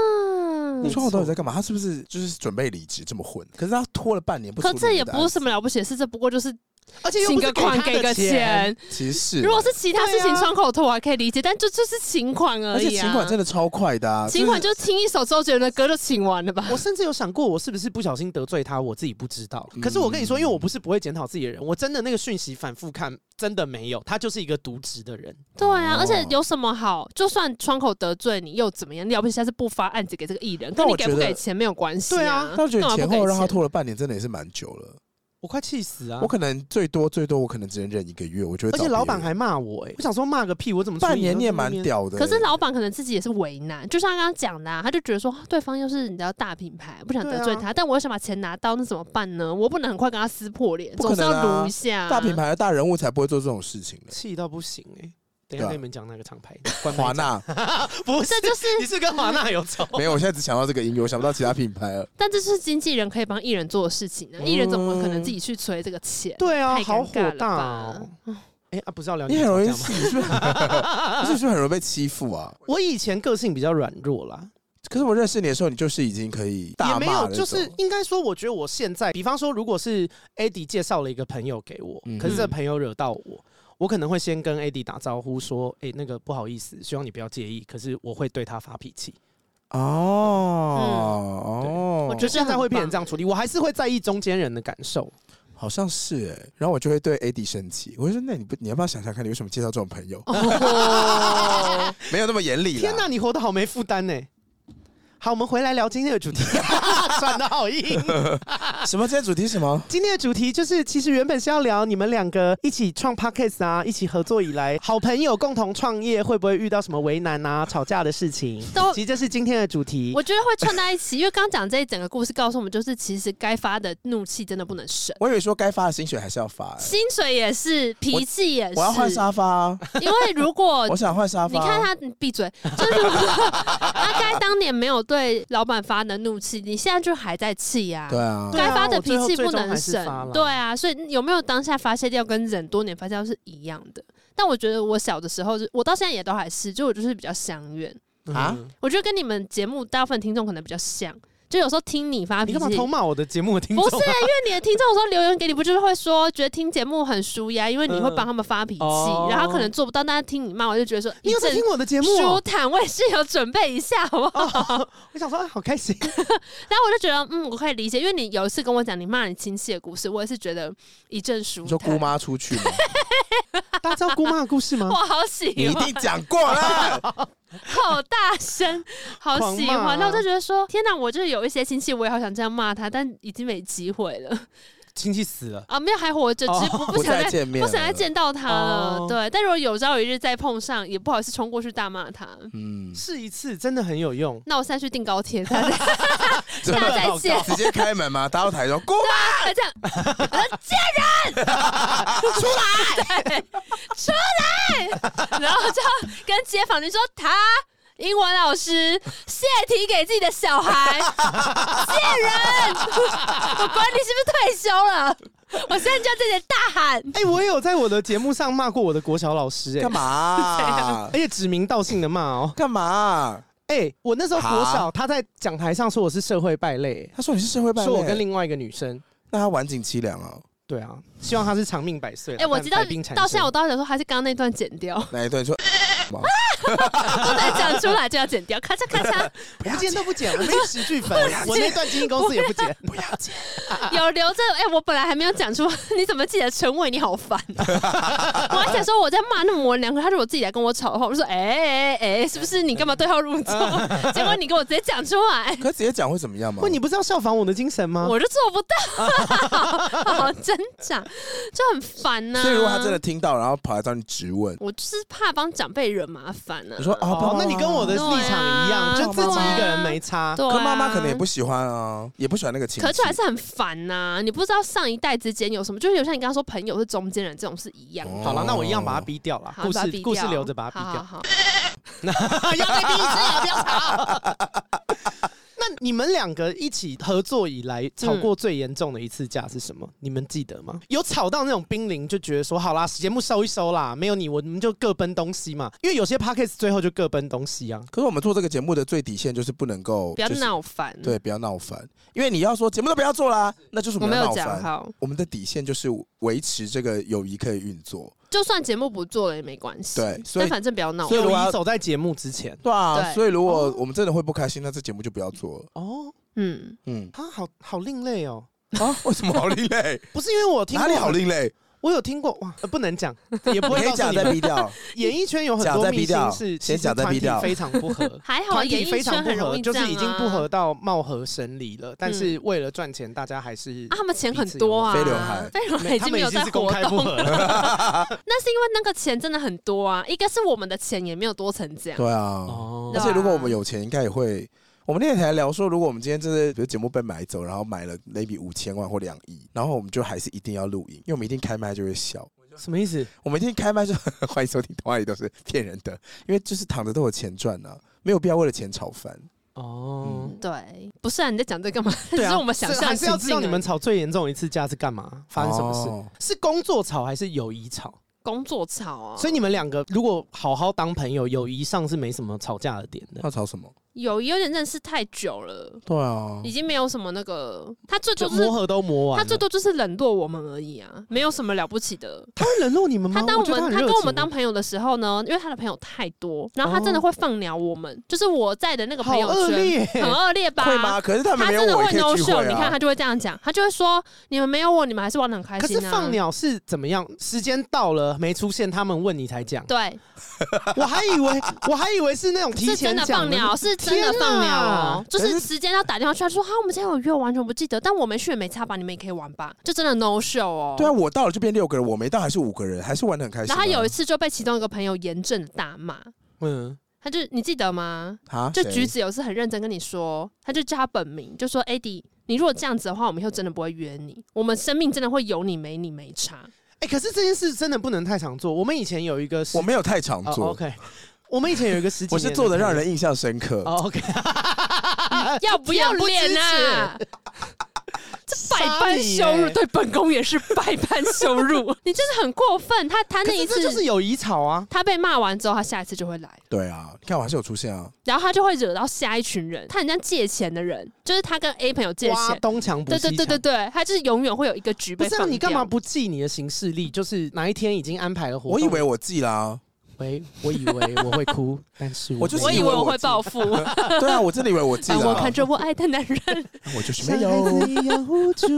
C: 哇
B: 你
D: 没错
B: 说我到底在干嘛？他是不是就是准备离职这么混？可是他拖了半年不出
C: 可
B: 理
C: 这也
B: 的
C: 不
B: 案
C: 是
B: 子
C: 什么了不起的事，这不过就是
D: 而且又
C: 请
D: 不是
C: 个款
D: 他的
C: 给个
D: 钱，
C: 钱。
B: 其实是
C: 如果是其他事
D: 对
C: 情
D: 啊
C: 窗口拖，我还可以理解，但这就是请款而
B: 而且
C: 已啊。
B: 请款真的超快的啊！
C: 请款就是听一首周杰伦的歌就请完了吧？
D: 我甚至有想过，我是不是不小心得罪他，我自己不知道。
B: 嗯
D: 可是我跟你说，因为我不是不会检讨自己的人，我真的那个讯息反复看，真的没有，他就是一个渎职的人。
C: 对啊
B: 哦，
C: 而且有什么好？就算窗口得罪你又怎么样？了不起，下次不发案子给这个艺人，
B: 但
C: 跟你
B: 我
C: 给
B: 觉
C: 不
B: 得
C: 给钱没有关系、
D: 对
C: 啊
D: 啊，
B: 但我觉得
C: 干嘛
B: 前
C: 不给
B: 后让他
C: 钱
B: 拖了半年，真的也是蛮久了。
D: 我快气啊死啊
B: 我！可能最多最多，我可能只能忍一个月，我觉得。
D: 而且老板还骂我、欸，哎，我想说骂个屁，我怎么
B: 半
D: 处理
B: 年，
D: 呢
B: 你也蛮。屌的欸、
C: 可是老板可能自己也是为难，就像刚刚讲的、啊，他就觉得说对方又是你知道大品牌，不想得罪
D: 对
C: 他，
B: 啊
C: 但我又想把钱拿到，那怎么办呢？我不能很快跟他撕破脸，
B: 不
C: 总
B: 可
C: 是
B: 能啊
C: 要撸一下、
B: 大品牌的大人物才不会做这种事情 的。
D: 气到不行哎、欸！等
B: 对
D: 一下
B: 啊
D: 跟你们讲那个厂牌，关麦
B: 华纳
D: 讲不是
C: 这，就是，
D: 你是跟华纳有 仇？
B: 没有，我现在只想到这个音乐，我想不到其他品牌了。
C: 但这就是经纪人可以帮艺人做的事情啊！
B: 嗯
C: 艺人怎么可能自己去催这个钱？
D: 对啊，
C: 太尴
D: 好火
C: 尬了
D: 大
C: 吧
D: 哦！哎、啊，不是要聊
B: 你很容易，
D: 吵
B: 你
D: 架吗？
B: 是 不是？你是不是很容易被欺负啊？
D: 我以前个性比较软弱啦，
B: 可是我认识你的时候，你就是已经可以大
D: 也没
B: 骂
D: 有，
B: 的那
D: 就
B: 种
D: 是应该说，我觉得我现在，比方说，如果是 AD 介绍了一个朋友给我，
B: 嗯
D: 可是这个朋友惹到我，我可能会先跟 AD 打招呼说：“哎、那个不好意思，希望你不要介意，可是我会对他发脾气。
B: 哦、
D: 对
B: 哦，
C: 我”觉得
D: 现在会变成这样处理，我还是会在意中间人的感受。
B: 好像是哎、然后我就会对 AD 生气，我就说：“那你不，你要不要想想看，你为什么介绍这种朋友？
C: 哦，
B: 没有那么严厉啦。
D: 天哪、你活得好没负担呢！好，我们回来聊今天的主题， 转的好硬。
B: 什么？今天主题是什么？
D: 今天的主题就是，其实原本是要聊你们两个一起创 podcast 啊，一起合作以来，好朋友共同创业会不会遇到什么为难啊、吵架的事情？
C: 都
D: 其实这是今天的主题。
C: 我觉得会串在一起，因为刚刚讲这一整个故事告诉我们，就是其实该发的怒气真的不能省，
B: 我以为说该发的薪水还是要发、欸，
C: 薪水也是，脾气也是。
B: 我要换沙发、啊，
C: 因为如果
B: 我想换沙
C: 你
B: 发、啊
C: 看他，你闭嘴，就是如果阿该当年没有对老板发的怒气，你现在就还在气呀、
B: 对啊，
D: 对啊
C: 该发的
D: 我
C: 脾
D: 最后
C: 气
D: 最
C: 不
D: 终
C: 能
D: 还是
C: 省
D: 发，了
C: 对啊，所以有没有当下发泄掉跟忍多年发泄掉是一样的。但我觉得我小的时候就，我到现在也都还是，就我就是比较相怨。
B: 啊
D: 嗯
C: 我觉得跟你们节目大部分听众可能比较像，就有时候听啊你发
D: 你
C: 脾
D: 干嘛
C: 气，
D: 偷骂我的节目听众
C: 不
D: 啊？
C: 是因为你的听众有时候留言给你，不就是会说觉得听节目很舒压，因为你会
D: 嗯
C: 帮他们发脾气，
D: 哦
C: 然后可能做不到，但他听你骂，我就觉得说
D: 你有在听我的节目哦、
C: 舒坦，我也是有准备一下，好不好？
D: 我想说，哎好开心。
C: 然后我就觉得，嗯，我可以理解，因为你有一次跟我讲你骂你亲戚的故事，我也是觉得一阵舒
B: 你说
C: 坦
B: 姑。妈出去吗？
D: 大家知道姑妈的故事吗
C: 我？好喜
B: 你一
C: 欢
B: 定，讲过啦。
C: 好大声，好喜
D: 狂骂啊
C: 欢。那我就觉得说，天哪，我就是有一些亲戚，我也好想这样骂他，但已经没机会了
D: 亲戚死了，
C: 啊，没有还活着，只是不
B: 哦不
C: 不想
B: 再
C: 再
B: 见面，
C: 不想再。见到他了。
D: 哦
C: 对，但如果有朝一日再碰上，也不好意思冲过去大骂他。
B: 嗯，
D: 试一次真的很有用。
C: 那我现在去订高 铁，大家
B: 真
C: 大家
B: 的
C: 再见，
B: 直接开门吗？搭到台中，姑妈
C: 大家这样
B: 出来，
C: 对，出来，然后就跟街坊邻说他。英文老师泄题给自己的小孩，贱人！我管你是不是退休了，我现在就对你大喊。
D: 哎、我也有在我的节目上骂过我的国小老师、哎
B: 干，嘛
D: 而？且指名道姓的骂哦、
B: 干嘛？
D: 哎、我那时候国
B: 啊
D: 小，他在讲台上说我是社会败类、
B: 他说你是社会败
D: 哎
B: 类，
D: 说我跟另外一个女生。
B: 那他晚景凄凉啊。
D: 对啊，希望他是长命百岁啦。
C: 哎、我
D: 但
C: 知道
D: 百病缠，
C: 到现在
D: 身
C: 我都在想说，还是刚刚那段剪掉，
B: 哪一段说？
C: 不能讲出来就要剪掉，咔嚓咔嚓，
D: 我们今天都不 剪，我们一时俱焚。啊我那段经纪公司也不剪，不要 剪。
C: 有留着。哎、我本来还没有讲出， 你怎么记得陈伟？你好烦、啊 我还想说我在骂那模棱两可，他如果自己来跟我吵的话，我就说，哎哎哎，是不是你干嘛对号入 座？结果你给我直接讲出来。
B: 可直接讲会怎么样吗？
D: 问你不是要效仿我的精神
B: 啊
D: 吗？
C: 我就做不到， 好挣扎，就很烦呐、
B: 所以如果他真的，听到，然后跑来找你质问，
C: 我就是怕帮长辈惹麻烦呢、
B: 你说啊，
D: 哦，那你跟我的立场一样，
C: 对啊
D: 就自己一个人没差。
C: 对、啊，
B: 可妈妈可能也不，喜欢啊，也不喜欢那个情绪。
C: 可是还是很烦呐、你不知道上一代之间有什么，就是有像你刚刚说朋友是中间人这种是一样的。
D: 好了，那我一样把他逼掉了。
C: 啊好
D: 故
C: 把它
D: 事
C: 逼
D: 故事
C: 掉
D: 留着把他逼
C: 好
D: 掉。
C: 好好
D: 要再逼一次啊！不要吵。那你们两个一起合作以来，
C: 嗯
D: 吵过最严重的一次架是什么？你们记得吗？有吵到那种濒临，就觉得说好啦，节目收一收啦，没有你我们就各奔东西嘛。因为有些 p a c k a g e 最后就各奔东西啊。
B: 可是我们做这个节目的最底线就是不能够
C: 不要
B: 就是
C: 闹翻。
B: 对，不要闹翻，因为你要说节目都不要做啦，那就是
C: 我
B: 我们
C: 没
B: 要
C: 有
B: 闹
C: 讲
B: 翻。
C: 好，
B: 我们的底线就是维持这个友谊可以运作，
C: 就算节目不做了也没关系。
B: 对，所
C: 但
B: 以
C: 反正不要闹
B: 所。以
D: 友
B: 我要
D: 谊走在节目之前
B: 对啊，
C: 对
B: 所以如果
D: 哦
B: 我们真的会不开心，那这节目就不要做了。
D: 哦，
C: 嗯，，
B: 嗯，
D: 他啊好好另类哦。
B: 啊，为什么好另 类？
D: 不是因为我听
B: 哪
D: 过
B: 里好另类？
D: 我有听过哇、呃不能讲，也不
B: 你
D: 会
B: 可以
D: 告诉
B: 讲
D: 你
B: 再
D: 们。
B: 逼 掉，
D: 演艺圈有很
B: 讲
D: 多
B: 再
D: 明
B: 逼掉
D: 星是其
B: 先
D: 实
B: 讲再
D: 团
B: 逼
D: 体
B: 掉
D: 非常不合
C: 还 好啊
D: 团
C: 演
D: 体
C: 艺
D: 非
C: 圈
D: 常
C: 很
D: 不
C: 容
D: 合，
C: 易
D: 就
C: 这
D: 是
C: 样
D: 已经不
C: 啊嗯
D: 合到貌合神离了。但是为了赚钱，大家还是
C: 啊，他们钱很多啊，
B: 彼此有往来
C: 飞轮海
D: 没
C: 已
D: 他们
C: 经没
D: 已
C: 有
D: 经
C: 在
D: 是公
C: 活
D: 开不
C: 动，
D: 合了。
C: 那是因为那个钱真的很多啊，一个是我们的钱也没有多成这样，
B: 对啊。
D: 哦
B: 而且如果我们有钱，应该也会。我们那天才聊说，如果我们今天真的比如节目被买走，然后买了 maybe 五千万或两亿，然后我们就还是一定要录影，因为我们一定开麦就 会笑。
D: 什么意思？
B: 我们一定开麦就欢迎收听，童话里都是骗人的，因为就是躺着都有钱赚啊，没有必要为了钱吵翻。
D: 哦
B: 嗯，
C: 对，不是啊，你在讲这 干嘛？
D: 对啊，
C: 只是我们想
D: 是还
C: 象
D: 是
C: 情
D: 要知
C: 境
D: 道
C: 而已
D: 你们吵最严重一次架是干嘛，发生什么事？
B: 哦
D: 是工作吵还是友谊
C: 哦
D: 吵？
C: 工作吵啊，
D: 所以你们两个如果好好当朋友，友谊上是没什么吵架的点的。
B: 要吵什么？
C: 有有点认识太久了，
B: 对啊
C: 已经没有什么那个，他最多
D: 就
C: 就是
D: 磨合都磨完
C: 他
D: 了，
C: 最多就是冷落我们而已啊，没有什么了不起的。
D: 他会冷落你们吗？
C: 他当
D: 我
C: 我
D: 觉得
C: 们
D: 很
C: 他
D: 热
C: 跟我们
D: 情哦
C: 当朋友的时候呢，因为他的朋友太多，然后他真的会放鸟我们，就是我在的那个朋友
D: 好恶
C: 圈
D: 劣
C: 很恶劣吧？
B: 会吗？可是他们
C: 他
B: 没有
C: 真的
B: 我
C: 会
B: 也可
C: no
B: 以聚会
C: show，
B: 啊。
C: 你看他就会这样讲，他就会说你们没有我，你们还是玩的很开
D: 可
C: 心、
D: 是
C: 啊。
D: 放鸟是怎么样？时间到了没出现，他们问你才讲。
C: 对，
D: 我还以为我还以为是那种提
C: 是真
D: 前
C: 的
D: 讲
C: 放鸟，是真的
D: 天
C: 放鸟
D: 哪
C: 哦，就
B: 可
C: 是
B: 是
C: 时间要打电话去，他说哈，啊我们今天有约，我完全不记得，但我没去也没差吧，你们也可以玩吧，就真的 no show 哦。
B: 对啊，我到了就变六个人，我没到还是五个人，还是玩的很开心
C: 然
B: 啊、
C: 后他有一次就被其中一个朋友严正的大骂，
D: 嗯，
C: 他就你记得吗？
B: 啊，
C: 就
B: 谁
C: 橘子有一次很认真跟你说，他就叫他本名，就说 AD，你如果这样子的话，我们以后真的不会约你，我们生命真的会有你没你没差。
D: 哎、可是这件事真的不能太常做。我们以前有一个十
B: 我没有太常
D: 哦
B: 做，
D: ，OK，我们以前有一个十几哦
B: 我
D: 年的朋
B: 是
D: 友，
B: 做的让人印象深刻。
D: 哦，OK，
C: 要不要脸啊？这百般羞辱，对本宫也是百般羞辱。你真的很过分，他
E: 可
C: 他那一
E: 是
C: 次
E: 这就是友谊草啊！
C: 他被骂完之后，他下一次就会来，
B: 对啊，你看我还是有出现啊，
C: 然后他就会惹到下一群人。他很像借钱的人，就是他跟 A 朋友借
D: 挖
C: 钱，
D: 东墙补
C: 对
D: 西
C: 对
D: 墙。
C: 对对对，他就是永远会有一个局
D: 不
C: 被
D: 是、啊、
C: 放掉
D: 你干嘛？不记你的行事历？就是哪一天已经安排了活
B: 我
D: 动？
B: 以为我记啦，
D: 喂，我以为我会哭，但是
B: 我就是
C: 我以为
B: 以为
C: 我
B: 我
C: 会
B: 记
C: 报复，
B: 对啊，我真的以为我记
C: 让我
B: 了
C: 看
B: 啊，
C: 着我爱的男人，
B: 我就是
D: 像
B: 没
D: 孩
B: 有
D: 子一样无助，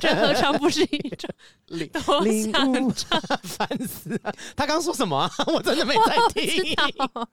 C: 这何尝不是一种
D: 领
C: 多
D: 领
C: 想
D: 悟， 烦死了！他刚说什么、 啊？我真的没在
C: 知
D: 听。
C: 道？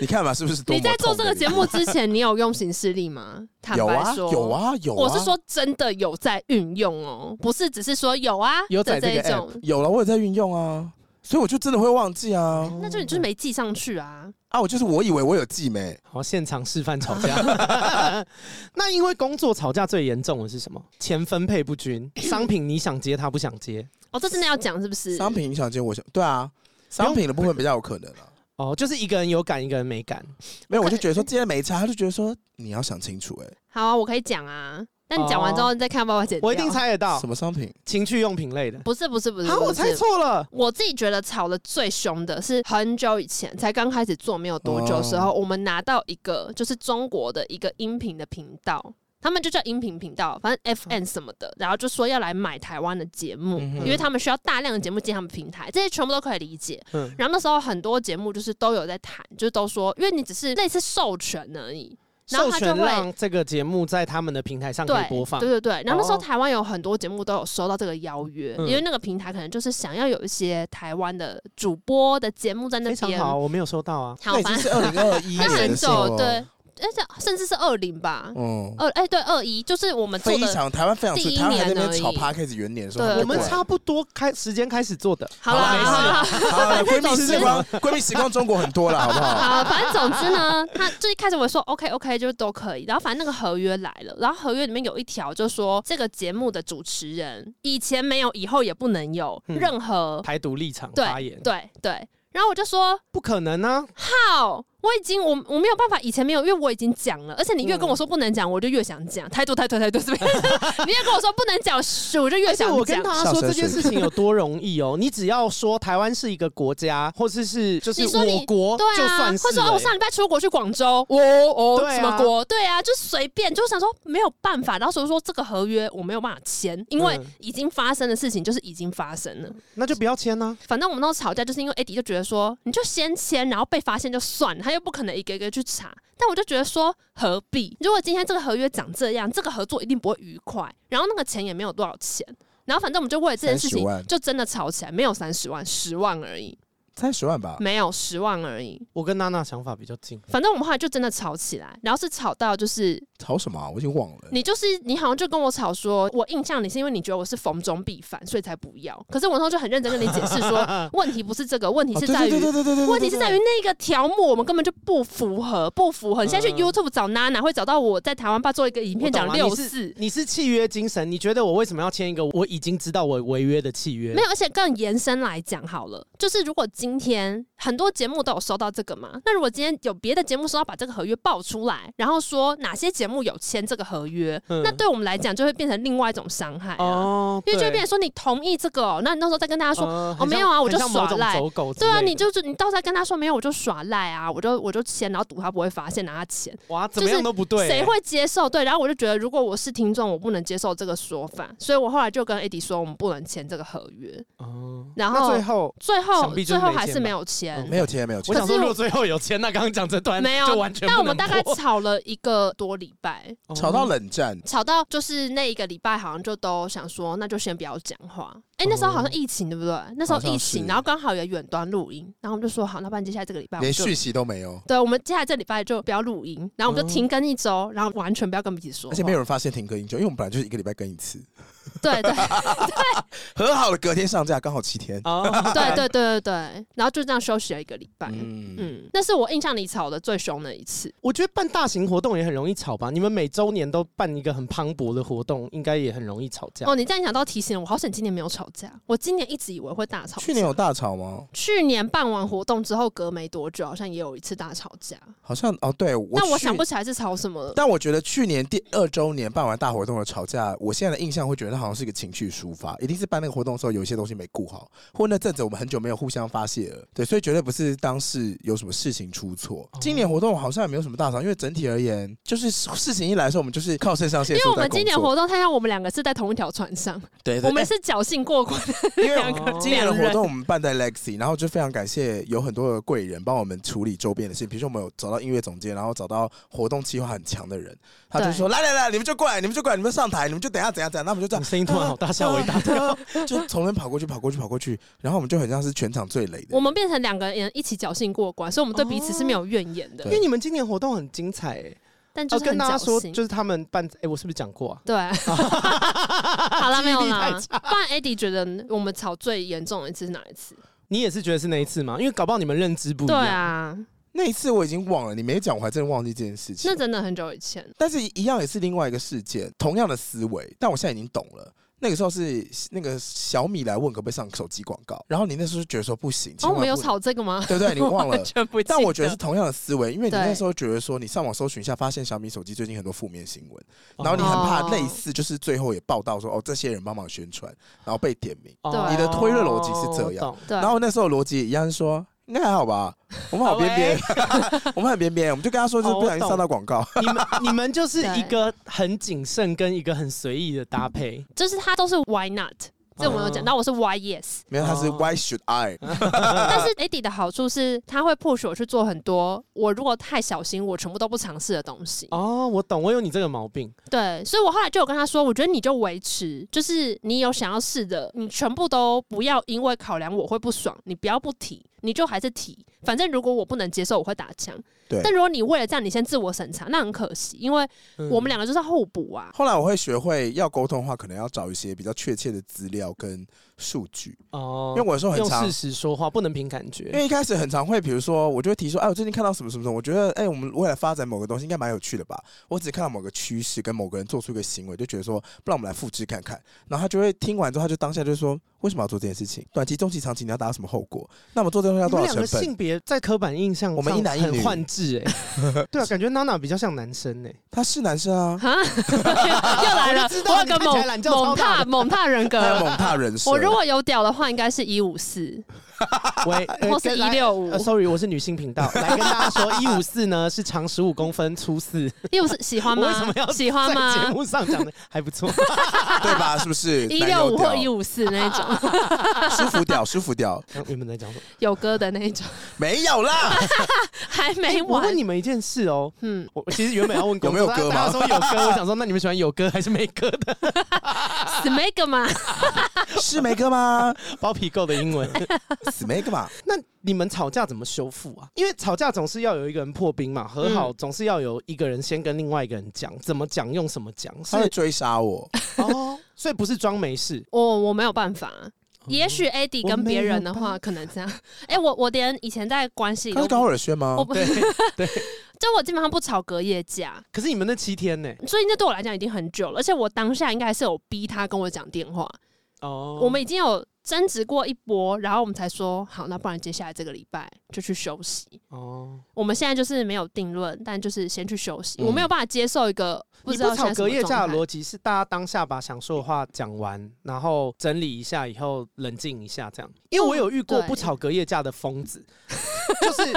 B: 你看嘛，是不是多么
C: 你在做
B: 痛
C: 这
B: 的
C: 个
B: 一
C: 节目之前，你有用行事历吗？坦
B: 有
C: 白
B: 啊
C: 说，
B: 有。啊有啊，
C: 我是说真的有在运用哦，不是只是说有啊
D: 有
C: 的
D: 在
C: 这
D: 这
C: 一
D: 个
C: 种，
B: 有了，我也在运用啊，所以我就真的会忘记啊
C: 那就你就是没记上去啊。
B: 啊，我就是我以为我有记没，
D: 好，现场示范吵 架。那因为工作吵架最严重的是什么？钱分配不 均，商品你想接他不想接，
C: 哦，这真的要讲是不是？
D: 嗯
B: 商品影响接我想对啊，商品的部分比较有可能啊。
D: 哦，就是一个人有感，一个人没感。
B: 没有，我就
C: 可
B: 觉得说今天没差，他就觉得说你要想清楚、欸，
C: 好啊，我可以讲啊。那你讲完之后，你再看要不要剪
D: 哦
C: 掉
D: 我一定猜得到
C: 哦
B: 什，么商品？
D: 情趣用品类的。
C: 不是不是不是。
D: 啊，
C: 不是
D: 我猜。错了。
C: 我自己觉得吵得最凶的是很久以前，才刚开始做没有多
D: 哦
C: 久的时候，我们拿到一个就是中国的一个音频的频道。他们就叫音频频道，反正 FN 什么的，然后就说要来买台湾的节目，
D: 嗯哼
C: 因为他们需要大量的节目进他们平台，这些全部都可以理解。
D: 嗯，
C: 然后那时候很多节目就是都有在谈，就是都说，因为你只是类似授权而已，然后
D: 授
C: 他就
D: 权
C: 会
D: 让这个节目在他们的平台上可以
C: 对，
D: 播放
C: 对。对对，然后那时候
D: 哦
C: 台湾有很多节目都有收到这个邀约，
D: 嗯
C: 因为那个平台可能就是想要有一些台湾的主播的节目在那
D: 非常
C: 边。
D: 好，我没有收到啊。
C: 好
B: 那已
C: 反
B: 经
C: 正
B: 是二零二一
C: 那
B: 年
C: 很
B: 的时候
C: 久，
B: 了，
C: 对，而且甚至是二零吧，
D: 哦
B: 嗯，
C: 二哎、对二一，就是我们做
B: 非
C: 的。
B: 常台湾非常
C: 第一
B: 台湾还在那
C: 年而
B: 边吵
C: 已
B: p a c k a g e 元年的时候，
C: 对
B: 他
D: 我
B: 就
D: 们
B: 过来
D: 差不多开时间开始做的，
C: 好啦，
B: 好啦
C: 好啦，
B: 好了，闺蜜时光，闺蜜时光中国很多了，好不 好？
C: 好，反正总之呢，他最一开始我说 OK OK 就都可以，然后反正那个合约来了，然后合约里面有一条就说这个节目的主持人以前没有，以后也不能有
D: 嗯
C: 任何、
D: 台独立场发
C: 对
D: 言，
C: 对对，然后我就说
D: 不可能啊！
C: 好，我已经我我没有办法，以前没有，因为我已经讲了，而且你越跟我说不能讲，我就越想讲，态度态度态度是不 是？你越跟我说不能讲，嘘我就越
D: 而且
C: 想
D: 哎我跟
C: 讲。
D: 大家
B: 笑
D: 说
B: 声
D: 这件
B: 水
D: 事情有多容易哦，你 只要说台湾是一个国家，或者是就是
C: 你说你
D: 我国，
C: 对
D: 就
C: 啊，
D: 算是
C: 或者哦，我
D: 了欸
C: 上礼拜出国去广州，我哦、
D: 对啊
C: 什么国？对啊，就随便，就想说没有办法，然后所以说这个合约我没有办法签，因为
D: 嗯
C: 已经发生的事情就是已经发生了。
D: 那就不要签啊。
C: 反正我们那时候吵架，就是因为 AD 就觉得说，你就先签，然后被发现就算了，他又不可能一个一个去查。但我就觉得说，何必？如果今天这个合约长这样，这个合作一定不会愉快。然后那个钱也没有多少钱，然后反正我们就为了这件事
B: 30
C: 情
B: 万
C: 就真的吵起来，没有三十万，十万而已，
B: 才十万吧，
C: 没有十万而已。
D: 我跟娜娜想法比较近，
C: 反正我们后来就真的吵起来，然后是吵到就是
B: 吵什么啊？我已经忘了。
C: 你就是你好像就跟我吵说，我印象你是因为你觉得我是逢中必反，所以才不要。可是我那时候就很认真跟你解释说，问题不是这个，问题
B: 哦
C: 是
B: 对
C: 在于
B: 对对对对
D: 嗯
B: 对，
C: 问题是在于那个条目，我们根本就不符合，不符合。你现在去
D: 嗯
C: YouTube 找娜娜，会找到我在台湾爸做一个影片
D: 我懂
C: 讲
D: 了
C: 六
D: 你
C: 四
D: 是，你是契约精神，你觉得我为什么要签一个我已经知道我违约的契约？
C: 没有，而且更延伸来讲好了，就是如果今天很多节目都有收到这个嘛，那如果今天有别的节目说要把这个合约爆出来，然后说哪些节目有签这个合约，
D: 嗯
C: 那对我们来讲就会变成另外一种伤害啊，
D: 哦，
C: 因为就会
D: 对
C: 变成说你同意这个、哦，那你那时候再跟大家说。
D: 嗯
C: 哦
D: 很
C: 没有
D: 像
C: 啊我
D: 很
C: 就
D: 像
C: 耍
D: 某种
C: 赖
D: 走狗之
C: 对啊，
D: 类
C: 你
D: 的
C: 就是你到时候跟他说没有，我就耍赖啊，我就我就签，然后赌他不会发现拿他钱，
D: 哇，怎
C: 就
D: 么
C: 是
D: 样都不对欸，
C: 谁会接受？对，然后我就觉得，如果我是听众，我不能接受这个说法，所以我后来就跟 AD 说，我们不能签这个合约。
D: 哦？
C: 然
D: 那
C: 后
D: 最后
C: 最后
D: 想必就
C: 最
D: 是
C: 后
D: 没
C: 还
D: 签
C: 是
D: 吧
C: 没哦有签，
B: 没有钱，没有钱
D: 我。想
C: 可
D: 说，
C: 是
D: 如果
C: 我
D: 最后有签，那刚刚讲这段
C: 没有
D: 就完全不能播。
C: 但我们大概吵了一个多礼拜，
D: 哦
B: 吵到冷战，
C: 吵到就是那一个礼拜，好像就都想说，那就先不要讲话。哎、那时候好像疫情对不对？那时候
B: 好像
C: 疫情，
B: 是
C: 然后刚好也远端录音，然后我们就说好，那不然接下来这个礼拜我们
B: 连
C: 就
B: 讯息都没有，
C: 对，我们接下来这礼拜就不要录音，然后我们就停更一周，然后完全不要跟彼此说
B: 而
C: 话，
B: 且没有人发现停更已久，因为我们本来就是一个礼拜更一次。
C: 对对
B: 和好了隔天上架，刚好七天。
D: 哦，
C: 对对对对对，然后就这样休息了一个礼拜。嗯
B: 嗯，
C: 那是我印象里吵的最凶的一次。
D: 我觉得办大型活动也很容易吵吧。你们每周年都办一个很磅礴的活动，应该也很容易吵架。
C: 哦，你这样讲到提醒了我，好险今年没有吵架。我今年一直以为会大吵架。
B: 去年有大吵吗？
C: 去年办完活动之后，隔没多久，好像也有一次大吵架，
B: 好像哦，对，我
C: 但我
B: 去
C: 想不起来是吵什么了。
B: 但我觉得去年第二周年办完大活动的吵架，我现在的印象会觉得那好像是一个情绪抒发，一定是办那个活动的时候有一些东西没顾好，或那阵子我们很久没有互相发泄了，对，所以绝对不是当事有什么事情出错。今年活动好像也没有什么大吵，因为整体而言，就是事情一来的时候，我们就是靠肾上腺
C: 因为
B: 素
C: 我
B: 在
C: 们
B: 工作。
C: 今年活动，他让我们两个是在同一条船上，
B: 对对哎
C: 我们是侥幸过关。
B: 因为
C: 两
D: 个
B: 今年的
C: 两人
B: 活动我们办在 Lexi，然后就非常感谢有很多的贵人帮我们处理周边的事情，比如说我们有找到音乐总监，然后找到活动计划很强的人，他就
C: 对
B: 说来来来，你们就过来，你们就过来，你们上台，你们就等一下怎样怎样，那我们就这
D: 你
B: 样。
D: 声音突然好大，吓我一大跳。
B: 跳，就从那边跑过去，跑过去，跑过去，然后我们就很像是全场最累的。
C: 我们变成两个人一起侥幸过关，所以我们对彼此是没有怨言的。
D: 因为你们今年活动很精彩、欸，
C: 但就
D: 哦，
C: 是
D: 跟
C: 很
D: 大
C: 侥
D: 家说，
C: 幸。
D: 就是他们办，哎、我是不是讲过啊？
C: 对，好了没有
D: 记忆力太
C: 啦。不然 Eddie 觉得我们吵最严重的一次是哪一次？
D: 你也是觉得是那一次吗？因为搞不好你们认知不一
C: 对
D: 样。
C: 啊，
B: 那一次我已经忘了，你没讲，我还真的忘记这件事情
C: 那。真的很久以前。
B: 但是一样也是另外一个事件，同样的思维，但我现在已经懂了。那个时候是那个小米来问可不可以上手机广告，然后你那时候就觉得说不行，千
C: 哦，
B: 万
C: 我们有
B: 不能
C: 吵这个吗？
B: 对不对？你忘了
C: 完。全不记
B: 但我觉得是同样的思维，因为你那
C: 对
B: 时候觉得说，你上网搜寻一下，发现小米手机最近很多负面新闻，
D: 哦
B: 然后你很怕
C: 哦
B: 类似，就是最后也报道说，哦，这些人帮忙宣传，然后被点名。
D: 哦
C: 你的
D: 推
B: 推论逻辑是这样
D: 我懂
C: 对，
B: 然后那时候逻辑也一样是说，应该还好吧，我们好边边， 我们很边边，我们就跟他说，就是不小心上到广告。
D: 你们你们就是一个很谨慎跟一个很随意的搭配。
C: 就是他都是 Why not？这我们
B: 啊
C: 有讲到，我是 Why yes，
B: 没有，他是
D: 哦
B: Why should I？
C: 但是 Eddie 的好处是他会 push 我去做很多我如果太小心，我全部都不尝试的东西。
D: 哦，我懂，我有你这个毛病。
C: 对，所以我后来就有跟他说，我觉得你就维持，就是你有想要试的，你全部都不要因为考量我会不爽，你不要不提，你就还是提。反正如果我不能接受，我会打枪。
B: 对
C: 但如果你为了这样，你先自我审查，那很可惜，因为
D: 嗯
C: 我们两个就是要互补 啊。
B: 后来我会学会要沟通的话，可能要找一些比较确切的资料跟数据，
D: 哦
B: 因为，我有时候很
D: 用
B: 常
D: 事实说话，不能凭感觉。
B: 因为一开始很常会，比如说，我就会提说，哎，我最近看到什么什么什么，我觉得，哎，我们未来发展某个东西应该蛮有趣的吧。我只看到某个趋势跟某个人做出一个行为，就觉得说，不然我们来复制看看。然后他就会听完之后，他就当下就说，为什么要做这件事情？短期、中期、长期你要达到什么后果？那我们做这东西要
D: 你
B: 多
D: 们
B: 少
D: 两
B: 成
D: 个
B: 本？
D: 性别在刻板印象上
B: 我们一男一女
D: 很换制哎、 对啊，感觉娜娜比较像男生哎、
B: 他是男生啊，
C: 哈，又来了，
D: 我就知
C: 我
D: 道
C: 有个
D: 你看起来懒
C: 猛
D: 觉 超
C: 猛
D: 大
C: 踏
D: 的
C: 猛踏人
B: 他有
C: 格。
B: 猛踏人设。
C: 我如果有屌的话，应该是一五四
D: 喂，呃
C: 或是
D: 跟
C: 一
D: 来
C: 六五
D: 呃。，sorry，我是女性频 道，来跟大家说，一五四呢是长十五公分，粗四。
C: 一五 四喜欢
D: 我为什
C: 吗
D: 么要？
C: 喜欢
D: 在节
C: 吗？
D: 目上讲的还不 错，
B: 对吧？是不是？
C: 一
B: 男
C: 六
B: 友
C: 五或
B: 屌
C: 一五四那一种。
B: 舒服屌，舒服屌，
D: 刚嗯原本在讲什么？
C: 有歌的那一种，
B: 没有啦，
C: 还没
D: 哎我
C: 完。
D: 问你们一件事哦，
C: 嗯，
D: 我我其实原本要问
B: 有没有
D: 工作
B: 歌
D: 大
B: 吗
D: 家说有歌，我想说那你们喜欢有歌还是没歌的？
C: 死没个嘛，
B: 是梅哥吗？
D: 包皮垢的英文。
B: 死梅哥嘛？
D: 那你们吵架怎么修复啊？因为吵架总是要有一个人破冰嘛，和好总是要有一个人先跟另外一个人讲，怎么讲，用什么讲，是
B: 他会追杀我。
D: 哦， 所以不是装没 事。
C: 我哦我没有办法。也许 Eddie 跟别人的
D: 哦我没有办
C: 话，可能这样。哎、我我连以前在关系里
B: 他
C: 都
B: 是高尔宣吗
C: 我？不
D: 对对，
C: 就我基本上不吵隔夜架，
D: 可是你们那七天呢？
C: 所以那对我来讲已经很久了。而且我当下应该还是有逼他跟我讲电话，
D: 哦，
C: 我们已经有争执过一波，然后我们才说好，那不然接下来这个礼拜就去休息。
D: 哦，
C: 我们现在就是没有定论，但就是先去休息。
B: 嗯
C: 我没有办法接受一个不
D: 你
C: 知道
D: 不
C: 现
D: 吵
C: 在什
D: 隔
C: 么
D: 夜架
C: 状
D: 的
C: 态
D: 逻辑是大家当下把想说的话讲完，然后整理一下以后冷静一下这样。因为我有遇过
C: 对
D: 不吵隔夜架的疯子， 就是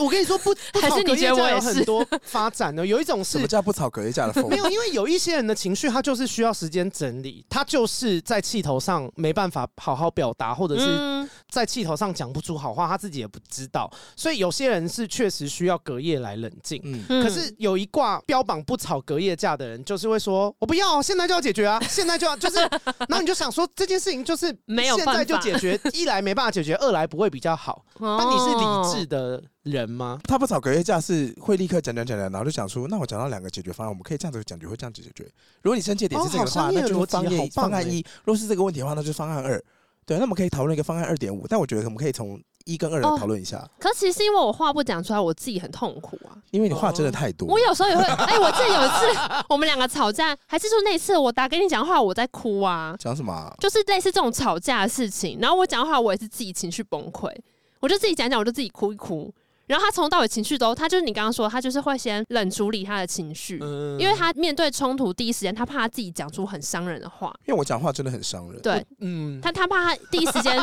D: 我跟你说不不
C: 还
D: 吵
C: 是
D: 隔
C: 你
D: 夜
C: 觉得我
D: 架有
C: 也是
D: 很多发展呢，有一种
B: 什
D: 是
B: 么叫不吵隔夜架的风
D: 没？有，因为有一些人的情绪，他就是需要时间整理，他就是在气头上没办法好好表达，或者是
C: 嗯，
D: 在气头上讲不出好话，他自己也不知道。所以有些人是确实需要隔夜来冷静。
B: 嗯，
C: 嗯
D: 可是有一挂标榜不吵隔夜架的人，就是会说我不要，现在就要解决啊，现在就要 就是，然后你就想说这件事情就是
C: 没有
D: 现在
C: 办
D: 就
C: 法
D: 解决，一来没办法解决，二来不会比较好。
C: 那
D: 但你是理
C: 哦
D: 智的人吗？
B: 他不找隔夜架是会立刻讲讲讲讲，然后就想出，那我讲到两个解决方案，我们可以这样子讲解，会这样子解决。如果你生气的点是这个的
D: 哦
B: 话，
D: 好商业
B: 那就是方
D: 逻辑好
B: 案一
D: 棒
B: 方案一；如果是这个问题的话，那就是方案二。对，那我们可以讨论一个方案二点五，但我觉得我们可以从一跟二来
C: 哦
B: 讨论一下，
C: 可其实是因为我话不讲出来，我自己很痛苦啊。
B: 因为你话真的太多。
C: 我有时候 也会，哎、我记得有一次 我们两个吵架，还是说那次我打给你讲话，我在哭啊，
B: 讲什么啊、
C: 就是类似这种吵架的事情。然后我讲话，我也是自己情绪崩溃，我就自己讲讲，我就自己哭一哭。然后他从头到尾情绪都，他就是你刚刚说的，他就是会先冷处理他的情绪，
D: 嗯
C: 因为他面对冲突第一时间，他怕他自己讲出很伤人的话，
B: 因为我讲话真的很伤 人。
C: 对
D: 嗯，
C: 他他怕他第一时间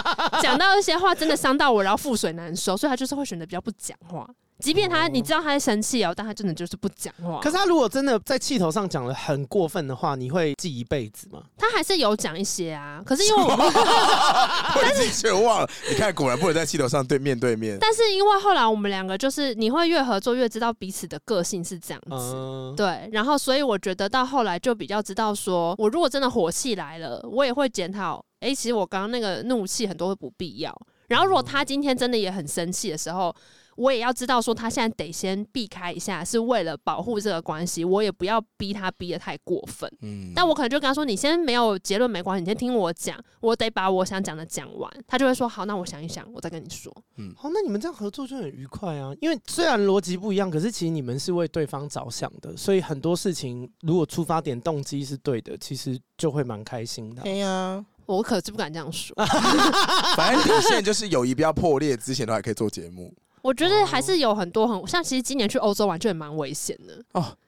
C: 讲到一些话真的伤到我，然后覆水难收，所以他就是会选择比较不讲话。即便他
D: 哦
C: 你知道他在生气哦，但他真的就是不讲话。
D: 可是他如果真的在气头上讲了很过分的话，你会记一辈子吗？
C: 他还是有讲一些啊，可是因为我们，
B: 我已经全忘了。你看，果然不能在气头上对面对面。
C: 但是因为后来我们两个就是你会越合作越知道彼此的个性是这样子，
D: 嗯，
C: 对，然后所以我觉得到后来就比较知道说，我如果真的火气来了，我也会检讨，诶，其实我刚刚那个怒气很多会不必要。然后如果他今天真的也很生气的时候，我也要知道说他现在得先避开一下，是为了保护这个关系，我也不要逼他逼得太过分。
B: 嗯，
C: 但我可能就跟他说：“你先没有结论没关系，你先听我讲，我得把我想讲的讲完。”他就会说：“好，那我想一想，我再跟你说。
B: 嗯
D: 好，哦那你们这样合作就很愉快啊。因为虽然逻辑不一样，可是其实你们是为对方着想的，所以很多事情如果出发点动机是对的，其实就会蛮开心的啊。
B: 呀、”
C: 我可是不敢这样说，
D: 啊
C: 啊
B: 反正底线就是友谊不要破裂之前都还可以做节目。
C: 我觉得
D: 哦
C: 还是有很多很像，其实今年去欧洲玩就也蛮危险的。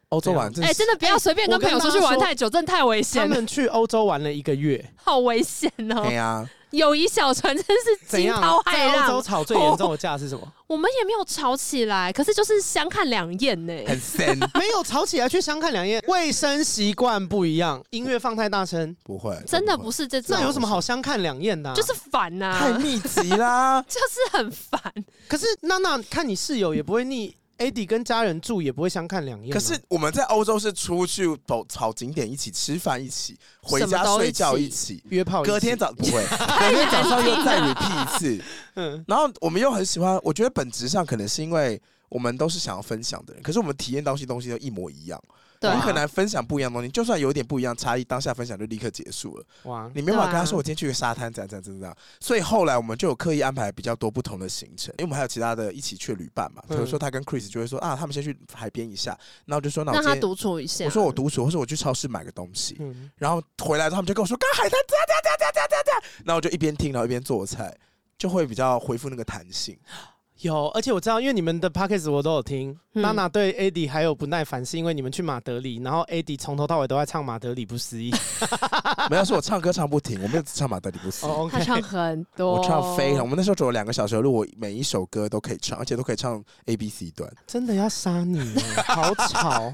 B: 欧洲玩，真
C: 哎、
B: 是
C: 真的不要随便跟朋友出去玩太久，真的太危
D: 他
C: 险了，
D: 们去欧洲玩了一个月，
C: 好危险哦、
B: 哎呀、
C: 友谊小船真是
D: 怎
C: 惊
D: 样
C: 涛？骇
D: 在欧洲
C: 浪，
D: 吵最严重的架是什么？
C: 我们也没有吵起来，可是就是相看两厌呢、
B: 很森，
D: 没有吵起来，去相看两厌。卫生习惯不一样，音乐放太大声，
B: 不会，
C: 真的不
B: 会
C: 是这种
D: 那，有什么好相看两厌的啊、
C: 就是烦呐、。
B: 太密集啦
C: 就是很烦。
D: 可是娜娜看你室友也不会腻，Adi 跟家人住也不会相看两厌啊。
B: 可是我们在欧洲是出去走草景点一起吃饭一起，回
C: 什么
B: 家
C: 都一起
B: 睡觉一起，
D: 约炮一起，
B: 隔天早不 会，隔天早上又再 repeat 一次。
D: 嗯
B: 然后我们又很喜欢，我觉得本质上可能是因为我们都是想要分享的人，可是我们体验到西东西都一模一样，
C: 对啊
B: 我们
D: 哇
B: 很难分享不一样的东西。就算有点不一样差异，当下分享就立刻结束了。
D: 哇，
B: 你没办法
C: 对啊
B: 跟他说我今天去个沙滩，怎样怎样怎样怎样。所以后来我们就有刻意安排比较多不同的行程，因为我们还有其他的一起去旅伴嘛。比
D: 嗯
B: 如说他跟 Chris 就会说啊，他们先去海边一下，然后我就说那我
C: 让
B: 今
C: 他
B: 天
C: 独处一下。
B: 我说我独处，或者我去超市买个东西，
D: 嗯，
B: 然后回来之后他们就跟我说刚海滩怎样怎样怎样怎样怎样怎样，然后我就一边听然后一边做菜，就会比较恢复那个弹性。
D: 有，而且我知道，因为你们的 podcast 我都有听。
C: 嗯
D: 娜娜对 Adi 还有不耐烦，是因为你们去马德里，然后 Adi 从头到尾都在唱马德里不思议。
B: 没有，是我唱歌唱不停，我没有只唱马德里不斯。
D: 哦
C: 他
D: ，OK，
C: 唱很多，
B: 我唱非常，我。们那时候走了两个小时的路，我每一首歌都可以唱，而且都可以唱 A B C 段。
D: 真的要杀你 耶，好吵。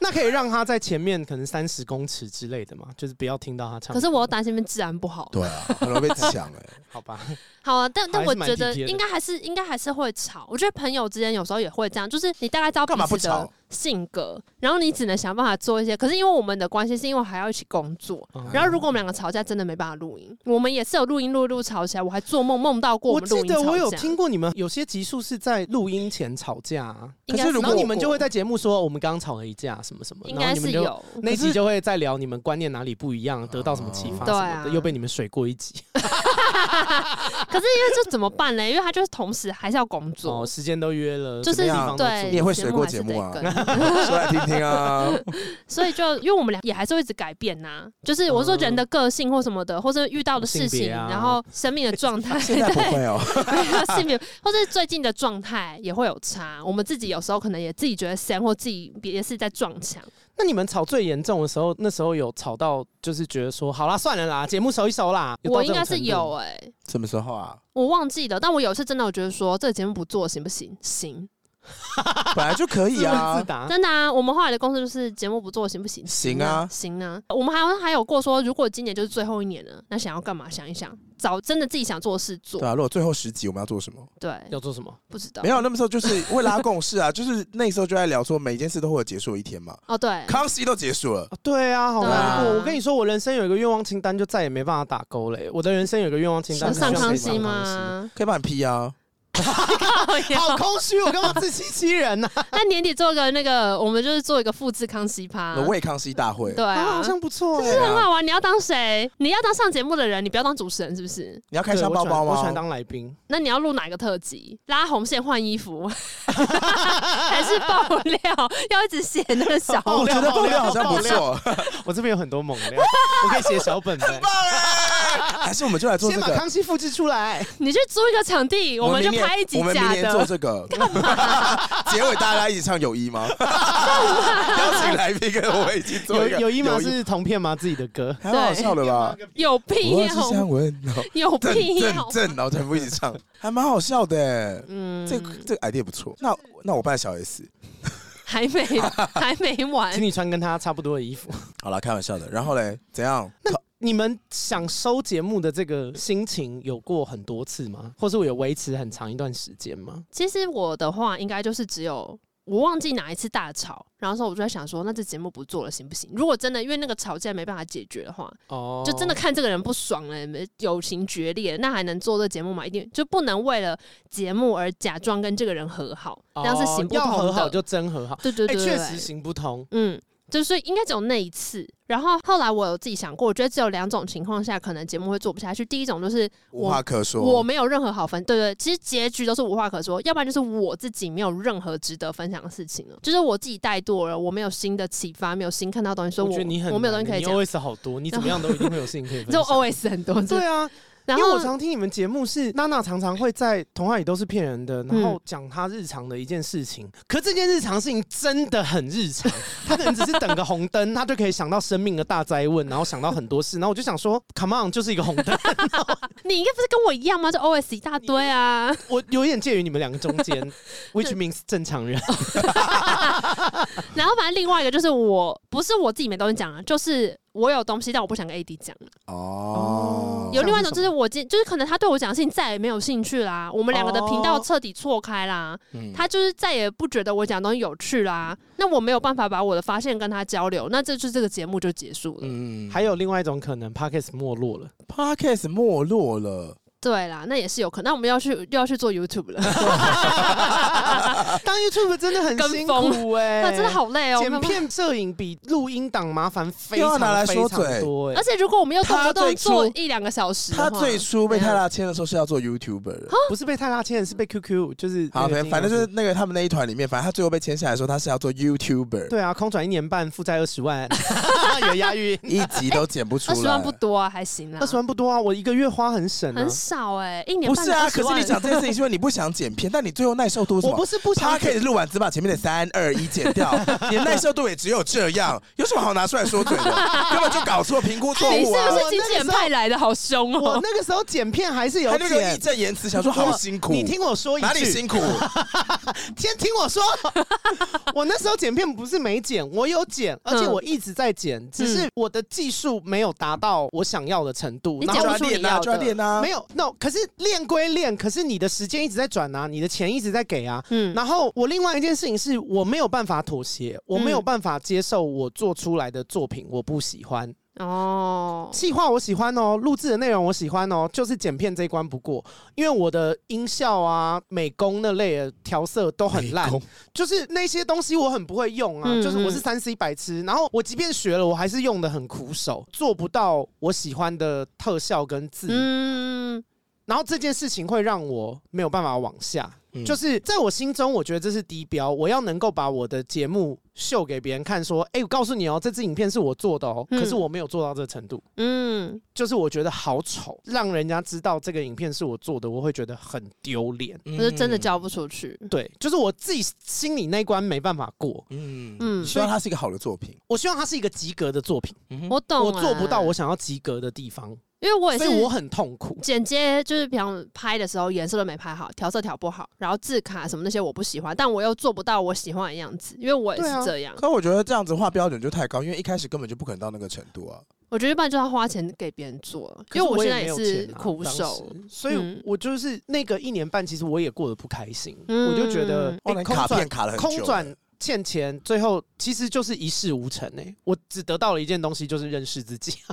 D: 那可以让他在前面可能三十公尺之类的嘛，就是不要听到他唱。
C: 可是我又担心那边治安不好。
B: 对啊，很容易被抢哎、
D: 好吧，
C: 好啊，但但
D: 还
C: 我
D: 是蛮
C: 觉得
D: 体贴的
C: 应该还是应该还是会吵。我觉得朋友之间有时候也会这样，就是你大概知道
B: 干嘛
C: 彼此
B: 不吵
C: 的性格，然后你只能想办法做一些。可是因为我们的关系是因为还要一起工作，
D: 嗯
C: 然后如果我们两个吵架真的没办法录音，我们也是有录音录一录吵起来，我还做梦梦到过
D: 我
C: 们录
D: 记
C: 音
D: 得
C: 吵架。
D: 我有听过你们有些集数是在录音前吵架、啊，
C: 应该
B: 可是如果
D: 然后
B: 我
D: 你们就会在节目说我们刚吵了一架什么什么，
C: 应
D: 然后
C: 该
D: 你们
C: 是
D: 就
C: 有，
D: 那一
B: 可
D: 集
B: 是
D: 就会在聊你们观念哪里不一样，得到什么启发什
C: 对
D: 么
C: 啊
D: 的，又被你们水过一集。
C: 可是因为这怎么办呢？因为他就是同时还是要工作
D: 哦，，时间都约了，
C: 就
D: 什
C: 是
D: 么地方都
C: 对，
D: 做
B: 你也会水过
C: 节
B: 节目啊
C: 还是得 更
B: 说来听听啊。
C: 所以就因为我们俩也还是会一直改变呐、就是我说人
B: 嗯
C: 的个性或什么的，或者遇到的
D: 性
C: 事
D: 别
C: 情，
D: 啊
C: 然后生 命的状态，
B: 现在不
C: 对，
B: 会哦，
C: 性别或者最近的状态也会有差。我们自己有时候可能也自己觉得香，或自己也是在撞墙。
D: 那你们吵最严重的时候，那时候有吵到就是觉得说，好啦，算了 啦，节目收一收啦。有到
C: 我
D: 这
C: 应
D: 种
C: 该是
D: 程度
C: 有
D: 吗，
C: 哎、
B: 什么时候啊？
C: 我忘记了，但我有一次真的我觉得说这个节目不做行不行？行，
B: 本来就可以
D: 自问
B: 啊
D: 自。答。
C: 真的啊。我们后来的公司就是节目不做行不行？
B: 行啊
C: 行啊。我们好像还有过说，如果今年就是最后一年了，那想要干嘛？想一想，找真的自己想做的事做
B: 对。啊，如果最后十集我们要做什么？
C: 对，
D: 要做什么？
C: 不知道
B: 没。有，那么时候就是为了拉 共识啊，就是那时候就在聊说每一件事都会有结束的一 天嘛。
C: 哦，对，
B: 康熙都结束了，
D: 啊对啊，好
C: 对
D: 难
C: 啊
D: 过。我跟你说，我人生有一个愿望清单，就再也没办法打勾嘞。我的人生有一个愿望清单，
C: 有
B: 上
D: 希望可以
C: 康
B: 康
D: 上
B: 熙
D: 康
C: 熙
D: 熙？
C: 吗？
B: 可以帮你 P 啊。
C: 靠腰
D: 好空虚，我干嘛自欺欺人呢、
C: 哦那年底做个那个，我们就是做一个复制康熙趴
B: 那，哦魏康熙大会，
C: 对
D: 啊？
C: 啊
D: 好，像不错哎、
B: 是
C: 很好玩。你要当谁？你要当上节目的人，你不要当主持人，是不是？
B: 你要开
D: 对
B: 箱
D: 我
B: 包
D: 喜欢
B: 包啊
D: 我喜欢
B: 吗？
D: 当来宾，
C: 那你要录哪个特辑？拉红线换 衣服，还是爆料？要一直写那个 小
D: 哦
B: 我觉得
D: 爆
B: 爆
D: 料
B: 料好像
D: 爆
B: 不
D: 料
B: 错，
D: 我这边有很多猛料，我可以写小本 本，
B: 还是我们就来做
D: 先
B: 这
D: 把
B: 个？
D: 康熙复制出来。
C: 你去租一个场地，我们就
B: 明年
C: 拍一集
B: 我们明
C: 假
B: 年做
C: 的。
B: 这个， 结尾大家一起唱《友谊》吗？邀请来宾跟我们一起做
D: 有
B: 一个
D: 有一码是同片吗？自己的歌，
B: 还蛮好笑的吧？
C: 有屁
B: 我
C: 用
B: 是想问，然后
C: 有
B: 正
C: 屁
B: 正
C: 用！
B: 正，然后全部一起唱， 还蛮好笑的欸。
C: 嗯，
B: 这个这个 idea 不错。那那我扮小 S，
C: 还没还没完
D: 请。你穿跟他差不多的衣服。
B: 好了，开玩笑的。然后嘞，怎样？
D: 你们想收节目的这个心情有过很多次吗？或是我有维持很长一段时间吗？
C: 其实我的话，应该就是只有我忘记哪一次大吵，然后说我就在想说，那这节目不做了行不行？如果真的因为那个吵架没办法解决的话，
D: 哦
C: 就真的看这个人不爽了，没友情决裂，那还能做这节目吗？一定就不能为了节目而假装跟这个人和好，这样是行不
D: 哦要
C: 通
D: 和
C: 的。
D: 好就真和好。
C: 对对
D: 哎，
C: 对对
D: 确
C: 对
D: 实行不通。
C: 嗯，就是应该只有那一次。然后后来我有自己想过，我觉得只有两种情况下可能节目会做不下去。第一种就是
B: 无
C: 我
B: 话可说。
C: 我没有任何好分，对对，其实结局都是无话可说，要不然就是我自己没有任何值得分享的事情了，就是我自己怠惰了，我没有新的启发，没有新看到东西，所以
D: 我觉得你很
C: 我没有东西
D: 难
C: 可以
D: 你
C: 讲，
D: OS 好多，你怎么样都一定会有事情可以分
C: 就
D: 享。
C: OS 很多，
D: 对啊，
C: 然
D: 因为
C: 后
D: 我常听你们节目是娜娜常常会在《童话里都是骗人
C: 嗯
D: 的》，然后讲她日常的一件事情，可这件日常事情真的很日 常，她可能只是等个红灯，她就可以想到生命的大灾问，然后想到很多事，然后我就想说，Come on，就是一个红 灯，
C: 你应该不是跟我一样吗？就 OS 一大堆啊，
D: 我有点介于你们两个中 间，which means 正常人，
C: 然后反正另外一个就是我不是我自己没东西讲啊，就是。我有东西，但我不想跟 AD 讲。
B: 哦
D: 哦，
C: 有另外一
D: 像
C: 种
D: 是
C: 就是我今就是可能他对我讲的事情再也没有兴趣啦，我们两个的频道
D: 哦
C: 彻底错开啦。
B: 嗯
C: 他就是再也不觉得我讲的东西有趣啦。那我没有办法把我的发现跟他交流，那这就这个节目就结束了。
B: 嗯
D: 还有另外一种可能 p o d c a s t 没落了，
B: podcast 没落了，
C: 对啦，那也是有可能。那我们要去又要去做 YouTube 了，
D: 当 YouTube 真的很
C: 啊跟
D: 辛
C: 风
D: 苦哎、
C: 那真的。好累哦。我没
D: 剪
C: 有办法
D: 片摄影比录音档麻烦非
B: 又要
D: 常
B: 拿来
D: 非
B: 说
D: 常
B: 嘴
D: 多、哎
C: 而且如果我们又动不
B: 他
C: 动
B: 最初
C: 做一两个小时的
B: 他
C: 话，
B: 最初被泰拉签的时候是要做 YouTuber 的。
D: 不是被泰拉签，是被 QQ，就是
B: 好，
D: 那个
B: 反
D: 金
B: 反正就
D: 老师
B: 是那个他们那一团里面，反正他最后被签下来的时候，他是要做 YouTuber，
D: 对啊，空转一年半，负债二十万， 有押 韵，
B: 一集都剪不出
C: 二
B: 来。
C: 十万不多啊，还行啦，
D: 二十万不多啊，我一个月花很省、啊
C: 很，少哎、一年
B: 不
C: 半
B: 是
C: 的
B: 啊，
C: 20
B: 可
C: 万
B: 是你讲这件事情是因为你不想剪片，但你最后耐受度是什
D: 我
B: 么
D: 不？是不想
B: 他可以录完，只把前面的三二一剪掉，你的耐受度也只有这样，有什么好拿出来说嘴的？根本就搞错，评估错
C: 哎你是
B: 误啊！
C: 不是经纪人派来的？好凶
D: 我
C: 哦！
D: 那个时候剪片还是有
B: 还那个义
D: 剪，
B: 正言辞，想说好辛苦，
D: 你听我说一句，
B: 哪里辛苦？
D: 先听我说， 我那时候剪片不是没剪，我有剪，而
C: 嗯
D: 且我一直在剪，只是我的技术没有达到我想要的程度，
C: 你
D: 然
C: 剪
B: 就
D: 后
C: 不
B: 要
C: 出你
B: 练
C: 要
B: 啊，
C: 的
B: 就要练啊，
D: 没有 no，可是练归练，可是你的时间一直在转啊，你的钱一直在给啊，
C: 嗯，
D: 然后我另外一件事情是我没有办法妥协，我没有办法接受我做出来的作品我不喜欢。
B: 嗯
C: 哦，
D: 企划我喜欢哦，录制的内容我喜欢哦，就是剪片这一关不过，因为我的音效啊、美工那类的调色都很烂
B: 美工，
D: 就是那些东西我很不会用啊，
C: 嗯
D: 就是我是
C: 嗯
D: 三 C 白痴，然后我即便学了，我还是用的很苦手，做不到我喜欢的特效跟字，
C: 嗯，
D: 然后这件事情会让我没有办法往下。
B: 嗯
D: 就是在我心中，我觉得这是低标，我要能够把我的节目秀给别人看，说，哎、我告诉你哦，这支影片是我做的哦，
C: 嗯
D: 可是我没有做到这程度，
C: 嗯，
D: 就是我觉得好丑，让人家知道这个影片是我做的，我会觉得很丢脸。
B: 嗯
C: 我就真的交不出去。
D: 对，就是我自己心里那一关没办法过。
B: 嗯
C: 嗯
B: 嗯，希望它是一个好的作品。
D: 我希望它是一个及格的作品，
C: 我懂，啊
D: 我做不到我，想要及格的地方，
C: 因为我也
D: 所
C: 是
D: 以我很痛苦。
C: 剪接就是平常拍的时候颜色都没拍好，调色调不好，然后字卡什么那些我不喜欢，但我又做不到我喜欢的样子，因为我也
D: 对啊
C: 是这样。
B: 可我觉得这样子画标准就太高，因为一开始根本就不可能到那个程度啊。
C: 我觉得一般就要花钱给别人做，因为
D: 可是也
C: 现在
D: 没有
C: 是
D: 钱啊
C: 苦
D: 当
C: 手。
D: 时所以
C: 嗯
D: 我就是那个一年半，其实我也过得不开心，
C: 嗯
D: 我就觉得、
B: 哦，
D: 哎
B: 那
D: 空
B: 卡
D: 转
B: 片卡了很久了，
D: 空转嗯欠钱，最后其实就是一事无成哎、我只得到了一件东西，就是认识自己。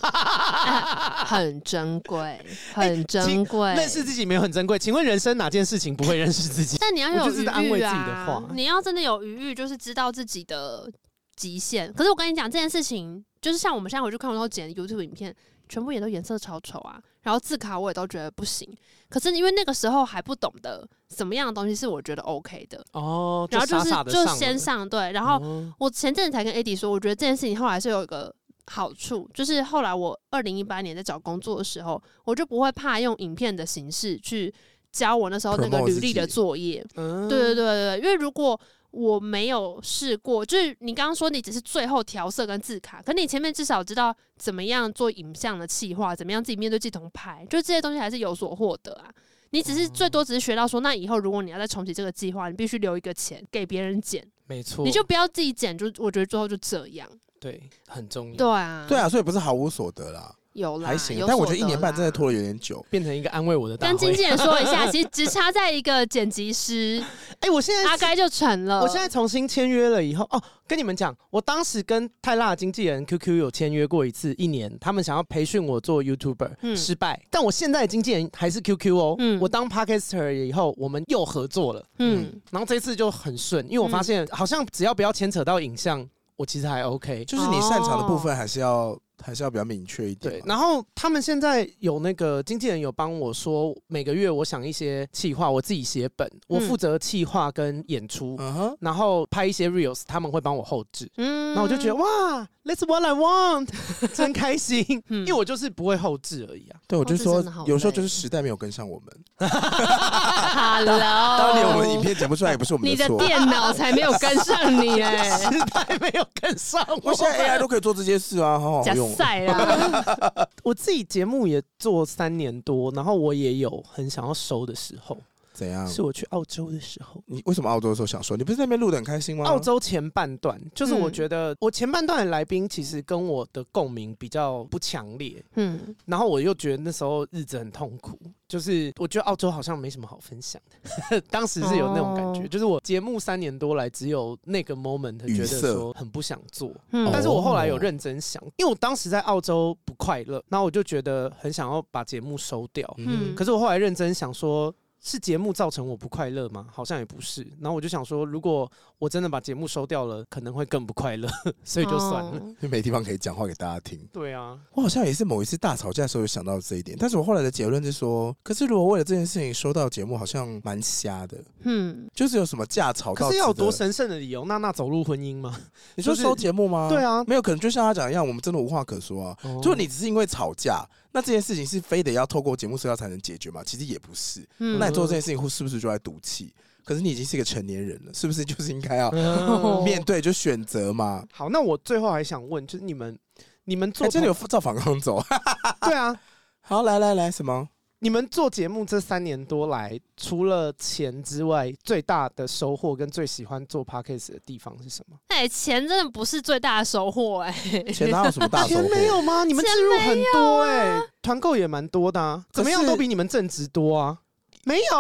C: 很珍
D: 哎
C: 贵，很珍贵。
D: 认识自己没有很珍贵，请问人生哪件事情不会认识自 己？
C: 但你要
D: 我
C: 有
D: 就是
C: 余
D: 在安慰自
C: 裕
D: 己的
C: 啊
D: 话！
C: 你要真的有余裕，就是知道自己的极限。可是我跟你讲这件事情，就是像我们现在回去看我都剪 YouTube 影片，全部也都颜色超丑啊，然后字卡我也都觉得不行。可是因为那个时候还不懂得什么样的东西是我觉得 OK 的，
D: 哦，
C: 然后就是
D: 傻傻的
C: 就
D: 上了
C: 先上对，然后
D: 哦
C: 我前阵子才跟 AD 说，我觉得这件事情后来是有一个好处，就是后来我二零一八年在找工作的时候，我就不会怕用影片的形式去教我那时候那个
B: Promote
C: 履历的
B: 自己
C: 作业。
D: 嗯
C: 对对对对，对因为如果我没有试过，就是你刚刚说你只是最后调色跟字卡，可你前面至少知道怎么样做影像的企划，怎么样自己面对镜头拍，就这些东西还是有所获得啊。你只是
B: 哦
C: 最多只是学到说，那以后如果你要再重启这个计划，你必须留一个钱给别人剪，
D: 没错，
C: 你就不要自己剪，就我觉得最后就这样。
D: 对，很重要，
C: 对啊，
B: 对，啊，所以不是毫无所得啦，
C: 有啦，
B: 还行
C: 有。
B: 但我
C: 所
B: 觉得一年
C: 啦
B: 半真的拖。了有点久。
D: 变成一个安慰我的大
C: 跟经
D: 会。
C: 纪人说 一下，其实只差在一个剪辑师，
D: 哎，我现在
C: 阿该就成了。
D: 我现在重新签约了以后，哦，跟你们讲，我当时跟泰辣的经纪人 QQ 有签约过一次，一年，他们想要培训我做 YouTuber，、
C: 嗯
D: 失败。但我现在的经纪人还是 QQ 哦，
C: 嗯
D: 我当 Podcaster 以后，我们又合作了，
C: 嗯
D: 然后这次就很顺，因为我发现、好像只要不要牵扯到影像，我其实还 OK。
C: 嗯
B: 就是你擅长的部分还是要还是要比较明确一点
D: 对
B: 嘛。，
D: 然后他们现在有那个经纪人有帮我说，每个月我想一些企划，我自己写本，我
C: 嗯
D: 负责企划跟演出，
B: 嗯哼，
D: 然后拍一些 reels，他们会帮我后置。
C: 嗯，
D: 那我就觉得哇，That's what I want，真开心，
C: 嗯
D: 因为我就是不会后置而 已啊。
B: 对我就
C: 哦这
B: 说
C: 真的好，
B: 有时候
C: 累哦
B: 就是时代没有跟上我们，
C: Hello，
D: 哦
B: 当年我们影片剪不出来也不是我们
C: 你的
B: 错。
C: 电脑才没有跟上 你哎、
D: 时代没有跟上
B: 我
D: 我，
B: 现在 AI 都可以做这些事啊，好好
C: 假
B: 用。
C: 赛啦，
D: 我自己节目也做三年多，然后我也有很想要收的时候，
B: 怎样？
D: 是我去澳洲的时候。
B: 你为什么澳洲的时候想说？你不是在那边录的很开心吗？
D: 澳洲前半段，就是我
C: 嗯
D: 觉得我前半段的来宾其实跟我的共鸣比较不强烈，
C: 嗯，
D: 然后我又觉得那时候日子很痛苦，就是我觉得澳洲好像没什么好分享的， 当时是有那种感觉，
C: 哦
D: 就是我节目三年多来只有那个 moment 觉
B: 语
D: 得
B: 塞
D: 说很不想做，
C: 嗯
D: 但是我后来有认真想，因为我当时在澳洲不快乐，然后我就觉得很想要把节目收掉，
C: 嗯
D: 可是我后来认真想说。是节目造成我不快乐吗？好像也不是。然后我就想说，如果我真的把节目收掉了，可能会更不快乐， 所以就算了。
C: 哦
B: 就没地方可以讲话给大家听。
D: 对啊，
B: 我好像也是某一次大吵架的时候有想到这一点，但是我后来的结论是说，可是如果为了这件事情收到节目，好像蛮瞎的，
C: 嗯，
B: 就是有什么架吵到。
D: 可是要有多？神圣的理由？娜娜走入婚姻吗？
B: 你说收节目吗？
D: 对啊，
B: 没有，可能就像他讲一样，我们真的无话可说啊。
D: 哦
B: 就你只是因为吵架，那这件事情是非得要透过节目社交才能解决吗？其实也不是。
C: 嗯
B: 那你做这件事情后是不是就在赌气？可是你已经是个成年人了，是不是就是应该要
D: 嗯
B: 面对就选择嘛？
D: 好，那我最后还想问，就是你们，你们做
B: 哎，这里
D: 朋
B: 有照反光走。
D: 对啊，
B: 好，来来来，什么？
D: 你们做节目这三年多来，除了钱之外，最大的收获跟最喜欢做 podcast 的地方是什么？
C: 哎、钱真的不是最大的收获 哎、
B: 钱哪有什么大收
D: 钱
B: 获？
D: 没有吗？你们
C: 钱
D: 植入很多哎、团购也蛮多的、啊，怎么样
B: 可是
D: 都比你们正值多啊。 没有，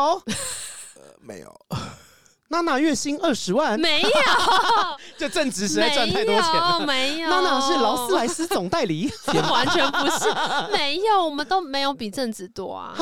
B: 呃没有。
D: 娜娜月薪二十万，
C: 没有，
D: 就正值实在
C: 没
D: 赚太多钱
C: 有，
D: 了。
C: 没有，
D: 娜娜是劳斯莱斯总代 理，
C: 完全不是，没有，我们都没有比正子多啊，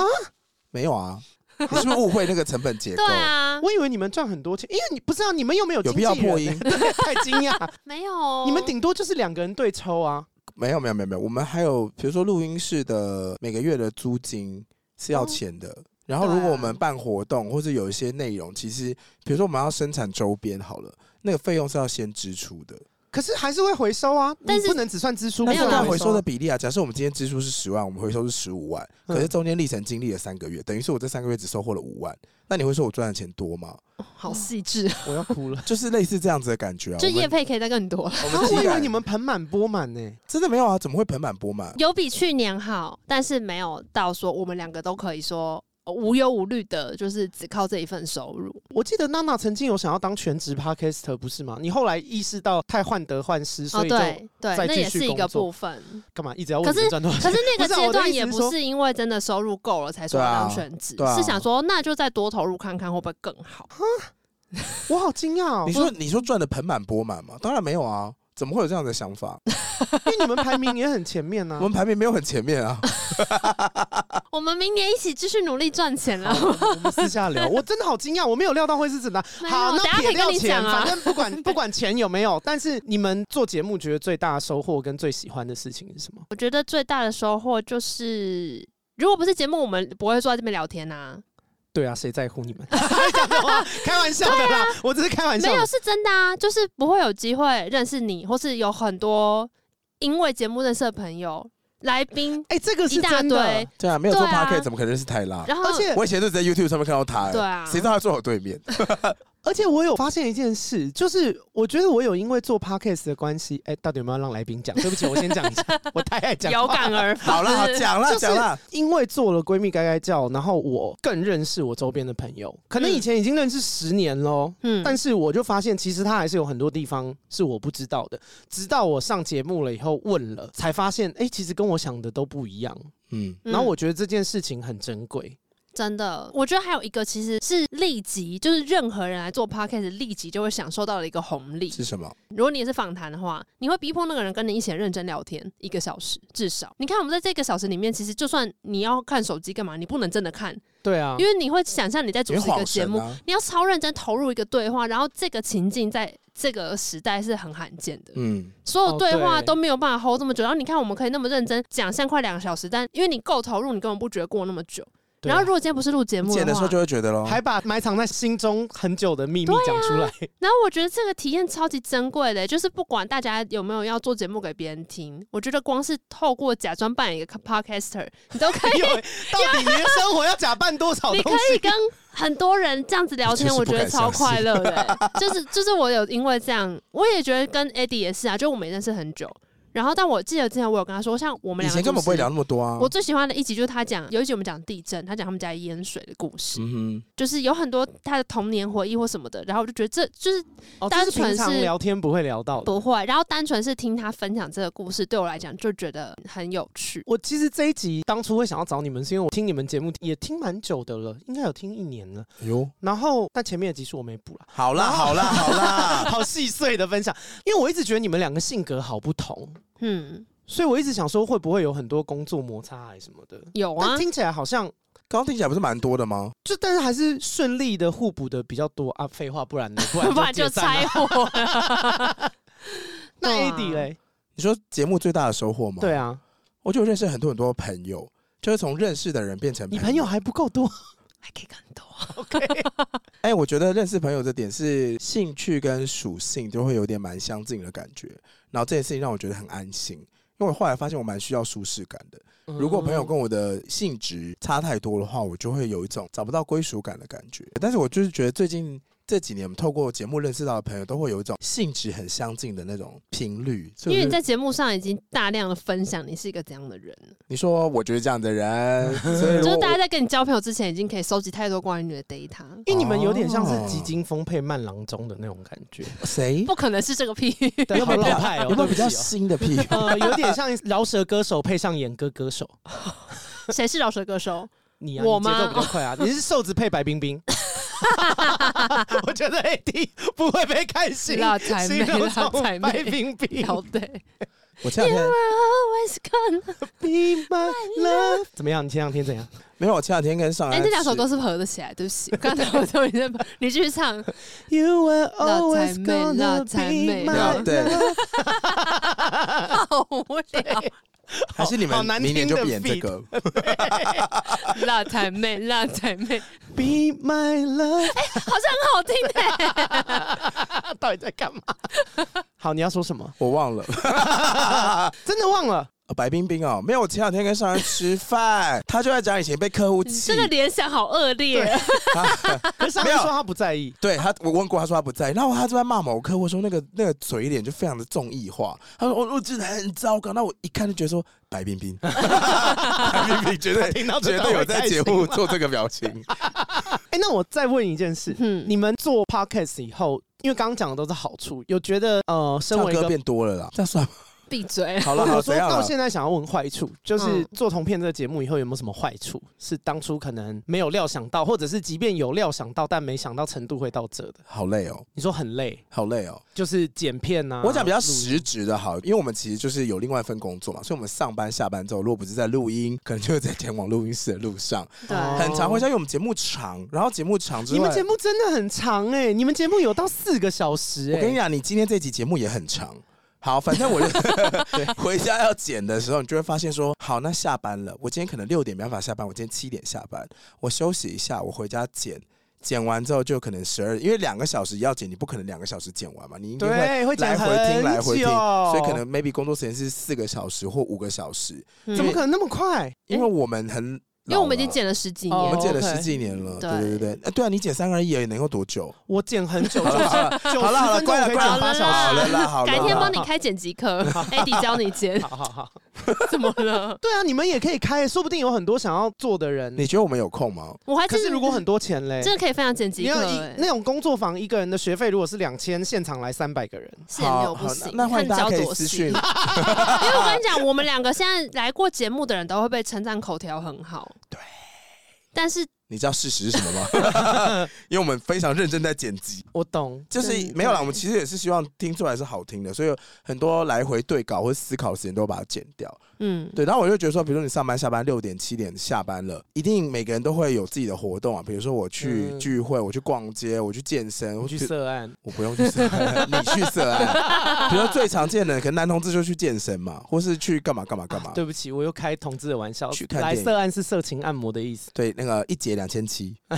B: 没有啊，你是不是误会那个成本结构
C: 对？啊，
D: 我以为你们赚很多钱，因为你不知啊道你们有没有
B: 有
D: 经纪
B: 必要
D: 人
B: 破音
D: 对太惊讶。
C: 没有，
D: 你们顶多就是两个人对抽啊。
B: 没有没有没有没有，我们还有比如说录音室的每个月的租金是要钱的。然后，如
C: 对
B: 果
C: 啊
B: 我们办活动或者有一些内容，其实比如说我们要生产周边好了，那个费用是要先支出的。
D: 可是还是会回收啊，
C: 但
D: 你
C: 是
D: 不能只算支出，
B: 那
C: 没有
B: 是
D: 不
C: 啦
B: 看
D: 能只
B: 回收的
D: 算
B: 比例啊。假设我们今天支出是十万，我们回收是十五万，
D: 嗯
B: 可是中间历程经历了三个月，等于是我这三个月只收获了五万。那你会说我赚的钱多吗？
C: 好细致，
D: 收，我要哭了。
B: 就是类似这样子的感觉啊。
C: 就
B: 我们
C: 业配可以再更多了，
B: 我
D: 啊
B: 们
D: 我
B: 体
D: 以为
B: 感
D: 你们盆满钵满欸呢。
B: 真的没有啊？怎么会盆满钵满？
C: 有比去年好，但是没有到说我们两个都可以说。呃无忧无虑的，就是只靠这一份收入。哦
D: 我记得娜娜曾经有想要当全职 podcaster，不是吗？你后来意识到太患得患失，
C: 哦，
D: 所以就
C: 对对，
D: 再
C: 那
D: 继
C: 也
D: 续
C: 是一个
D: 工作
C: 部分。
D: 干嘛一直要问
C: 可
D: 你
C: 是
D: 们赚多少
C: 可
D: 钱？
C: 是那
D: 不是
C: 个
D: 啊
C: 阶
D: 我的
C: 段
D: 意思
C: 也
D: 是
C: 不
D: 说
C: 是因为真的收入够了才说
B: 对
C: 要
B: 啊
C: 当全职，
B: 对啊
C: 是想说那就再多投入看看会不会更好。
D: 我好惊讶哦
B: 你，说你说赚的盆满钵满吗？当然没有啊，怎么会有这样的想法？
D: 因为你们排名也很前面啊呢、
B: 我们排名没有很前面啊。
C: 我们明年一起继续努力赚钱了。
D: 好我们私下聊，我真的好惊讶，我没有料到会是怎的。
C: 没有
D: 好，
C: 我等
D: 那
C: 下可
D: 撇
C: 以跟
D: 掉
C: 你
D: 钱，
C: 讲啊
D: 反正不 管不管钱有没有，但是你们做节目觉得最大的收获跟最喜欢的事情是什么？
C: 我觉得最大的收获就是，如果不是节目，我们不会坐在这边聊天呐、
D: 对啊，谁在乎你们？ 讲什么开玩笑的啦，我只是开玩笑
C: 啊没
D: 的
C: 有。是真的啊，就是不会有机会认识你，或是有很多因为节目认识的朋友、来宾
D: 哎、这个
C: 一
D: 是
C: 大
D: 真的
C: 堆，，
B: 对啊，没有做
C: 对啊
B: p o d 怎么可能认识泰拉？
C: 然后
D: 而且
B: 我以前都只在 YouTube 上面看到他、欸，
C: 对啊
B: 谁知道他坐我对 面？
D: 而且我有发现一件事，就是我觉得我有因为做 podcast 的关系，哎、到底有没有让来宾讲？对不起，我先讲一 下，我太爱讲话
C: 有感而发。
B: 好啦，讲啦，
D: 就是
B: 讲啦。
D: 因为做了闺蜜该该叫，然后我更认识我周边的朋友，可能以前已经认识十年喽。
C: 嗯
D: 但是我就发现，其实他还是有很多地方是我不知道的。直到我上节目了以后问了，才发现，哎、其实跟我想的都不一样。
B: 嗯，
D: 然后
C: 嗯
D: 我觉得这件事情很珍贵。
C: 真的，我觉得还有一个其实是立即，就是任何人来做 podcast 立即就会享受到的一个红利。
B: 是什么？
C: 如果你也是访谈的话，你会逼迫那个人跟你一起认真聊天一个小时至少。你看我们在这个小时里面，其实就算你要看手机干嘛，你不能真的看，
D: 对啊，
C: 因为你会想象你在主
B: 因为
C: 持一个
B: 晃
C: 节
B: 神
C: 目，
B: 啊。
C: 你要超认真投入一个对话，然后这个情境在这个时代是很罕见的。
B: 嗯，
C: 所有对
D: 哦
C: 话
D: 对
C: 都没有办法 hold 这么久，然后你看我们可以那么认真讲，像快两个小时，但因为你够投入，你根本不觉得过那么久。
D: 对
C: 然后如果今天不是录节目
B: 啊见的时
C: 话
B: 候，就会觉得咯。
D: 还把埋藏在心中很久的秘
C: 啊
D: 密讲出来。
C: 然后我觉得这个体验超级珍贵的，就是不管大家有没有要做节目给别人听，我觉得光是透过假装扮演一个 podcaster，你都可以，
D: 有， 到底你的生活要假扮多少
C: 你可
D: 东
C: 以
D: 西？
C: 跟很多人这样子聊天，
B: 我
C: 我
B: 就是不
C: 觉得
B: 敢
C: 超
B: 相信
C: 快乐的。 就是就是我有因为这样，我也觉得跟 Eddie 也是啊，就我们也认识很久。然后但我记得之前我有跟他说，像我们
B: 以
C: 两个
B: 前根本不会聊
C: 主
B: 那么多啊
C: 持。我最喜欢的一集就是他讲有一集我们讲地震，他讲他们家淹水的故事，
B: 嗯
C: 就是有很多他的童年回忆或什么的。然后我就觉得这就是
D: 哦，
C: 单
D: 这是
C: 纯
D: 平常
C: 是
D: 聊天不会聊到的。
C: 不会，然后单纯是听他分享这个故事，对我来讲就觉得很有趣。
D: 我其实这一集当初会想要找你们，是因为我听你们节目也听蛮久的了，应该有听一年了。
B: 哼，哟，
D: 然后但前面的集数我没补了，
B: 哎好啦，好 啦，好啦。
D: 好细碎的分享，因为我一直觉得你们两个性格好不同，
C: 嗯，
D: 所以我一直想说会不会有很多工作摩擦还是什么的。
C: 有啊
D: 但，听起来好像
B: 刚刚听起来不是蛮多的吗？
D: 就，但是还是顺利的互补的比较多啊。废话，不 然呢？不然
C: 不然就
D: 解散
C: 拆
D: 了。
C: 伙 了。
D: 那
C: 对啊
D: AD 嘞？
B: 你说节目最大的收获吗？
D: 对，啊，
B: 我就认识很多很多朋友，就是从认识的人变成
D: 你朋友。还不够多。
C: 还可以更多。
B: 哎、我觉得认识朋友这点是兴趣跟属性就会有点蛮相近的感觉，然后这件事情让我觉得很安心，因为我后来发现我蛮需要舒适感的。
D: 嗯
B: 如果朋友跟我的性质差太多的话，我就会有一种找不到归属感的感觉。但是我就是觉得最近这几年透过节目认识到的朋友，都会有一种性质很相近的那种频率。所以
C: 因
B: 我就
C: 为你在节目上已经大量的分享你是一个怎样的人，
B: 你说我就是这样的人，所以
C: 就
B: 如
C: 是
B: 果
C: 大家
B: 我
C: 在跟你交朋友之前，已经可以收集太多关于你的 data，
D: 因为你们有点像
B: 哦
D: 是基金丰沛慢郎中的那种感 觉，
B: 谁
C: 不可能是这个屁。
D: 对，
B: 有
D: 好
B: 没有
D: 老
B: 比较
D: 派哦，
B: 有没
D: 对
B: 有
D: 不
B: 比
D: 起
B: 较
D: 哦
B: 新的 屁？
D: 呃，有点像饶舌歌手 配上演歌歌手。
C: 谁是饶舌歌手？
D: 你啊，
C: 我
D: 你节奏
C: 吗
D: 比较快 啊，你是瘦子配白冰冰。 我觉得 AD 不会被看新，
C: 辣才
D: 新
C: 妹，
D: 柔
C: 辣
D: 中
C: 才
D: 白
C: 妹，
D: 冰冰
C: 好对。
B: 我前两天
C: Always gonna-
D: Be my love，怎么样？你前两天怎样？
B: 没有，我前两天跟上
C: 哎，
B: 来
C: 这两首歌是不是合得起来，对不起，刚才我都已经， 你继续唱。
D: You were
C: 那才
D: always
C: 妹
D: gonna
C: 那才
D: be
C: 妹
D: my
B: 对
D: love。
C: 好无聊，
B: 还是你
D: 好
B: 们
D: 难
B: 明年
D: 听
B: 就
D: 的
B: 演这
D: feat
B: 个？
C: 辣台妹，辣台妹，
D: Be my love，
C: 好像很好听欸的、
D: 啊
B: 哎
D: 到底在干嘛？ 好，你要说什么？
B: 我忘了。
D: 真的忘了。
B: 哦白冰冰哦，没有，我前两天跟上人吃饭，他就在讲以前被客户
C: 你
B: 气
C: 这，个联想好恶劣，
B: 他
D: 可是他
B: 没有
D: 说他不在意。
B: 对他，我问过，他说他不在，然后他就在骂某客户说那个那个嘴脸就非常的综艺化，他说哦我我真的很糟糕，那我一看就觉得说白冰 冰，白冰冰绝对
D: 听到
B: 绝
D: 这段
B: 对有
D: 会开
B: 在
D: 心
B: 节目做这个表 情，
D: 哎、那我再问一件事，
C: 嗯
D: 你们做 podcast 以后，因为刚刚讲的都是好处，有觉得呃，身
B: 唱
D: 为一
B: 歌
D: 个
B: 变多了啦，这样算吗？
C: 闭嘴！
B: 好了，好
D: 我
B: 怎
D: 说
B: 样
D: 到
B: 了？
D: 现在想要问坏处，就是
C: 嗯
D: 做同片这个节目以后有没有什么坏处？是当初可能没有料想到，或者是即便有料想到，但没想到程度会到这的。
B: 好累哦，
D: 你说很累，
B: 好累哦。
D: 就是剪片呐、啊。
B: 我讲比较
D: 录音
B: 实质的好，因为我们其实就是有另外一份工作嘛，所以我们上班下班之后，如果不是在录音，可能就是在前往录音室的路上，
C: 对，啊
D: 哦
B: 很常会像因为我们节目长，然后节目长之外，
D: 你们节目真的很长哎、你们节目有到四个小时哎、
B: 我跟你讲，你今天这集节目也很长。好，反正我就 回家要剪的时候，你就会发现说，好，那下班了，我今天可能六点没办法下班，我今天七点下班，我休息一下，我回家剪。剪完之后就可能十二，因为两个小时要剪，你不可能两个小时剪完嘛，你应该
D: 对，会
B: 来
D: 讲
B: 回
D: 很久，
B: 听来回听，所以可能 maybe 工作时间是四个小时或五个小时，
C: 嗯
D: 怎么可能那么快？
B: 因为我们很老了，
C: 因为我们已经剪了十几
D: 哦
B: 我
C: 年
B: 们，剪了
D: OK
B: 十几年了，
C: 对
B: 对对对，啊对啊，你剪三个人一而已能够多久？
D: 我剪很 久，
B: 好
D: 就是
B: 了好了
D: 九
B: 好了好
D: 十
B: 了
D: 分钟
B: 乖了
D: 我可以
B: 乖了
D: 剪八小
B: 好
D: 时。
B: 了啦，好了啦，
C: 改天帮你开剪辑课，Eddie 教你剪，
D: 好好好，
C: 怎么了？
D: 对啊，你们也可以开，说不定有很多想要做的人。
B: 你觉得我们有空吗？
C: 我还
D: 可
C: 真
D: 是
C: 的
D: 如果很多钱嘞，
C: 真的可以分享剪
D: 你
C: 辑课
D: 要一
C: 欸，
D: 那种工作坊一个人的学费如果是两千，现场来三百个人，
C: 是也没有
B: 好
C: 不
B: 好
C: 行，
B: 那那欢
C: 看
B: 迎大
C: 焦
B: 家可以
C: 多
B: 私
C: 细
B: 讯
C: 因为我跟你讲，我们两个现在来过节目的人都会被称赞口条很好，
B: 对。
C: 但是
B: 你知道事实是什么吗？ 因为我们非常认真在剪辑，
D: 我懂。
B: 就是
C: 真的
B: 没有啦。我们其实也是希望听出来是好听的，所以很多来回对稿或思考的时间都会把它剪掉。
C: 嗯，
B: 对，然后我就觉得说，比如说你上班下班六点七点下班了，一定每个人都会有自己的活动啊。比如说我去
D: 嗯
B: 聚会，我去逛街，我去健身，我
D: 我去
B: 去
D: 涉案，
B: 我不用去 色案，你去色案。比如说最常见的，可能男同志就去健身嘛，或是去干嘛干嘛干嘛。
D: 对不起，我又开同志的玩笑
B: 去。看
D: 来
B: 电影
D: 涉案是色情按摩的意思。
B: 对，那个一节两千七，
C: 啊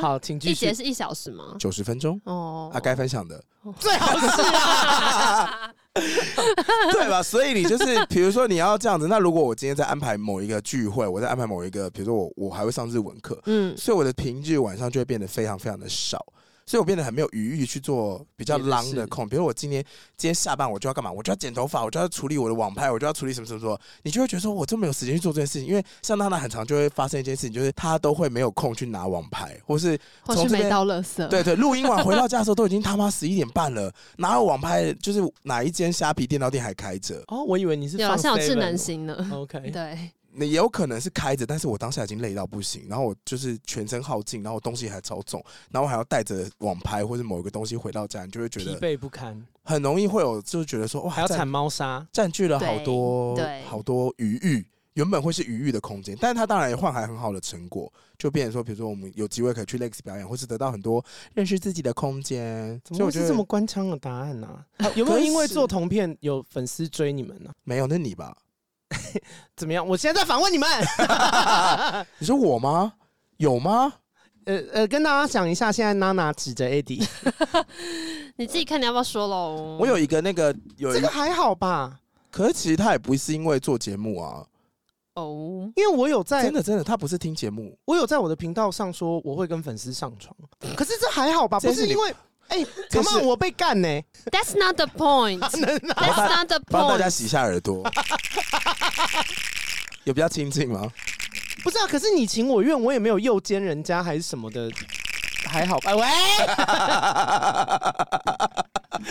D: 好，请继
C: 一节
D: 续。
C: 是一小时吗？
B: 九十分钟。
C: 哦，
B: 啊，该分享的，
D: 最好是
C: 啊
B: 对吧？所以你就是，比如说你要这样子，那如果我今天在安排某一个聚会，我在安排某一个，比如说我我还会上日文课，
C: 嗯，
B: 所以我的平日晚上就会变得非常非常的少，所以我变得很没有余裕去做比较
D: 别的
B: 浪
D: 事
B: 的空。比如我今天今天下班我就要干嘛？我就要剪头发，我就要处理我的网拍，我就要处理什么什么什么，你就会觉得说我真没有时间去做这件事情。因为像娜娜很常就会发生一件事情，就是她都会没有空去拿网拍，或是
C: 或
B: 从
C: 是
B: 这
C: 没
B: 边
C: 到垃圾，
B: 对对，录音完回到家的时候都已经他妈十一点半了，哪有网拍？就是哪一间虾皮电脑店还开着？
D: 哦，我以为你是
C: 有啊，
D: 放
C: 像有
D: 7-Eleven
C: 智能型
B: 哦
C: 的，
D: OK，
C: 对，
B: 那也有可能是开着，但是我当下已经累到不行，然后我就是全身耗尽，然后我东西还超重，然后我还要带着网拍或者某一个东西回到家，你就会觉
D: 疲
B: 得
D: 惫不堪，
B: 很容易会有，就是觉得说哇，
D: 还要
B: 占
D: 铲猫砂。
B: 占据了好
C: 对
B: 多
C: 对
B: 好多余裕，原本会是余裕的空间，但是它当然也换来很好的成果，就变成说，比如说我们有机会可以去 Lex 表演，或是得到很多认识自己的空间。
D: 怎
B: 所以
D: 么
B: 我
D: 会
B: 觉
D: 是这么
B: 得
D: 官腔的答案呢、啊有没有
B: 可
D: 因为
B: 是
D: 做同片有粉丝追你们呢、
B: 没有，那你吧？
D: 怎么样？我现在在反问 你们。
B: 你说我吗？有吗？
D: 呃呃，跟大家讲一下，现在娜娜指着 AD，
C: 你自己看你要不要说喽？
B: 我有一个那个有
D: 这
B: 一
D: 个，还好吧？
B: 可是其实他也不是因为做节目啊，
C: 哦，
D: 因为我有在
B: 真，的真的，他不是听节目，
D: 我有在我的频道上说我会跟粉丝上床，可是这还好吧？
B: 这
D: 不
B: 是
D: 是
B: 你
D: 因为，哎、
B: 这
D: 怎
B: 是
D: 么我被干呢、
C: That's not the point. That's not the
B: 帮大家
C: point.
B: 洗一下耳朵。 有比较亲近吗？
D: 不是啊，可是你情我愿，我也没有诱奸人家还是什么的，还好吧？
C: 呃
D: 喂，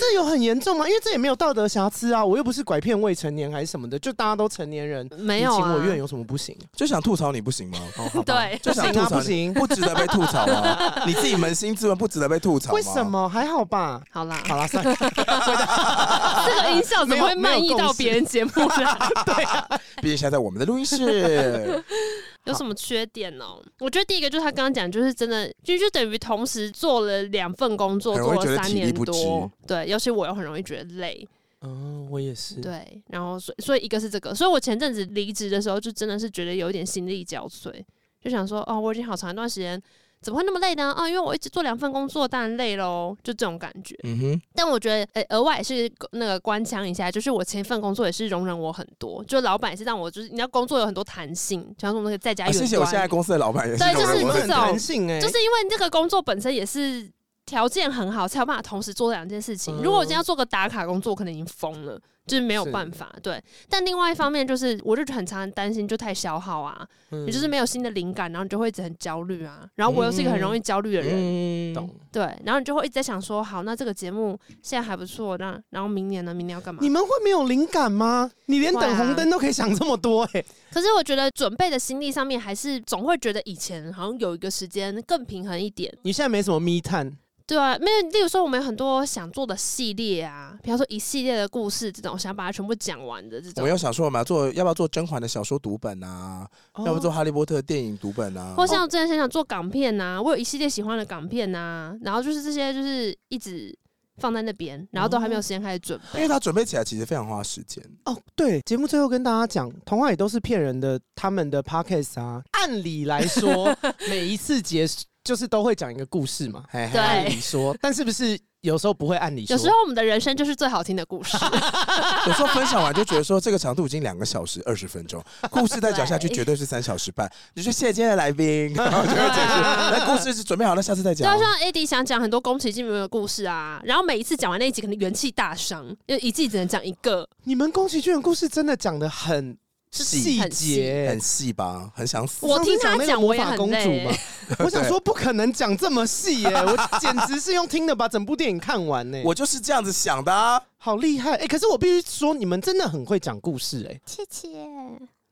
D: 这有很严重吗？因为这也没有道德瑕疵啊，我又不是拐骗未成年还是什么的，就大家都成年人，
C: 没有
D: 你情
C: 啊
D: 我愿有什么不行？
B: 就想吐槽你不行吗？
D: 哦，好吧
C: 对
B: 就想吐槽
D: 不
B: 你
D: 行啊不行
B: 不值得被吐槽吗？你自己扪心自问，不值得被吐槽吗？
D: 为什？么？还好吧？
C: 好啦，
D: 好啦，算 了，
C: 这个音效怎么
D: 没有没
C: 会
D: 有
C: 漫溢到
D: 共识
C: 别人节目啦？
B: 毕竟现在在我们的录音 室，
C: 有什么缺点呢、我觉得第一个就是他刚刚讲，就是真的，就就等于同时做了两份工作，
B: 很
C: 做
B: 容易觉
C: 了
B: 得
C: 三
B: 体力
C: 年
B: 不
C: 多。对，尤其我又很容易觉得累。
D: 嗯，我也是。
C: 对，然后所以所以一个是这个，所以我前阵子离职的时候，就真的是觉得有一点心力交瘁，就想说，哦，我已经好长一段时间，怎么会那么累呢？啊、因为我一直做两份工作，当然累喽，就这种感觉。
B: 嗯哼，
C: 但我觉得，呃、额外也是那个官腔一下，就是我前一份工作也是容忍我很多，就老板也是让我就是，你要工作有很多弹性，像说那个在家
B: 啊
C: 远
B: 谢
C: 端、
B: 谢我现在公司的老板也是
C: 对
B: 容
C: 就是
B: 忍我
D: 你
B: 很
D: 很
C: 这种
D: 弹性哎、
C: 就是因为这个工作本身也是条件很好，才有办法同时做两件事情。
D: 嗯
C: 如果我今天要做个打卡工作，我可能已经疯了。就是没有
B: 是
C: 办法。对，但另外一方面就是，我就很常担心就太消耗啊，
D: 嗯
C: 你就是没有新的灵感，然后你就会一直很焦虑啊。然后我又是一个很容易焦虑的人，
D: 嗯
B: 懂。
C: 对，然后你就会一直在想说，好，那这个节目现在还不错，那然后明年呢？明年要干嘛
D: 你？们会没有灵感吗？你连
C: 会
D: 等
C: 啊
D: 红灯都可以想这么多哎、
C: 可是我觉得准备的心力上面，还是总会觉得以前好像有一个时间更平衡一点。
D: 你现在没什么密探，
C: 对啊，没有，例如说我们有很多想做的系列啊，比方说一系列的故事这种，想把它全部讲完的这
B: 我
C: 种
B: 们，要想说，我们要做，要不要做甄嬛的小说读本啊？
D: 哦
C: 哦
B: 要不做哈利波特的电影读本啊？
C: 或像我之前想想做港片呐、我有一系列喜欢的港片呐、然后就是这些就是一直放在那边，然后都还没有时间开始准
B: 因
C: 备。
B: 为它准备起来其实非常花时间。
D: 哦，对，节目最后跟大家讲，童话也都是骗人的，他们的 podcast 啊，按理来 说每一次结束就是都会讲一个故事嘛，
B: 嘿嘿
C: 对
D: 按理说，但是不是有时候不会按理说？
C: 有时候我们的人生就是最好听的故事，
B: 有时候分享完就觉得说，这个长度已经两个小时二十分 钟，故事再讲下去绝对是三小时半。你说谢谢今天的来 宾，然后就会结束。那故事是准备好了，下次再
C: 对
B: 讲。
C: 啊，像 AD 想讲很多宫崎骏的故事啊，然后每一次讲完那一集，可能元气大伤，因为一季只能讲一个。
D: 你们宫崎骏的故事真的讲的很
B: 细
D: 细
C: 很
D: 节，
B: 很细吧，很想死。
C: 我听
D: 上
C: 他
D: 次那个
C: 讲
D: 魔
C: 我也
D: 法
C: 很
D: 公主
C: 累
D: 嘛，我想说不可能讲这么细耶、我简直是用听的把整部电影看完呢、
B: 我就是这样子想的、啊，
D: 好厉害哎、可是我必须说，你们真的很会讲故事哎、
E: 谢谢。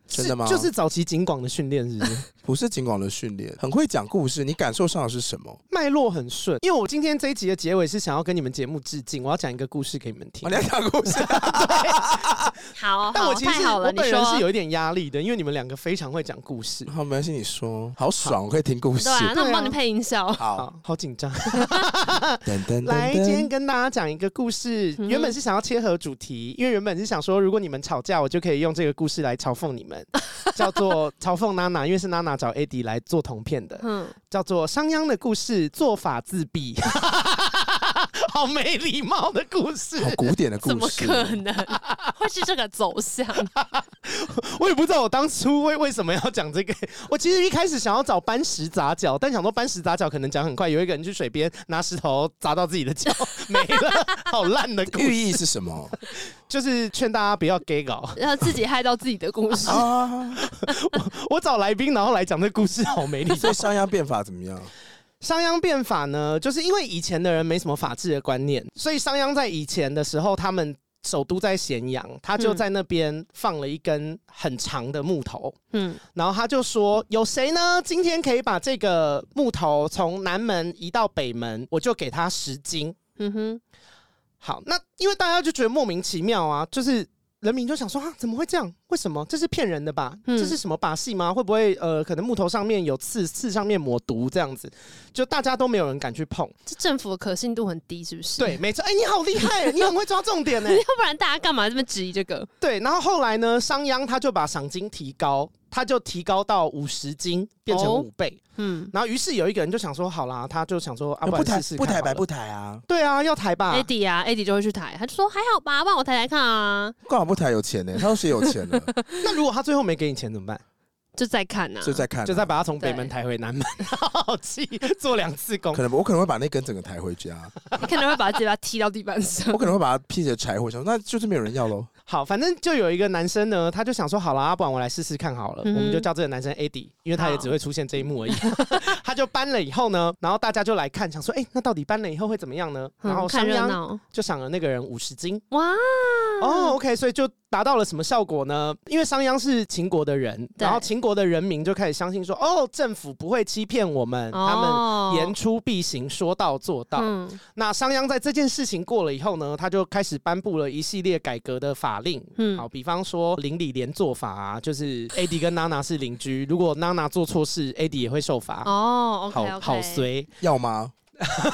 B: 真的吗？
D: 是就是早期景广的训练是不是？
B: 不是景广的训练，很会讲故事。你感受上的是什么？
D: 脉络很顺，因为我今天这一集的结尾是想要跟你们节目致敬，我要讲一个故事给你们听
B: 哦、你。要讲故事，
C: 好，
D: 但
C: 好
D: 我其实
C: 太好了，
D: 我
C: 你
D: 本人
C: 说
D: 是有一点压力的，因为你们两个非常会讲故事，
B: 好，没关系，你说，好爽，我可以听故事
C: 对。啊，
D: 对
C: 那我
D: 啊
C: 帮你配 音效。
B: 好，
D: 好好紧 张。
B: 等等
D: 来，今天
B: 等，
D: 跟大家讲一个故事。
C: 嗯
D: 原本是想要切合主题，因为原本是想说，如果你们吵架，我就可以用这个故事来嘲讽你 们，叫做嘲讽娜娜，因为是娜娜找 AD 来做铜片的，
C: 嗯，
D: 叫做商鞅的故事，做法自毙。 好没礼貌的故事，
B: 好古典的故
C: 怎么
B: 事，
C: 可能会是这个走向？
D: 我也不知道我当初为为什么要讲这个。 我其实一开始想要找搬石砸脚，但想说搬石砸脚可能讲很快，有一个人去水边拿石头砸到自己的脚， 没 了，好烂的故
B: 寓
D: 事。
B: 意是什么
D: 就是劝大家不要 gay 搞。
C: 然后自己害到自己的 故事。
B: 啊？
D: 我找来宾，然后来讲这故事，好没礼貌
B: 所以。商鞅变法怎么样？
D: 商鞅变法呢，就是因为以前的人没什么法治的观念，所以商鞅在以前的时候，他们首都在咸阳，他就
C: 嗯
D: 在那边放了一根很长的木头，
C: 嗯，
D: 然后他就说：“有谁呢？今天可以把这个木头从南门移到北门，我就给他十斤。
C: 嗯哼，”
D: 好，那因为大家就觉得莫名其妙啊，就是人民就想说啊，怎么会这样？为什么？这是骗人的吧？
C: 嗯
D: 这是什么把戏吗？会不会呃，可能木头上面有刺，刺上面抹毒这样子？就大家都没有人敢去碰。
C: 这政府的可信度很低，是不是？
D: 对，，没错。哎、你好厉害，你很会抓重点呢、
C: 要不然大家干嘛这么质疑这个？
D: 对，然后后来呢，商鞅他就把赏金提高，他就提高到五十斤，变成
C: 哦
D: 五倍。
C: 嗯
D: 然后于是有一个人就想说，好啦，他就想说，啊，
B: 呃不
D: 然
B: 抬
D: 试试
B: 不
D: 看
B: 抬
D: 好
B: 白
D: 了
B: 不抬啊？
D: 对啊，要抬吧。
C: ，AD 啊，AD 就会去抬，他就说还好吧，帮我抬抬看啊，
B: 干嘛不抬有钱呢、他说谁有钱了，
D: 那如果他最后没给你钱怎么办？
C: 就再看啊，
B: 就在看、
D: 就再把他从北
C: 对
D: 门抬回南门， 好气，做两次工
B: 可。能我可能会把那根整个抬回家，
C: 你可能会把自己把它踢到地板上
B: 我。可能会把它劈着柴火，想说那就是没有人要喽。
D: 好，反正就有一个男生呢，他就想说，好啦，啊不然我来试试看好了。
C: 嗯哼
D: 我们就叫这个男生 AD，因为他也
C: 好
D: 只会出现这一幕而已。 他就搬了以后呢，然后大家就来看，想说，哎、那到底搬了以后会怎么样呢？然后
C: 嗯看
D: 商
C: 热
D: 鞅
C: 闹，
D: 就赏了那个人五十斤。
C: 哇，嗯
D: 哦、o k 所以就达到了什么效果呢？因为商鞅是秦国的人，
C: 对
D: 然后秦国的人民就开始相信说，哦，政府不会欺骗我们，他
C: 哦
D: 们言出必行，说到做到。
C: 嗯
D: 那商鞅在这件事情过了以后呢，他就开始颁布了一系列改革的法令。
C: 嗯
D: 好，比方说邻里连坐法啊，就是 AD 跟娜娜是邻居，如果娜娜做错事，AD 也会受罚。
C: 哦，OK，
D: 好好。随，
B: 要吗？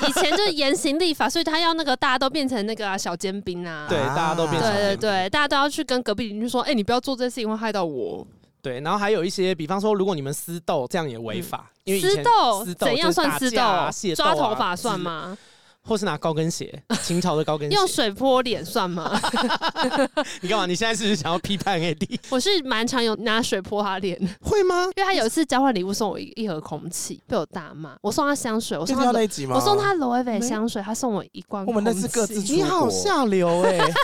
C: 以前就是严刑立法，所以他要那个大家都变成那个啊小尖兵啊。
D: 对，
B: 啊
D: 大家都变
C: 对
D: 成
B: 小
C: 对
B: 尖兵
C: 对，大家都要去跟隔壁邻居说，哎、你不要做这事情，会害到我。
D: 对，然后还有一些，比方说，如果你们私斗，这样也违法，因为以前
C: 嗯私斗
D: 私斗
C: 怎
D: 就
C: 样
D: 是
C: 算
D: 打
C: 私斗？
D: 架啊械斗啊
C: 抓头发算？
D: 之类
C: 吗？
D: 或是拿高跟 鞋，清朝的高跟鞋
C: 用。水泼脸算吗？
D: 你干嘛？你现在是不是想要批判 AD？
C: 我是蛮常有拿水泼他脸，因
D: 会吗？
C: 为他有一次交换礼物送我一一盒空气，被我大骂。我送他香水，我
B: 就是
C: 送
B: 要
C: 他
B: 那一集吗？
C: 我送他罗威
D: 没
C: 美香水，他送我一罐
B: 我
C: 空气。
B: 们那是各自出
D: 你好
B: 国
D: 下流哎、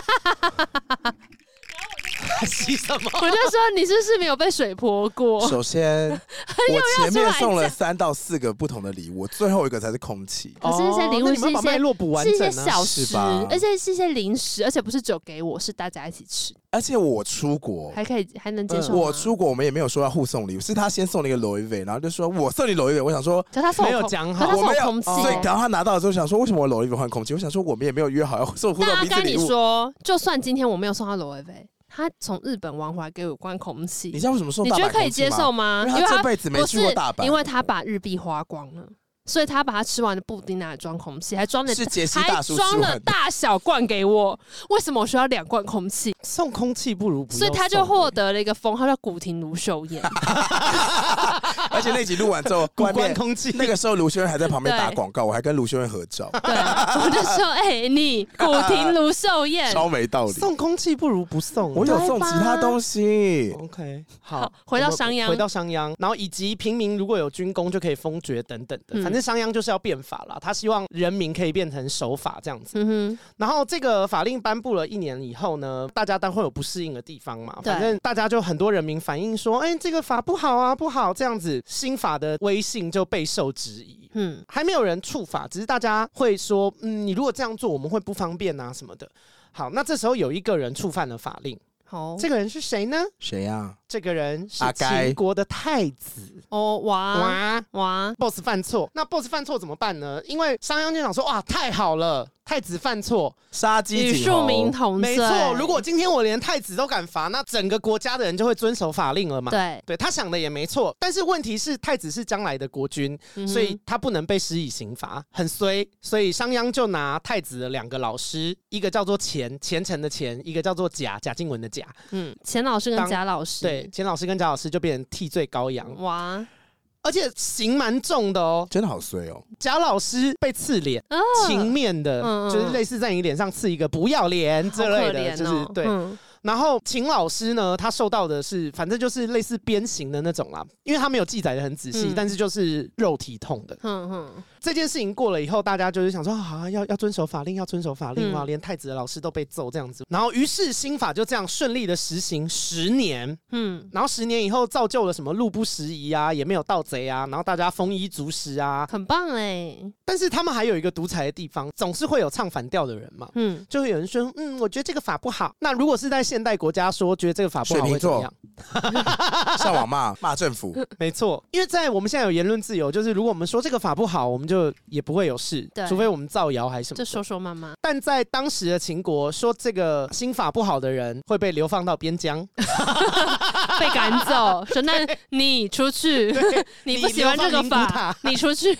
D: 洗什么？
C: 我就说你是不是没有被水泼 过？
B: 首先，我前
C: 哦出来
B: 面送了三到四个不同的礼物，我最后一个才是空气。
C: 可是那些礼物
D: 哦那你们
C: 是一
D: 把
C: 些
D: 脉络补完
C: 是一
D: 整
C: 些
D: 啊。
C: 小
B: 是
C: 食
B: 吧，
C: 而且是一些零食，而且不是只有给我，是大家一起吃，
B: 而且我出国，
C: 还可以还能接受吗。
B: 哦嗯我出国我们也没有说要互送礼物，是他先送了一个 l o u 然后就说我送你 l o u 我想说。
C: 可是他送我
D: 没有
C: 空
D: 讲
C: 可
D: 好
C: 哦是他
B: 我
C: 送
B: 没有，哦
C: 空气、
B: 所以然后他拿到的时候想说，为什么我 l o u 换空气？我想说我们也没有约好要送互送彼
C: 那我
B: 此
C: 跟
B: 礼
C: 你
B: 物。
C: 说，就算今天我没有送他罗威威，他从日本玩回来给我一罐空气，
B: 你知道为什么送
C: 你
B: 大
C: 觉
B: 阪
C: 得可以
B: 空气
C: 接
B: 吗
C: 受？吗？
B: 因为
C: 因为
B: 他
C: 他
B: 这辈子没
C: 不
B: 去过
C: 是
B: 大阪，
C: 因为他把日币花光了，所以他把他吃完的布丁拿来装空气，还装了
B: 是杰西大
C: 还
B: 叔
C: 装
B: 吃
C: 了
B: 完的。
C: 大小罐给我。为什么我需要两罐空气？
D: 送空气不如不用
C: 所以他就
D: 送
C: 获得了一个封号叫古亭卢秀燕，
B: 而且那集录完之后，
D: 古
B: 外
D: 关
B: 面
D: 空气
B: 那个时候卢修恩还在旁边打
C: 对
B: 广告，我还跟卢修恩合照，
C: 对，我就说，哎、你古亭卢秀燕，
B: 超没道理。
D: 送空气不如不送。
B: 我有送其他东西，
D: OK，好
C: 好，，回到
D: 我们
C: 商鞅
D: 回，到商鞅，然后以及平民如果有军功就可以封爵等等的，
C: 嗯
D: 反正商鞅就是要变法啦，他希望人民可以变成守法这样子。
C: 嗯
D: 然后这个法令颁布了一年以后呢，大家当然会有不适应的地方嘛，
C: 对
D: 反正大家就很多人民反映说，哎，这个法不好啊，不好这样子，新法的威信就备受质疑。
C: 哼，嗯，
D: 还没有人触法，只是大家会说，嗯，你如果这样做，我们会不方便啊什么的。好，那这时候有一个人触犯了法令，
C: 好，
D: 这个人是谁呢？
B: 谁呀？
D: 这个人是
B: 阿该
D: 秦国的太子
C: 哦，哇
D: 哇。
C: 哇，
D: boss 犯错，那 boss 犯错怎么办呢？因为商鞅就想说，哇，太好了，太子犯错，
B: 杀鸡
C: 与
B: 儆
C: 庶
B: 猴
C: 民同
D: 没
C: 罪，
D: 错。如果今天我连太子都敢罚，那整个国家的人就会遵守法令了嘛。
C: 对，
D: 他想的也没错，但是问题是，太子是将来的国君，
C: 嗯哼
D: 所以他不能被施以刑罚，很衰。所以商鞅就拿太子的两个老师，一个叫做钱，虔诚的钱，一个叫做贾，贾静雯的贾。
C: 嗯，钱老师跟
D: 当
C: 贾老师，
D: 对，，钱老师跟贾老师就变成替罪羔羊，
C: 哇，
D: 而且刑蛮重的哦。
B: 真的好衰哦！
D: 贾老师被刺脸，
C: 啊
D: 情面的，
C: 嗯嗯
D: 就是类似在你脸上刺一个不要脸
C: 好
D: 之
C: 可
D: 类的，
C: 怜
D: 就是
C: 哦，
D: 对。
C: 嗯
D: 然后秦老师呢，他受到的是，反正就是类似鞭刑的那种啦，因为他没有记载的很仔细，
C: 嗯
D: 但是就是肉体痛的
C: 哼哼，
D: 这件事情过了以后，大家就是想说啊，要要遵守法令，要遵守法令
C: 嗯
D: 哇，连太子的老师都被揍这样子。然后于是新法就这样顺利的实行十年，
C: 嗯，
D: 然后十年以后造就了什么路不拾遗啊，也没有盗贼啊，然后大家丰衣足食啊。
C: 很棒哎，
D: 但是他们还有一个独裁的地方，总是会有唱反调的人嘛。
C: 嗯，
D: 就会有人说，嗯，我觉得这个法不好。那如果是在现代国家说，觉得这个法不
B: 水
D: 好
B: 瓶
D: 会怎么
B: 座
D: 样？
B: 上网骂骂政府，
D: 没错，因为在我们现在有言论自由，就是如果我们说这个法不好，我们就也不会有事
C: 对，
D: 除非我们造谣还是什么
C: 就
D: 的。
C: 说说妈妈，
D: 但在当时的秦国，说这个新法不好的人会被流放到边 疆，
C: 被赶 走，说那你出去，你不喜欢这个
D: 你流放宁古啊
C: 法
D: 塔，
C: 你出去，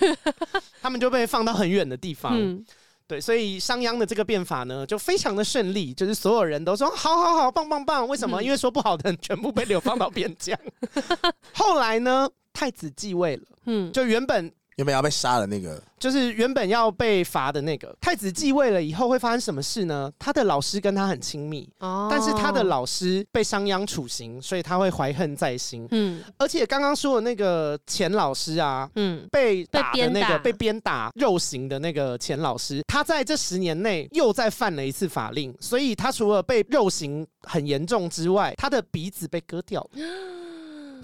D: 他们就被放到很远的地方。
C: 嗯，
D: 对，所以商鞅的这个变法呢，就非常的顺利，就是所有人都说好好好，棒棒棒。为什么？
C: 嗯
D: 因为说不好的人全部被流放到边 疆。后来呢，太子继位了，
C: 嗯，
D: 就原本
B: 原本要被杀的那个，
D: 就是原本要被罚的那个太子继位了以后会发生什么事呢？他的老师跟他很亲密，
C: 哦
D: 但是他的，老师被商鞅处刑，所以他会怀恨在心。
C: 嗯
D: 而且刚刚说的那个钱老师啊。
C: 嗯，
D: 被
C: 被
D: 打的
C: 鞭
D: 那
C: 打
D: 个被鞭打肉刑的那个钱老师，他在这十年内又再犯了一次法令，所以他除了被肉刑很严重之外，他的鼻子被割掉了。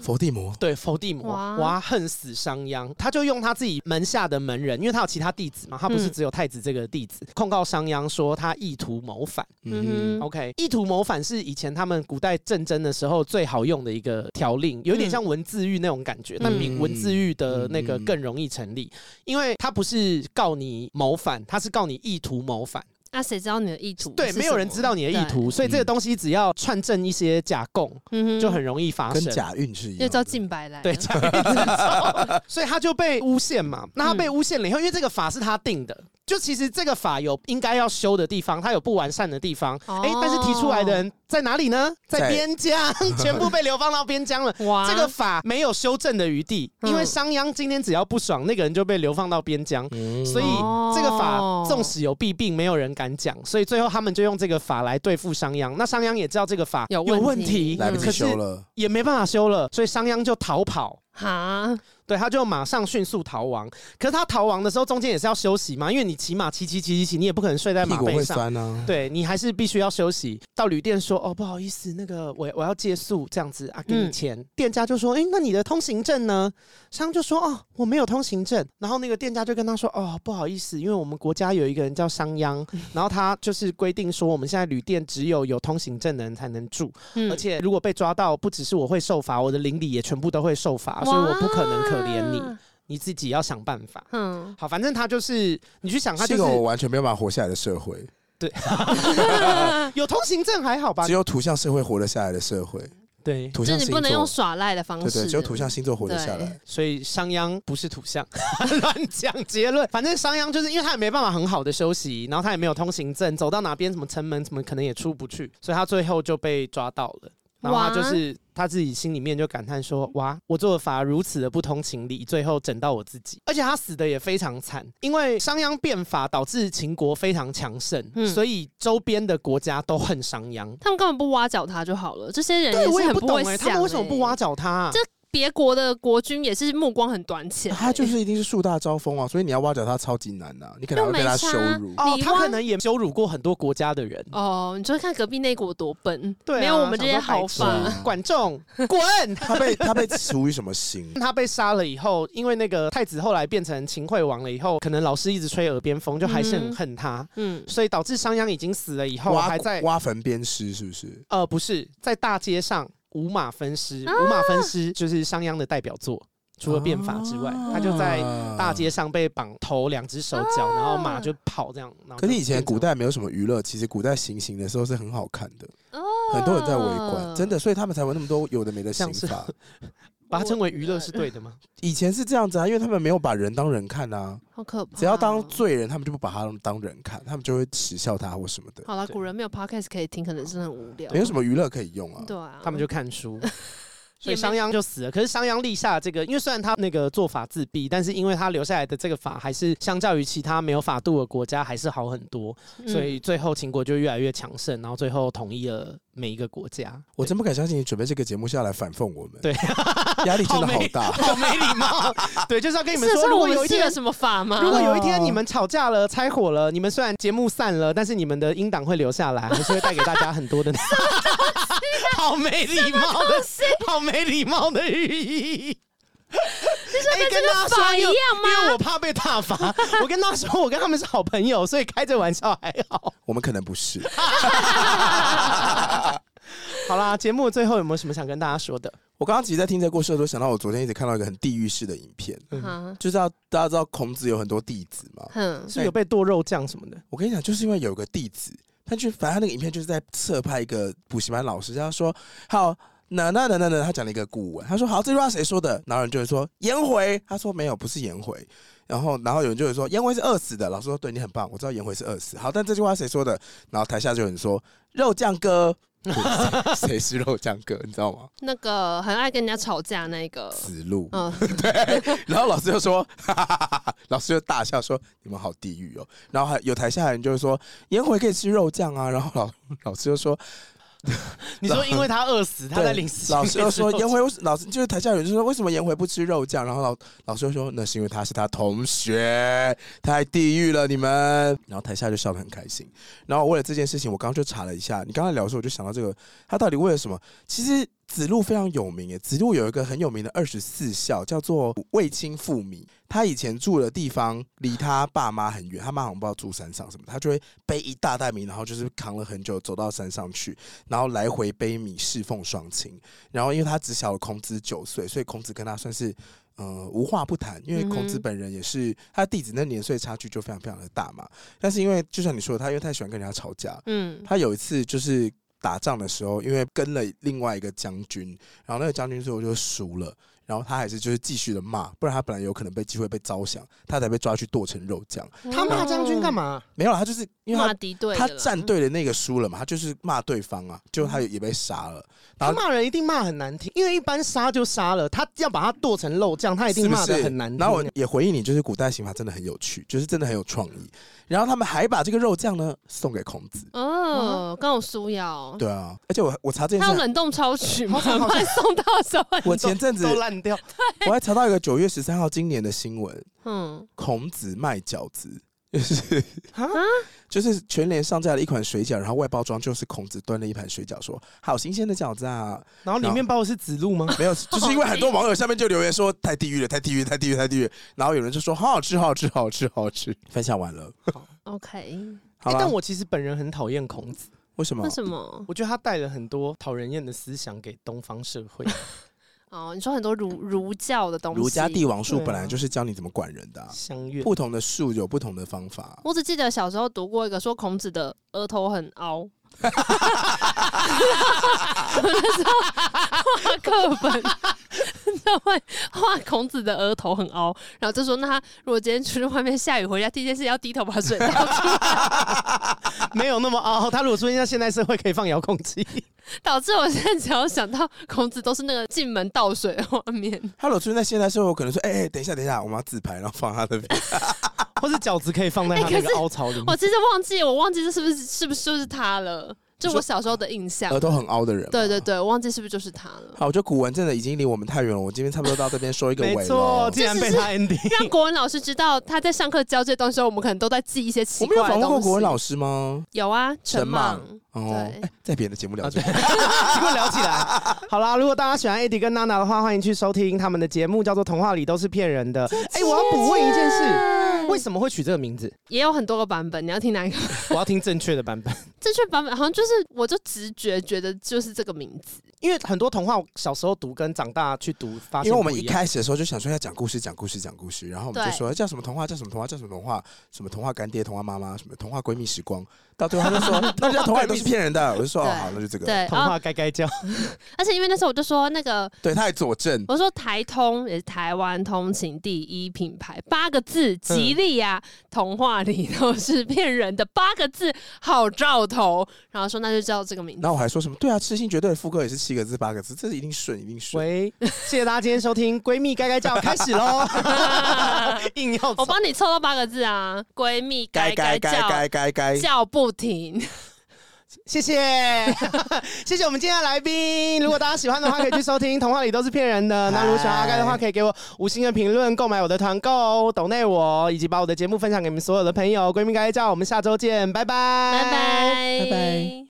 B: 伏地魔
D: 对，伏地魔
C: 哇
D: 哇恨死商鞅，他就用他自己门下的门人，因为他有其他弟子嘛，他不是
C: 嗯
D: 只有太子这个弟子，控告商鞅说他意图谋反。
C: 嗯哼
D: OK，意图谋反是以前他们古代政争的时候最好用的一个条令，有点像文字狱那种感觉，但比
B: 嗯
D: 文字狱的那个更容易成立，因为他不是告你谋反，他是告你意图谋反。
C: 那谁知道你的意图？
D: 对，没有人知道，你的意图，所以这个东西只要串证一些假供，
C: 嗯哼，
D: 就很容易发
B: 跟
D: 生。
B: 假运是一
C: 又
B: 样
C: 叫
B: 的，
C: 近白来，
D: 对，假
C: 嗯
D: 运之手所以他就被诬陷嘛。那他被诬陷了以后，因为这个法是他定的，就其实这个法有应该要修的地方，它有不完善的地方。哎、
C: 哦
D: 但是提出来的人在哪里呢？在
B: 在
D: 边疆， 全部被流放到边疆了。
C: 哇，
D: 这个法没有修正的余地，因为
C: 嗯
D: 商鞅今天只要不爽，那个人就被流放到边疆。
B: 嗯
D: 所以
C: 哦
D: 这个法纵使有弊病，没有人敢讲，所以最后他们就用这个法来对付商鞅。那商鞅也知道这个法
C: 有问题
D: 问题，
B: 来不及
D: 嗯可是
B: 修了，
D: 也没办法修了，所以商鞅就逃跑。
C: 哈，
D: 对，他就马上迅速逃亡。可是他逃亡的时候，中间也是要休息嘛，因为你骑马骑骑骑骑骑，你也不可能睡在
B: 屁
D: 马
B: 股
D: 背
B: 会
D: 上，
B: 酸啊。
D: 对你还是必须要休息。到旅店说，哦，不好意思，那个我我要借宿这样子啊，给你
C: 嗯
D: 钱。店家就说，哎，那你的通行证呢？商就说，哦，我没有通行证。然后那个店家就跟他说，哦，不好意思，因为我们国家有一个人叫商鞅，然后他就是规定说，我们现在旅店只有有通行证的人才能住，
C: 嗯
D: 而且如果被抓到，不只是我会受罚，我的邻里也全部都会受罚，啊所以我不可能可怜你
C: 哇，，
D: 你自己要想办法。
C: 嗯，
D: 好，反正他就是你去想，他
B: 是哦
D: 就
B: 一个我
D: 是
B: 完全没有办法活下来的社会，
D: 有通行证还好吧
B: 只？有图像社会活得下来的社会，
D: 对，
B: 图
C: 就
B: 像
C: 是
B: 星
C: 你
B: 座
C: 不能用耍赖的方
B: 对
C: 式，
B: 对，只有图像星座活得下
C: 对
B: 来。
D: 所以商鞅不是土象， 乱讲结论。反正商鞅就是因为他也没办法很好的休息，然后他也没有通行证，走到哪边什么城门什么可能也出不去，所以他最后就被抓到了。然后他
C: 哇
D: 就是他自己心里面就感叹说：“哇，我做的法如此的不通情理，最后整到我自己。”而且他死的也非常惨，因为商鞅变法导致秦国非常强盛，
C: 嗯
D: 所以周边的国家都恨商鞅。
C: 他们根本不挖角他就好了，这些人
D: 对，
C: 也
D: 我
C: 是
D: 也
C: 很
D: 不懂
C: 会
D: 哎、
C: 想、
D: 他们为什么不挖
C: 欸？
D: 角他、啊？
C: 别国的国君也是目光很短浅欸、
B: 他就是一定是树大招风啊，所以你要挖角他超级难的、你可能还会被他羞辱。
D: 哦，
C: 你
D: 他可
C: 挖
D: 能也羞辱过很多国家的人。
C: 哦，你就看隔壁那国多笨，
D: 对、啊，
C: 没有我们这些
D: 想说白
C: 好
D: 痴
C: 法，
B: 嗯
D: 管仲 滚。
B: 他被他被处于什么 刑？
D: 他被杀了以后，因为那个太子后来变成秦惠王了以后，可能老师一直吹耳边风，就还是很
C: 嗯
D: 恨他，
C: 嗯，
D: 所以导致商鞅已经死了以后，
B: 挖
D: 还在
B: 挖坟鞭尸是不是？
D: 呃不是在大街上五马分尸，
C: 啊
D: 五马分尸就是商鞅的代表作，除了变法之外，
C: 啊
D: 他就在
B: 啊
D: 大街。上被绑头两只手脚，
C: 啊
D: 然后马就跑这样。然后
B: 可是
D: 就
B: 以前
D: 变成
B: 古代没有什么娱乐，其实古代行刑的时候是很好看的，
C: 哦
B: 很多人在围观，真的，所以他们才会那么多有的没的刑
D: 像
B: 法。
D: 把它称为娱乐是对的吗？
B: 以前是这样子啊，因为他们没有把人当人看啊，
C: 好可怕哦。
B: 只要当罪人，他们就不把他当人看，他们就会耻笑他或什么的，
C: 好了，
D: 对
C: 古人没有 podcast 可以听，可能真的很无聊。
B: 没有什么娱乐可以用啊。
C: 对啊，
D: 他们就看书， 所以
C: 也没
D: 商鞅就死了。可是商鞅立下这个，因为虽然他那个做法自毙，但是因为他留下来的这个法，还是相较于其他没有法度的国家还是好很多，
C: 嗯
D: 所以最后秦国就越来越强盛，然后最后统一了每一个国家。
B: 我 真不敢相信你准备这个节目下来反讽我们，
D: 对，
B: 压力真的好
D: 好没
B: 大。
D: 好没礼貌，对，就是要跟你们
C: 是
D: 说，
C: 说
D: 如
C: 我
D: 果
C: 们
D: 有一
C: 是了
D: 天。
C: 什么法吗？
D: 如果有一天你们吵架了、拆伙了，你们虽然节目散了，但是你们的音档会留下 来，还是会带给大家很多的
C: 啊
D: 好没礼貌的、好没礼貌的寓意。
C: 你说
D: 哎
C: 跟
D: 跟大家
C: 这个
D: 说
C: 法一
D: 因为
C: 样
D: 因为
C: 吗？
D: 我怕被大罚。 我跟他说，我跟他们是好朋友，所以开这玩笑还好。
B: 我们可能不是，
D: 好啦，节目最后有没有什么想跟大家说的？
B: 我刚刚其实，在听这个故事的时候，想到我昨天一直看到一个很地狱式的影片，
C: 啊
B: 就是要大家知道孔子有很多弟子嘛。
C: 哼
D: 是不是有被剁肉酱什么的？
B: 我跟你讲，就是因为有个弟子，他就反正他那个影片就是在侧拍一个补习班老师，他说好。那那那那那，他讲了一个古文，他说好，这句话谁说的？然后有人就会说颜回，他说没有，不是颜回。然后然后有人就会说颜回是饿死的，老师说对你很棒，我知道颜回是饿死。好，但这句话谁说的？然后台下就有人说肉酱哥， 对谁谁是肉酱哥？你知道吗？
C: 那个很爱跟人家吵架那个，
B: 子路。
C: 嗯，
B: 然后老师就说， 哈哈哈哈老师就大笑说：“你们好地狱哦。”然后还有台下的人就会说：“颜回可以吃肉酱啊。”然后老老师就说
D: 你说因为他饿死，：“他在
B: 对
D: 领死。
B: 老师就说：“颜回为什老师就是台下有人就说为什么颜回不吃肉酱？”然后老老师就说：“那是因为他是他同学，太地狱了你们。”然后台下就笑得很开心。然后为了这件事情，我刚刚就查了一下，你刚才聊的时候我就想到这个，他到底为了什么？其实子路非常有名耶，子路有一个很有名的二十四孝，叫做卫青父米。他以前住的地方离他爸妈很远，他妈好像不知道住山上什么，他就会背一大袋米，然后就是扛了很久走到山上去，然后来回背米侍奉双亲。然后因为他只小了孔子九岁，所以孔子跟他算是。呃，无话不谈，因为孔子
C: 嗯哼
B: 本人也是他弟子，那年岁差距就非常非常的大嘛。但是因为就像你说的，他因为太喜欢跟人家吵架，
C: 嗯，
B: 他有一次就是打仗的时候，因为跟了另外一个将军，然后那个将军最后就输了，然后他还是就是继续的骂，不然他本来有可能被机会被招降，他才被抓去剁成肉酱。
D: 他骂将军干
C: 嘛？
D: 嘛？
B: 没有啦，他就是因为
C: 骂
B: 他
C: 敌对的
B: 他
C: 啦嗯
B: 站队的那个输了嘛，他就是骂对方啊，就他也被杀了，然后
D: 他骂人一定骂很难听，因为一般杀就杀了，他要把他剁成肉酱，他一定骂
B: 是不
D: 的
B: 是
D: 很难听。
B: 然后我也回应你，就是古代刑法真的很有趣，就是真的很有创意。然后他们还把这个肉酱呢送给孔子。
C: 哦，跟我苏瑶，
B: 对啊，而且我我查这件
C: 他有
B: 事，
C: 冷冻超取吗？
D: 好像
C: 快送到手。
B: 我前阵子
D: 都烂掉，
B: 我还查到一个九月十三号今年的新闻，
C: 嗯，
B: 孔子卖饺子，就是
D: 啊
B: 就是全联上架了一款水饺，然后外包装就是孔子端了一盘水饺，说好新鲜的饺子啊，
D: 然后里面包的是子路吗？
B: 没有，就是因为很多网友下面就留言说太地狱了，太地狱，太地狱，太地狱，然后有人就说好好吃，好好吃，好好吃，好好吃，分享完了，
C: OK，
B: 好
D: 欸
B: 了，
D: 但我其实本人很讨厌孔子，
B: 为什么
C: 为？什么？
D: 我觉得他带了很多讨人厌的思想给东方社 会。
C: 哦，你说很多儒儒教的东西，
B: 儒家帝王术
D: 对啊
B: 本来就是教你怎么管人的啊、
D: 相约
B: 不同的术有不同的方法。
C: 我只记得小时候读过一个说孔子的额头很凹。 我那时候画课本，他会画孔子的额头很凹，然后就说那他如果今天出去外面下雨回家，第一件事要低头把水倒 出来，
D: 没有那么凹，他如果出现在现代社会，可以放遥控器。
C: 导致我现在只要想到孔子都是那个进门倒水的画面。
B: 他如果出现在现代社会，我可能说，哎、哎、等一下，等一下，我们要自拍，然后放他的。
D: 或是饺子可以放在他
C: 欸可
D: 那
C: 是
D: 个凹槽里面。
C: 我其实忘记，我忘记这是不是是不是就是他了，就我小时候的印象
B: 额。头很凹的人。
C: 啊对对。对，我忘记是不是就是他了。
B: 好，我觉得古文真的已经离我们太远了，我今天差不多到这边说一个尾
D: 没
B: 咯
D: 错，竟然被他 ending。
C: 让国文老师知道他在上课教这些东西的时候，我们可能都在记一些奇
B: 我们有
C: 怪的
B: 访问
C: 东
B: 过
C: 西。
B: 国文老师吗？
C: 有啊，陈
B: 陈
C: 莽
B: 莽。哦，
C: 对
B: 哎在别人的节目聊这个。
D: 结果聊起来，好啦，如果大家喜欢 Eddie 跟娜娜的话，欢迎去收听他们的节目，叫做《童话里都是骗人的》。哎、我要补问一件事，为什么会取这个名字？
C: 也有很多个版本，你要听 哪一个？
D: 我要听正确的版本，
C: 正确版本好像就是，我就直觉觉得就是这个名字。
D: 因为很多童话我小时候读跟长大去读
C: 啊
D: 发现不
B: 因为我们一
D: 一样
B: 开始的时候就想说要讲故事，讲故事，讲故事，然后我们就
C: 对
B: 说叫什么童话，叫什么童话，叫什么童话，什么童话干爹，童话妈妈，什么童话闺蜜时光，到最后他就说那叫童话也都是骗人的，我就说哦
C: 对
B: 好，那就这 个，
C: 对
D: 童
C: 啊，
D: 话该该叫，
C: 而且因为那时候我就说那个，
B: 对，他还佐证，
C: 我说台通也是台湾通勤第一品牌，八个字吉利呀、
B: 嗯
C: 童话里都是骗人的，八个字好兆头。然后说那就叫这个名字
B: 然。后我还说什么对啊，痴心绝对的副歌也是七个字八个字，这是一定顺，一定顺。
D: 喂，谢谢大家今天收听《闺蜜该该叫》，开始 喽！硬要
C: 我
D: 走，
C: 帮你凑到八个字啊，闺蜜
B: 该
C: 该
B: 该该
C: 叫
B: 该该该，
C: 叫不停。
D: 谢 谢，谢谢我们今天的来宾。如果大家喜欢的话，可以去收听《童话里都是骗人的》。那如果喜欢阿该的话，可以给我五星的评论，购买我的团购，抖内我，以及把我的节目分享给你们所有的朋友。闺蜜该该叫，我们下周见，拜拜，
C: 拜拜，
D: 拜拜。